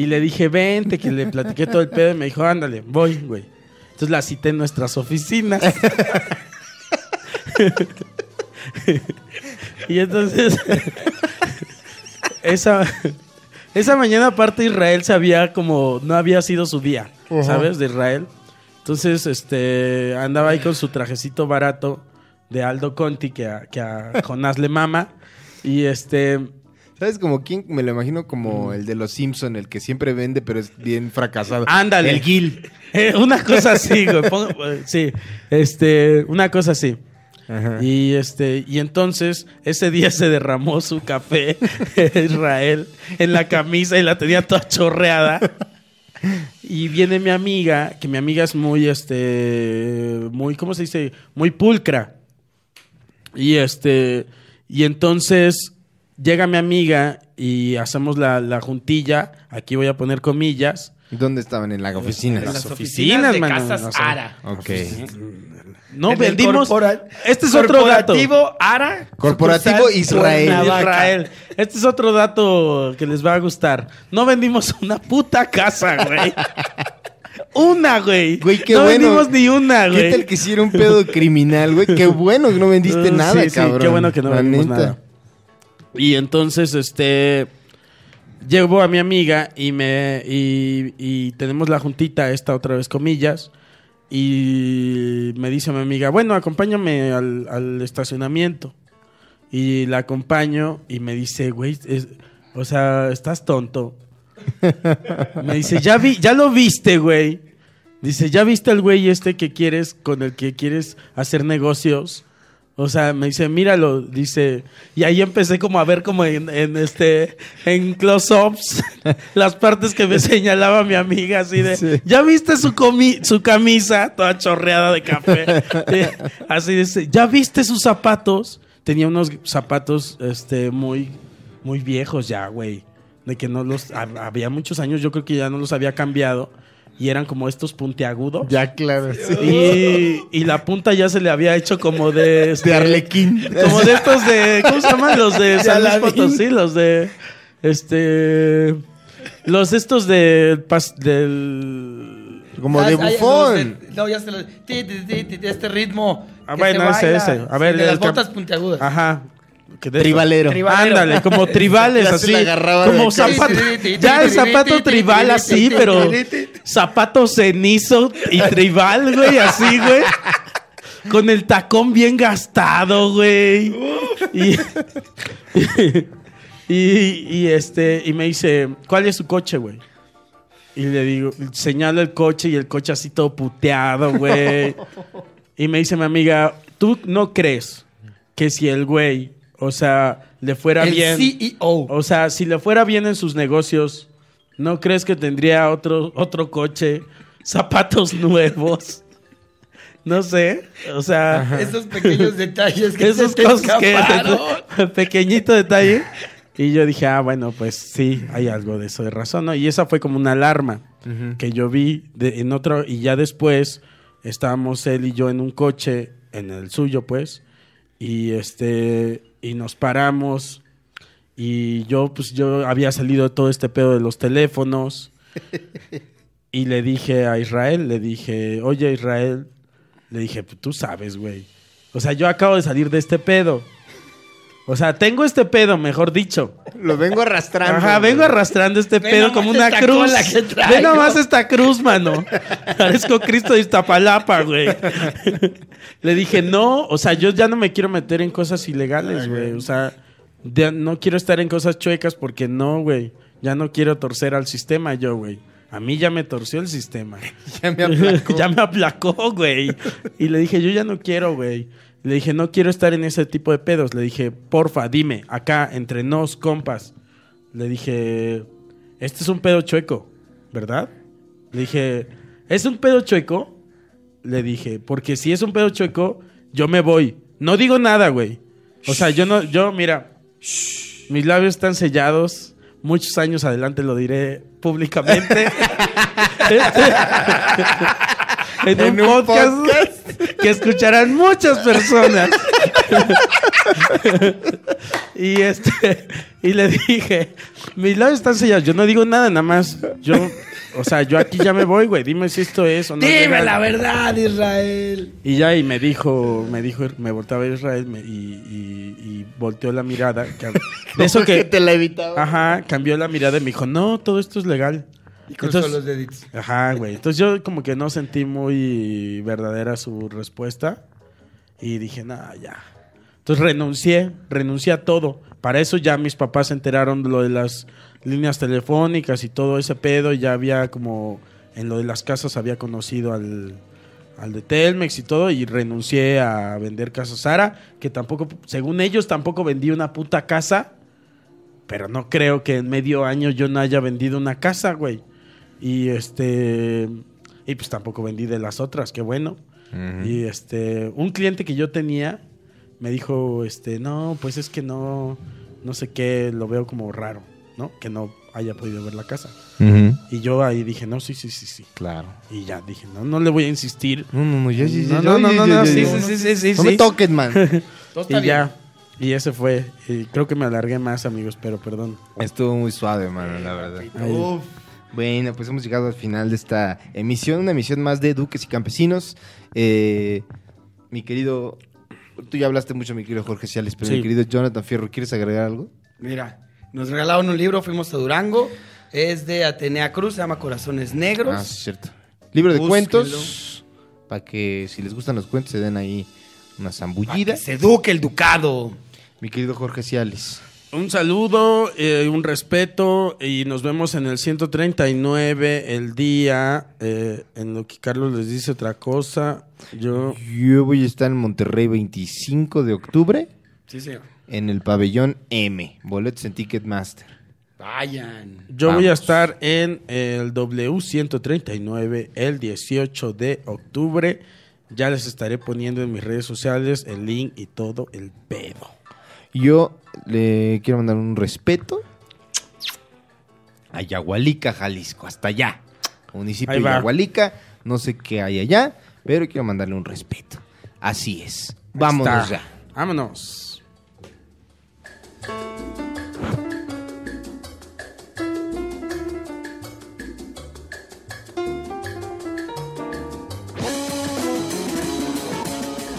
[SPEAKER 2] y le dije, vente, que le platiqué todo el pedo y me dijo, ándale, voy, güey. Entonces la cité en nuestras oficinas. (laughs) y entonces, esa, esa mañana aparte Israel se había como, no había sido su día, ¿sabes? De Israel. Entonces, este, andaba ahí con su trajecito barato de Aldo Conti, que a, que a Jonás le mama. Y este,
[SPEAKER 1] ¿Sabes como quién? Me lo imagino como el de los Simpson, el que siempre vende, pero es bien fracasado.
[SPEAKER 2] Ándale.
[SPEAKER 1] El Gil.
[SPEAKER 2] (laughs) Eh, una cosa así, güey. Pongo- eh, sí, este, una cosa así. Y este, y entonces ese día se derramó su café Israel en la camisa y la tenía toda chorreada. Y viene mi amiga, que mi amiga es muy este muy ¿cómo se dice? muy pulcra. Y este y entonces llega mi amiga y hacemos la, la juntilla, aquí voy a poner comillas.
[SPEAKER 1] ¿Dónde estaban? En la oficina.
[SPEAKER 2] En
[SPEAKER 3] Las
[SPEAKER 2] las
[SPEAKER 3] oficinas
[SPEAKER 2] oficinas,
[SPEAKER 3] de
[SPEAKER 2] mano,
[SPEAKER 3] Casas
[SPEAKER 2] las-
[SPEAKER 3] Ara.
[SPEAKER 1] Ok.
[SPEAKER 3] En
[SPEAKER 2] No
[SPEAKER 3] el
[SPEAKER 2] vendimos.
[SPEAKER 3] corpora-
[SPEAKER 2] Este es otro dato.
[SPEAKER 3] Corporativo Ara.
[SPEAKER 1] Corporativo
[SPEAKER 2] Pues,
[SPEAKER 3] sucursal
[SPEAKER 1] Israel.
[SPEAKER 3] Cuernavaca.
[SPEAKER 2] Israel. Este es otro dato que les va a gustar. No vendimos una puta casa,
[SPEAKER 3] (laughs)
[SPEAKER 2] güey. una, güey.
[SPEAKER 1] Güey, qué
[SPEAKER 2] no
[SPEAKER 1] bueno.
[SPEAKER 2] vendimos ni una,
[SPEAKER 1] ¿Qué
[SPEAKER 2] güey.
[SPEAKER 1] tal que hiciera un pedo criminal, güey? Qué bueno que no vendiste
[SPEAKER 2] Uh,
[SPEAKER 1] nada,
[SPEAKER 2] pues, sí, sí,
[SPEAKER 1] cabrón.
[SPEAKER 2] qué bueno que no
[SPEAKER 1] La
[SPEAKER 2] vendimos
[SPEAKER 1] neta.
[SPEAKER 2] nada. Y entonces, este. Llevo a mi amiga y me. Y, y tenemos la juntita, esta otra vez comillas. Y me dice mi amiga, bueno, acompáñame al, al estacionamiento. Y la acompaño y me dice, güey, es- o sea, estás tonto. me dice, ya, vi, ya lo viste, güey. Dice, ¿ya viste al güey este que quieres, con el que quieres hacer negocios? O sea, me dice, míralo, dice, y ahí empecé como a ver como en, en este, en close-ups, las partes que me señalaba mi amiga, así de,
[SPEAKER 1] Sí.
[SPEAKER 2] ¿ya viste su, comi- su camisa toda chorreada de café? así dice, ¿ya viste sus zapatos? Tenía unos zapatos, este, muy, muy viejos ya, güey, de que no los, hab- había muchos años, yo creo que ya no los había cambiado, y eran como estos puntiagudos.
[SPEAKER 1] Ya, claro. sí.
[SPEAKER 2] Y, y la punta ya se le había hecho como de... este,
[SPEAKER 1] De (laughs) Arlequín.
[SPEAKER 2] como de estos de. ¿Cómo se llaman? Los de San Luis
[SPEAKER 1] Aladín.
[SPEAKER 2] Potosí, los de. Este. Los estos de. pas- del.
[SPEAKER 1] Como de
[SPEAKER 3] Ah, ah,
[SPEAKER 1] bufón.
[SPEAKER 3] los de- No, ya se los. ti, ti, ti, ti, ti, Este ritmo.
[SPEAKER 2] Ah,
[SPEAKER 3] que
[SPEAKER 2] bueno,
[SPEAKER 3] se
[SPEAKER 2] ese,
[SPEAKER 3] baila.
[SPEAKER 2] ese. A
[SPEAKER 3] Sí,
[SPEAKER 2] ver,
[SPEAKER 3] de
[SPEAKER 2] el
[SPEAKER 3] las
[SPEAKER 2] que-
[SPEAKER 3] botas puntiagudas.
[SPEAKER 2] Ajá. que de-
[SPEAKER 1] Tribalero.
[SPEAKER 3] Tribalero.
[SPEAKER 1] (laughs)
[SPEAKER 2] Ándale, como tribales
[SPEAKER 1] Ya se
[SPEAKER 2] así.
[SPEAKER 1] la agarraba
[SPEAKER 2] Como
[SPEAKER 1] de-
[SPEAKER 2] zapato. Ya el zapato tribal así, pero. Zapato cenizo y tribal, güey, así, güey. Con el tacón bien gastado, güey. Y, (laughs) y, y, este, y me dice, ¿cuál es su coche, güey? Y le digo, señalo el coche y el coche así todo puteado, güey. Y me dice mi amiga, ¿tú no crees que si el güey, o sea, le fuera
[SPEAKER 3] El
[SPEAKER 2] bien,
[SPEAKER 3] CEO.
[SPEAKER 2] o sea, si le fuera bien en sus negocios, ¿no crees que tendría otro, otro coche, zapatos (laughs) nuevos? No sé, o sea,
[SPEAKER 3] Esos pequeños detalles que
[SPEAKER 2] esas
[SPEAKER 3] se (laughs) te
[SPEAKER 2] cosas que
[SPEAKER 3] escaparon.
[SPEAKER 2] (laughs) pequeñito detalle. Y yo dije, ah, bueno, pues sí, hay algo de eso de razón, ¿no? Y esa fue como una alarma que yo vi de- en otro, y ya después estábamos él y yo en un coche, en el suyo, pues, y este, y nos paramos, y yo, pues, yo había salido de todo este pedo de
[SPEAKER 3] (laughs)
[SPEAKER 2] los teléfonos, y le dije a Israel, le dije, oye Israel, le dije, "Pues, tú sabes, güey. O sea, yo acabo de salir de este pedo. O sea, tengo este pedo, mejor dicho.
[SPEAKER 1] Lo vengo arrastrando.
[SPEAKER 2] Ajá, vengo
[SPEAKER 1] güey.
[SPEAKER 2] arrastrando este
[SPEAKER 3] Ve
[SPEAKER 2] pedo
[SPEAKER 3] nomás
[SPEAKER 2] como una
[SPEAKER 3] esta
[SPEAKER 2] cruz.
[SPEAKER 3] cola que traigo.
[SPEAKER 2] Ve nomás esta cruz, mano. Parezco Cristo de Iztapalapa, güey. (laughs) Le dije, no, o sea, yo ya no me quiero meter en cosas ilegales, güey. O sea, ya no quiero estar en cosas chuecas porque no, güey. Ya no quiero torcer al sistema yo, güey. A mí ya me torció el sistema.
[SPEAKER 1] (laughs) Ya me aplacó.
[SPEAKER 2] (laughs) ya me aplacó, güey. Y le dije, yo ya no quiero, güey. Le dije, no quiero estar en ese tipo de pedos. Le dije, porfa, dime, acá, entre nos, compas. Le dije, este es un pedo chueco, ¿verdad? Le dije, ¿es un pedo chueco? Le dije, porque si es un pedo chueco, yo me voy. No digo nada, güey. O sea, yo no, yo, mira, mis labios están sellados. Muchos años adelante lo diré
[SPEAKER 1] (laughs)
[SPEAKER 2] públicamente. Este, en, un,
[SPEAKER 1] En un
[SPEAKER 2] podcast, que escucharán muchas personas. y este y le dije, mis labios están sellados, yo no digo nada, nada más. Yo, o sea, yo aquí ya me voy, güey. Dime si esto es o no. es
[SPEAKER 3] Dime
[SPEAKER 2] legal".
[SPEAKER 3] la verdad, Israel.
[SPEAKER 2] Y ya, y me dijo, me dijo, me volteaba a Israel me- y, y- y volteó la mirada. cam- De eso
[SPEAKER 1] Porque
[SPEAKER 2] que,
[SPEAKER 1] te la evitaba.
[SPEAKER 2] ajá, cambió la mirada y me dijo, no, todo esto es legal.
[SPEAKER 3] Y cruzó
[SPEAKER 2] Entonces-
[SPEAKER 3] los deditos.
[SPEAKER 2] Ajá, güey. Entonces yo como que no sentí muy verdadera su respuesta y dije, nada, ya. Entonces renuncié, renuncié a todo. Para eso ya mis papás se enteraron de lo de las líneas telefónicas y todo ese pedo. y Ya había como, en lo de las casas había conocido al, al de Telmex y todo y renuncié a vender Casa Sara, que tampoco, según ellos, tampoco vendí una puta casa. Pero no creo que en medio año yo no haya vendido una casa, güey. Y este. Y pues tampoco vendí de las otras, qué bueno. Y este. Un cliente que yo tenía me dijo, este, no, pues es que no. No sé qué, lo veo como raro, ¿no? Que no haya podido ver la casa. Y yo ahí dije, no, sí, sí, sí, sí.
[SPEAKER 1] Claro.
[SPEAKER 2] Y ya dije, no, no le voy a insistir.
[SPEAKER 1] No, no, no, ya, ya, ya, ya,
[SPEAKER 2] No, no, no,
[SPEAKER 1] ya,
[SPEAKER 2] no,
[SPEAKER 1] ya,
[SPEAKER 2] no,
[SPEAKER 1] ya,
[SPEAKER 2] sí,
[SPEAKER 1] ya.
[SPEAKER 2] sí, sí, sí, sí,
[SPEAKER 1] No me
[SPEAKER 2] sí.
[SPEAKER 1] toques, man.
[SPEAKER 3] Todo está
[SPEAKER 2] Y
[SPEAKER 3] bien.
[SPEAKER 2] ya. Y ese fue. Y creo que me alargué más, amigos, pero perdón.
[SPEAKER 1] Estuvo muy suave, mano, la verdad.
[SPEAKER 2] Ahí.
[SPEAKER 1] Bueno, pues hemos llegado al final de esta emisión, una emisión más de Duques y Campesinos. Eh, mi querido, tú ya hablaste mucho, mi querido Jorge Ciales, pero
[SPEAKER 2] Sí.
[SPEAKER 1] mi querido Jonathan Fierro, ¿quieres agregar algo?
[SPEAKER 3] Mira, nos regalaron un libro, fuimos a Durango. Es de Atenea Cruz, se llama Corazones Negros.
[SPEAKER 1] Ah, sí, cierto. Libro de
[SPEAKER 3] Búsquenlo.
[SPEAKER 1] cuentos, para que si les gustan los cuentos se den ahí una
[SPEAKER 3] Pa'
[SPEAKER 2] Ah,
[SPEAKER 3] que
[SPEAKER 1] zambullida.
[SPEAKER 3] se eduque el ducado.
[SPEAKER 1] Mi querido Jorge Ciales.
[SPEAKER 2] Un saludo, eh, un respeto y nos vemos en el 139 el día. eh, en lo que Carlos les dice otra cosa. Yo.
[SPEAKER 1] Yo voy a estar en Monterrey 25 de octubre
[SPEAKER 3] Sí, señor.
[SPEAKER 1] en el pabellón M, boletos en Ticketmaster.
[SPEAKER 3] Vayan.
[SPEAKER 2] Yo voy a
[SPEAKER 1] Vamos.
[SPEAKER 2] estar en el W139 el 18 de octubre. Ya les estaré poniendo en mis redes sociales el link y todo el pedo.
[SPEAKER 1] Yo le quiero mandar un respeto a Yagualica, Jalisco, hasta allá. Municipio
[SPEAKER 2] Ahí
[SPEAKER 1] de
[SPEAKER 2] va.
[SPEAKER 1] Yagualica, no sé qué hay allá, pero quiero mandarle un respeto. Así es. Vámonos
[SPEAKER 2] Está.
[SPEAKER 1] ya.
[SPEAKER 2] Vámonos.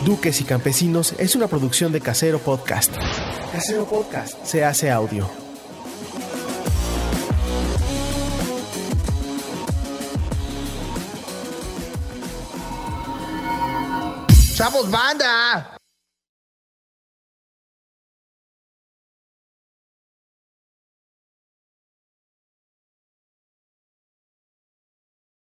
[SPEAKER 5] Duques y Campesinos es una producción de Casero Podcast. Casero Podcast se hace audio.
[SPEAKER 1] ¡Chavos, banda!